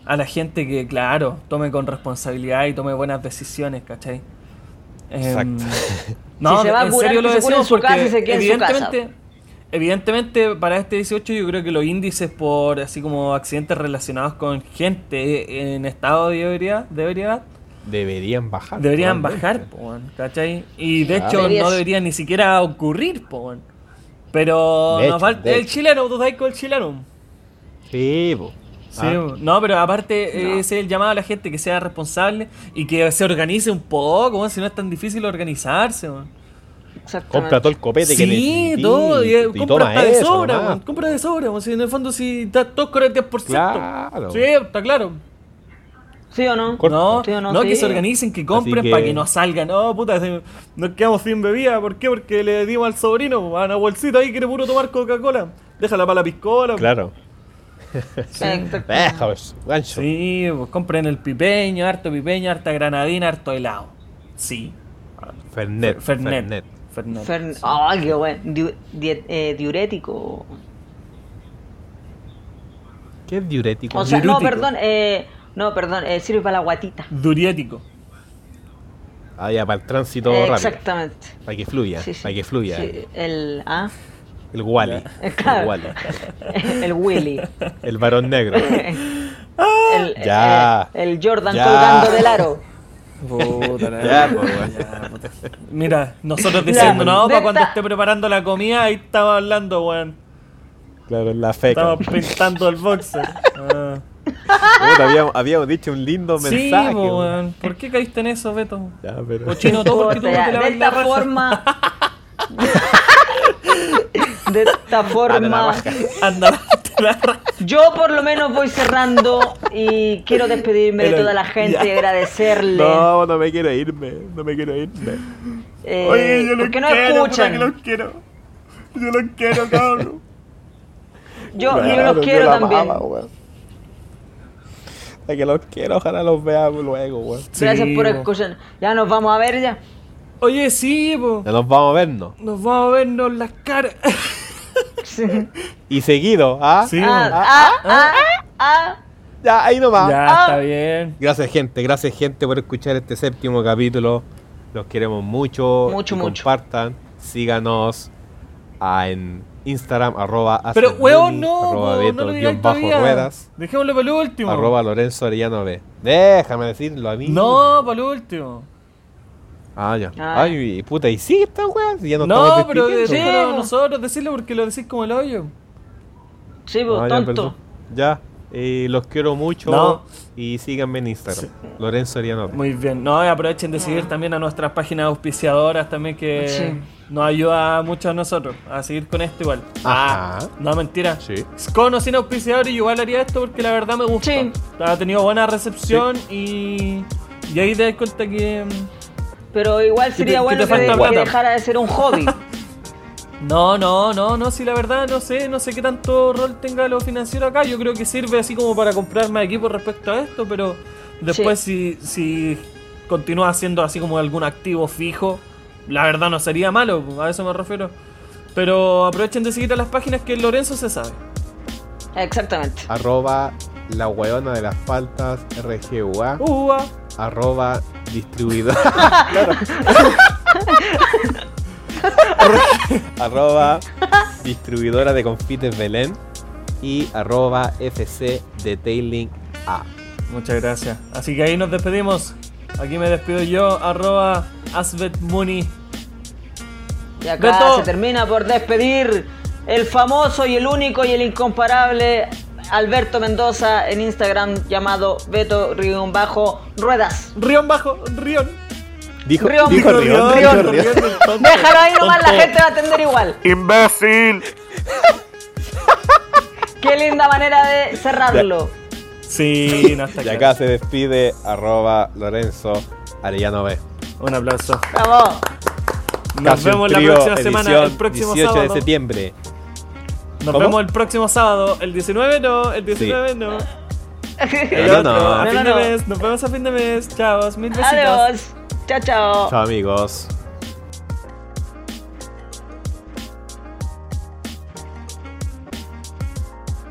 C: a la gente que, claro, tome con responsabilidad y tome buenas decisiones, ¿cachai? Em,
A: Exacto.
C: no,
B: Si se va a
C: en
B: curar,
C: serio
B: que
C: lo
B: se cure en
C: decimos
B: su
C: porque
B: casa y se quede en su
C: evidentemente, evidentemente para este 18 yo creo que los índices por así como accidentes relacionados con gente en estado de ebriedad, de ebriedad
A: Deberían bajar.
C: Deberían
A: realmente.
C: bajar, po, weón, ¿cachai? Y de
A: Ah, Claro.
C: hecho
B: Deberías.
C: no debería ni siquiera ocurrir, po, weón. Pero
A: De
C: nos
A: hecho,
C: falta
A: de
C: el
A: hecho.
C: chileno, tú sabes con el chileno.
A: Sí, po.
C: Sí,
A: Ah,
C: weón. no, pero aparte eh, ese es el llamado a la gente que sea responsable y que se organice un poco, weón, si no es tan difícil organizarse, weón.
A: Ah, compra todo el copete que
C: Sí,
A: necesitís
C: todo, y, eh,
A: y
C: compra hasta de
A: eso
C: sobra,
A: nomás.
C: weón, compra de sobra, weón, si en el fondo si está todo con el 10%.
A: Claro.
C: Sí, está claro.
B: ¿Sí o no?
A: Corto.
C: No,
B: Sí o no,
C: no, que
B: sí.
C: se organicen, que compren
A: Así que-
C: para que no salgan. No, puta, se- nos quedamos sin bebida. ¿Por qué? Porque le dimos al sobrino a una bolsita ahí que le puro tomar Coca-Cola. Déjala para la piscola.
A: Claro.
B: Exacto.
A: Deja, pues, gancho.
C: Sí, pues compren el pipeño, harto pipeño, harta granadina, harto helado. Sí.
A: Fernet.
C: Fernet.
A: Fernet.
C: Fernet.
B: Fern- Ah, qué buen. Diu- die- eh, diurético.
A: ¿Qué es diurético?
B: O sea, no,
C: Diurético.
B: perdón. eh, no, perdón. eh, sirve para la guatita.
C: Duriático.
A: Ah, ya, para el tránsito
B: Eh,
A: rápido.
B: exactamente.
A: Para que fluya,
B: Sí, sí.
A: para que fluya.
B: Sí, el, ah,
A: El Wally. El
B: Claro.
A: Wally.
B: el Willy.
A: El varón negro.
B: El,
A: Ya.
B: eh, el Jordan
A: Ya.
B: colgando del aro.
C: Puta, la-
A: Ya, po, weón.
C: ya, puta. Mira, nosotros diciendo,
B: Ya,
C: no, para
B: de
C: cuando
B: esta-
C: esté preparando la comida, ahí estaba hablando, weón.
A: Claro, la feca.
C: Estaba pintando el boxer. Ah.
A: Puta, habíamos, habíamos dicho un lindo
C: Sí,
A: mensaje.
C: po,
A: weón.
C: weón. ¿Por qué caíste en eso, Beto?
A: Ya, pero-
C: Cochino, todo porque tú no
B: Puta,
C: te
B: ya, de
C: lavas la
B: esta
C: raja.
B: forma. De esta
A: Ah,
B: forma,
C: Anda, lávate la raja.
B: yo por lo menos voy cerrando y quiero despedirme de
C: Pero-
B: toda la gente y agradecerle.
A: No, no me quiero irme. No me quiero irme.
B: eh,
D: Oye, yo los
B: porque no
D: quiero, puta
B: escuchan.
D: que los quiero. Yo los quiero, cabrón.
B: Yo, yo
A: Claro,
B: los quiero
A: la
B: también.
A: amaba, weón. Es que los quiero, ojalá los vea luego, weón.
B: Gracias
C: Sí,
B: por
C: po.
B: escuchar. Ya nos vamos a ver ya.
C: Oye, sí, po.
A: Ya nos vamos a vernos.
C: Nos vamos a vernos las caras.
B: Sí.
A: Y seguido, ¿ah?
C: Sí,
B: Ah, ah,
C: po.
B: ah, ah.
A: Ya, ahí nomás.
C: Ya,
B: ah.
C: está bien.
A: Gracias, gente. Gracias, gente, por escuchar este séptimo capítulo. Los queremos mucho.
B: Mucho,
A: Y
B: mucho.
A: Compartan. Síganos a- en Instagram, arroba
C: Pero,
A: hazmuni,
C: weón, no,
A: arroba
C: po,
A: Beto,
C: no lo
A: guión
C: digáis
A: bajo
C: todavía.
A: ruedas,
C: Dejémoslo para el último.
A: arroba Lorenzo Arellano B. Déjame decirlo a mí.
C: No, pues. para el último.
A: Ah, ya.
B: Ah.
A: Ay, puta, ¿y sí esta weá? Si Ya no,
C: No,
A: estamos
C: pero
A: despidiendo.
B: Sí,
C: déjalo
B: po.
C: nosotros decirlo porque lo decís como el hoyo.
B: Sí,
C: pues,
B: po,
A: Ah, ya,
B: tonto.
A: perdón. Ya, eh, los quiero mucho.
C: No.
A: Y síganme en Instagram. Lorenzo Ariano. B.
C: Muy bien, no, y aprovechen de seguir también a nuestras páginas auspiciadoras también que
B: Sí.
C: nos ayuda mucho a nosotros a seguir con esto igual.
A: Ajá.
C: No, mentira.
A: Sí.
C: Con o sin auspiciador yo igual haría esto porque la verdad me gusta.
B: Sí.
C: Ha tenido buena recepción y, y ahí te das cuenta que... mm,
B: Pero igual sería
C: te- que
B: bueno
C: te
B: que,
C: falta
B: de-
C: plata.
B: que dejara de ser un hobby.
C: No, no, no, no, si la verdad no sé, no sé qué tanto rol tenga lo financiero acá. Yo creo que sirve así como para comprar más equipo respecto a esto, pero después si, si continúa haciendo así como algún activo fijo, la verdad no sería malo, a eso me refiero. Pero aprovechen de seguir a las páginas que Lorenzo se sabe.
B: Exactamente.
A: Arroba la hueona de las faltas RGUA.
C: Uva,
A: Arroba distribuidor. arroba distribuidora de confites Belén. Y arroba FC Detailing A.
C: Muchas gracias. Así que ahí nos despedimos. Aquí me despido yo, arroba asvetmuni.
B: Y acá
C: Beto.
B: se termina por despedir el famoso y el único y el incomparable Alberto Mendoza en Instagram llamado Beto Rion Bajo Ruedas.
C: Rion bajo, rion.
A: Dijo,
B: Rion,
A: dijo
B: Rion,
A: Rion,
B: Rion,
A: dijo
B: Rion.
A: Rion.
B: Déjalo ahí nomás, la gente va a atender igual.
D: ¡Imbécil!
B: Qué linda manera de cerrarlo.
C: Sí, no está
A: Y
C: claro.
A: acá se despide arroba Lorenzo Arellano B.
C: Un aplauso.
B: Bravo.
C: Nos
A: Casi un
C: vemos la
A: trío,
C: próxima semana, el
A: edición 18
C: próximo
A: de
C: sábado.
A: septiembre.
C: Nos
A: ¿Cómo?
C: vemos el próximo sábado, el 19 no, el 19 no. El
A: No,
C: otro,
A: no.
C: a
B: No,
C: fin
B: no,
C: de
B: no.
C: mes, nos vemos a fin de mes. Chavos, mil besitos.
B: Adiós. Chao, chao.
A: Chao amigos.